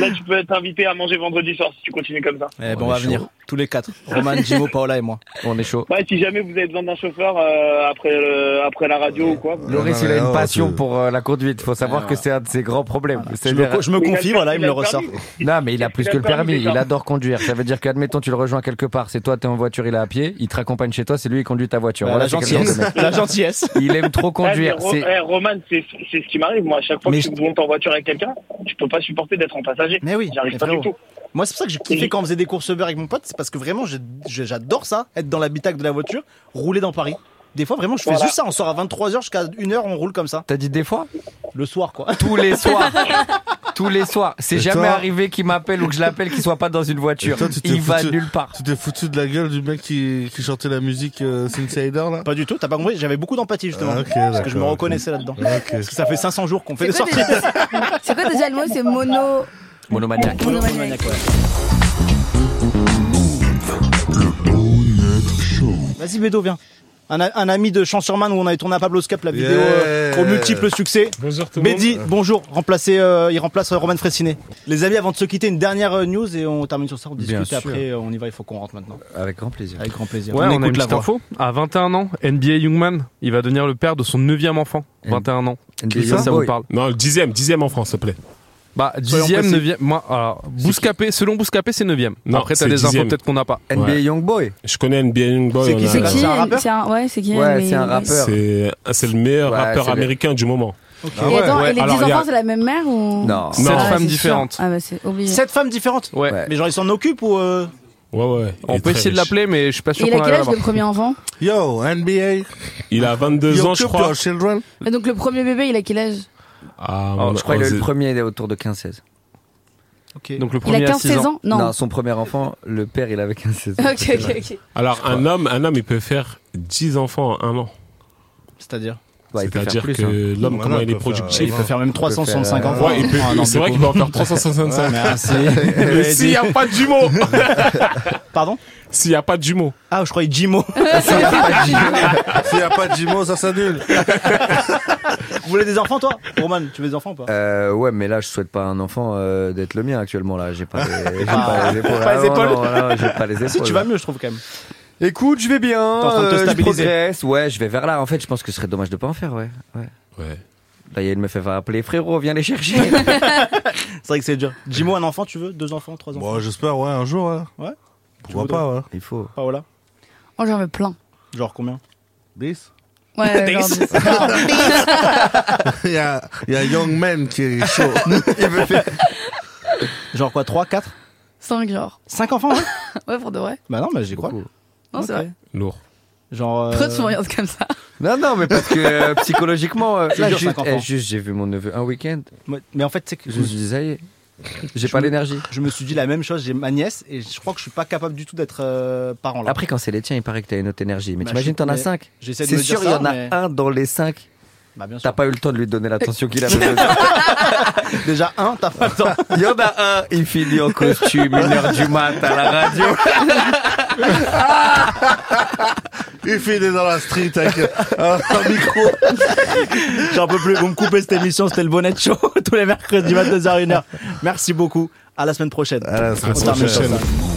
Speaker 11: Là, tu peux être invité à manger vendredi soir si tu continues comme ça.
Speaker 3: Eh ben,
Speaker 4: On
Speaker 3: on va
Speaker 4: est
Speaker 3: venir
Speaker 4: chaud.
Speaker 3: tous les quatre. Roman, Jimo, Paola et moi.
Speaker 4: on est chaud.
Speaker 11: Ouais, si jamais vous avez besoin d'un chauffeur euh, après, euh, après la radio ou quoi. vous-
Speaker 4: Loris,
Speaker 2: non,
Speaker 4: il
Speaker 2: mais
Speaker 4: a une
Speaker 2: non,
Speaker 4: passion
Speaker 2: tu-
Speaker 4: pour euh, la conduite. Faut savoir que c'est un de ses grands problèmes.
Speaker 3: Ah, Je
Speaker 4: C'est-à-dire-
Speaker 3: me, je me
Speaker 11: Mais il a
Speaker 3: confie,
Speaker 11: le
Speaker 3: voilà, il
Speaker 11: permis,
Speaker 3: me le
Speaker 11: il a le
Speaker 3: ressort.
Speaker 11: permis.
Speaker 4: Non, mais il a plus
Speaker 11: Il a
Speaker 4: que le
Speaker 11: le permis,
Speaker 4: permis.
Speaker 11: déjà.
Speaker 4: Il adore conduire. Ça veut dire qu'admettons, tu le rejoins quelque part. C'est toi, t'es en voiture, il est à pied. Il te raccompagne chez toi, c'est lui qui conduit ta voiture.
Speaker 3: Bah,
Speaker 4: Voilà,
Speaker 3: la
Speaker 4: c'est quel genre de
Speaker 3: gentillesse.
Speaker 4: mec.
Speaker 3: La gentillesse.
Speaker 4: Il aime trop conduire.
Speaker 11: Eh, mais Ro-
Speaker 4: C'est-
Speaker 11: eh, Roman, c'est c'est ce qui m'arrive. Moi, à chaque fois
Speaker 4: Mais
Speaker 11: que je monte en voiture avec quelqu'un, je peux pas supporter d'être en passager.
Speaker 3: Mais oui,
Speaker 11: J'arrive
Speaker 3: mais
Speaker 11: pas du
Speaker 3: Eh, frérot.
Speaker 11: tout.
Speaker 3: Moi, c'est pour ça que je kiffais quand on faisait des courses Uber avec mon pote, c'est parce que vraiment, je- je- j'adore ça, être dans l'habitacle de la voiture, rouler dans Paris. Des fois, vraiment, je fais
Speaker 11: Voilà.
Speaker 3: juste ça. On sort à 23h jusqu'à 1h, on roule comme ça.
Speaker 4: T'as dit des fois
Speaker 3: Le soir, quoi.
Speaker 4: Tous les soirs. tous les soirs. C'est
Speaker 2: Et
Speaker 4: jamais
Speaker 2: toi
Speaker 4: arrivé qu'il m'appelle ou que je l'appelle qu'il soit pas dans une voiture.
Speaker 2: Et toi, tu t'es
Speaker 4: Il va
Speaker 2: foutu-
Speaker 4: nulle part.
Speaker 2: Tu t'es foutu de la gueule du mec qui, qui chantait la musique euh, Sider là
Speaker 3: Pas du tout, t'as pas compris, j'avais beaucoup d'empathie justement.
Speaker 2: Ah, ok,
Speaker 3: parce que je me
Speaker 2: d'accord,
Speaker 3: reconnaissais
Speaker 2: ok.
Speaker 3: là-dedans.
Speaker 2: Ok.
Speaker 3: Parce que ça fait 500 jours qu'on fait des
Speaker 5: C'est quoi
Speaker 3: sorties.
Speaker 5: C'est quoi déjà le mot C'est mono.
Speaker 4: Monomaniaque.
Speaker 5: Monomaniaque, ouais.
Speaker 3: Vas-y Bédo, viens. Un, a- un ami de Chancerman où on avait tourné à Pablo Scap la vidéo
Speaker 2: Yeah.
Speaker 3: euh, au multiple succès. Bonjour
Speaker 2: tout le
Speaker 3: Mehdi,
Speaker 2: monde.
Speaker 3: bonjour. Remplacé, euh, il remplace euh, Roman Fressinet. Les amis, avant de se quitter, une dernière euh, news et on termine sur ça. On
Speaker 4: Bien
Speaker 3: discute
Speaker 4: sûr.
Speaker 3: après, euh, on y va, il faut qu'on rentre maintenant.
Speaker 4: Avec grand plaisir.
Speaker 3: Avec grand plaisir.
Speaker 6: Ouais, on, a une petite
Speaker 3: voix.
Speaker 6: info. À 21 ans, NBA Youngman, il va devenir le père de son 9 enfant. 21 ans.
Speaker 15: NBA
Speaker 6: Qui ça, ça vous
Speaker 15: Youngboy.
Speaker 6: parle
Speaker 15: Non, le dixième, dixième en France, s'il te plaît.
Speaker 6: Bah,
Speaker 15: Soyons
Speaker 6: 10
Speaker 15: précis.
Speaker 6: 9 Moi, alors, Bouscapé, selon Bouscapé, c'est 9
Speaker 15: Non,
Speaker 6: Après, t'as
Speaker 15: c'est
Speaker 6: des infos
Speaker 15: dixième.
Speaker 6: peut-être qu'on n'a pas.
Speaker 15: NBA Ouais.
Speaker 4: Youngboy
Speaker 15: Je connais NBA Youngboy.
Speaker 6: C'est qui,
Speaker 15: on a-
Speaker 6: c'est qui
Speaker 5: Qui C'est un. Ouais, c'est qui mais-
Speaker 15: C'est c'est le meilleur
Speaker 5: Ouais,
Speaker 15: rappeur
Speaker 5: c'est le-
Speaker 15: américain du moment.
Speaker 5: Et attends, et les 10 enfants, c'est la même mère ou
Speaker 15: Non.
Speaker 6: Sept
Speaker 15: Non.
Speaker 6: femmes
Speaker 15: Ah, c'est
Speaker 6: différentes.
Speaker 5: Ah, bah c'est obligé.
Speaker 3: Sept femmes différentes
Speaker 6: Ouais.
Speaker 3: Mais genre, ils s'en occupent ou. euh,
Speaker 15: Ouais, ouais.
Speaker 6: On peut essayer de l'appeler, mais je suis pas
Speaker 5: Et
Speaker 6: sûr
Speaker 5: il
Speaker 6: qu'on
Speaker 5: a quel
Speaker 6: arrive à
Speaker 5: âge le
Speaker 6: l'avoir.
Speaker 5: premier enfant
Speaker 2: Yo, NBA.
Speaker 15: Il a 22
Speaker 2: Yo,
Speaker 15: ans, je
Speaker 2: keep
Speaker 15: crois.
Speaker 2: your children.
Speaker 5: Mais Donc le premier bébé, il a quel âge
Speaker 15: Ah,
Speaker 4: Oh,
Speaker 15: mon-
Speaker 4: je crois qu'il
Speaker 15: oh,
Speaker 4: est le
Speaker 15: c'est-
Speaker 4: premier, il est autour de 15-16.
Speaker 6: Donc le
Speaker 5: Il a premier à 15-16 six ans ans Non.
Speaker 4: son premier enfant, le père, il avait 15-16 ans.
Speaker 5: Ok, ok, ok.
Speaker 15: Alors, un homme, un homme, il peut faire 10 enfants en un an.
Speaker 3: C'est-à-dire
Speaker 4: Ouais, Bah, il peut faire
Speaker 15: C'est-à-dire
Speaker 4: plus,
Speaker 15: que
Speaker 4: hein.
Speaker 15: l'homme,
Speaker 4: Ouais,
Speaker 15: comment
Speaker 4: non,
Speaker 15: il est
Speaker 4: il peut faire-
Speaker 15: productif. hein.
Speaker 4: il peut faire euh, même
Speaker 3: 365 enfants.
Speaker 15: Ouais, il peut-
Speaker 4: hein,
Speaker 3: Ah, non,
Speaker 15: c'est vrai
Speaker 3: du
Speaker 15: qu'il peut en
Speaker 3: coup.
Speaker 15: faire 365.
Speaker 3: Ouais, merci.
Speaker 15: Mais s'il n'y a pas de jumeaux.
Speaker 3: Pardon
Speaker 15: S'il n'y a pas de jumeaux.
Speaker 3: Ah, je croyais Jimo.
Speaker 2: S'il n'y a pas de jumeaux- s'il y a pas de jumeaux, ça s'annule.
Speaker 3: Vous voulez des enfants, toi Roman, tu veux des enfants ou pas
Speaker 4: Euh, ouais, mais là, je souhaite pas à un enfant euh, d'être le mien actuellement. Là, j'ai pas, les- Euh, j'ai pas les épaules.
Speaker 3: Pas les
Speaker 4: Ah, non,
Speaker 3: épaules.
Speaker 4: non, non, j'ai pas les épaules.
Speaker 3: Si, tu vas mieux, je trouve quand même.
Speaker 4: Écoute, je vais bien.
Speaker 3: T'es en train de te
Speaker 4: euh, je
Speaker 3: stabiliser.
Speaker 4: progresse. Ouais, je vais vers là. En fait, je pense que ce serait dommage de pas en faire. Ouais. Ouais. Là, il y a une meuf, elle va appeler frérot, viens les chercher.
Speaker 3: C'est vrai que c'est dur. Jimo, un enfant, tu veux Deux enfants, trois enfants
Speaker 2: Bon, j'espère, ouais, un jour, hein. ouais.
Speaker 3: Ouais.
Speaker 2: Pourquoi
Speaker 3: voudrais-
Speaker 2: pas, ouais.
Speaker 4: Il faut.
Speaker 3: Paola
Speaker 5: Oh, j'en veux plein.
Speaker 3: Ah, Genre combien
Speaker 2: 10
Speaker 5: Ouais,
Speaker 2: Des-
Speaker 5: genre dix.
Speaker 2: Il y a, il y a Young Man qui est chaud.
Speaker 3: Genre quoi 3, 4
Speaker 5: Cinq, genre.
Speaker 3: Cinq enfants, ouais
Speaker 5: Ouais, pour de vrai.
Speaker 3: Bah non, mais j'y crois.
Speaker 5: Non, c'est
Speaker 3: Ok.
Speaker 5: vrai.
Speaker 15: Lourd.
Speaker 3: Genre. euh,
Speaker 5: Trop de souriantes comme ça.
Speaker 4: Non, non, mais parce que euh, psychologiquement, euh,
Speaker 3: C'est
Speaker 4: là,
Speaker 3: dur,
Speaker 4: juste,
Speaker 3: cinq enfants.
Speaker 4: eh, juste, j'ai vu mon neveu un week-end.
Speaker 3: Ouais, Mais en fait, c'est que.
Speaker 4: Je me suis dit, ça y est, j'ai
Speaker 3: Je
Speaker 4: pas
Speaker 3: me-
Speaker 4: l'énergie.
Speaker 3: Je me suis dit la même chose, j'ai ma nièce et je crois que je suis pas capable du tout d'être euh, parent là.
Speaker 4: Après, quand c'est les tiens, il paraît que t'as une autre énergie. Mais
Speaker 3: Bah,
Speaker 4: t'imagines,
Speaker 3: je-
Speaker 4: t'en as
Speaker 3: mais
Speaker 4: 5.
Speaker 3: j'essaie de
Speaker 4: C'est
Speaker 3: me dire
Speaker 4: sûr, il y
Speaker 3: ça,
Speaker 4: en a
Speaker 3: mais-
Speaker 4: un dans les 5.
Speaker 3: Bah, bien sûr.
Speaker 4: T'as pas eu le temps de lui donner l'attention qu'il avait besoin.
Speaker 3: Déjà un, t'as pas le temps.
Speaker 4: Il y en a un, il finit en costume, une heure du mat à la radio.
Speaker 2: Il fait des dans la street avec un, un micro.
Speaker 3: J'en peux plus, vous me coupez cette émission, c'était le bonnet show tous les mercredis 22h1h. Merci beaucoup, à la semaine prochaine.
Speaker 2: À la semaine
Speaker 3: On termine sur
Speaker 2: prochaine.
Speaker 3: ça.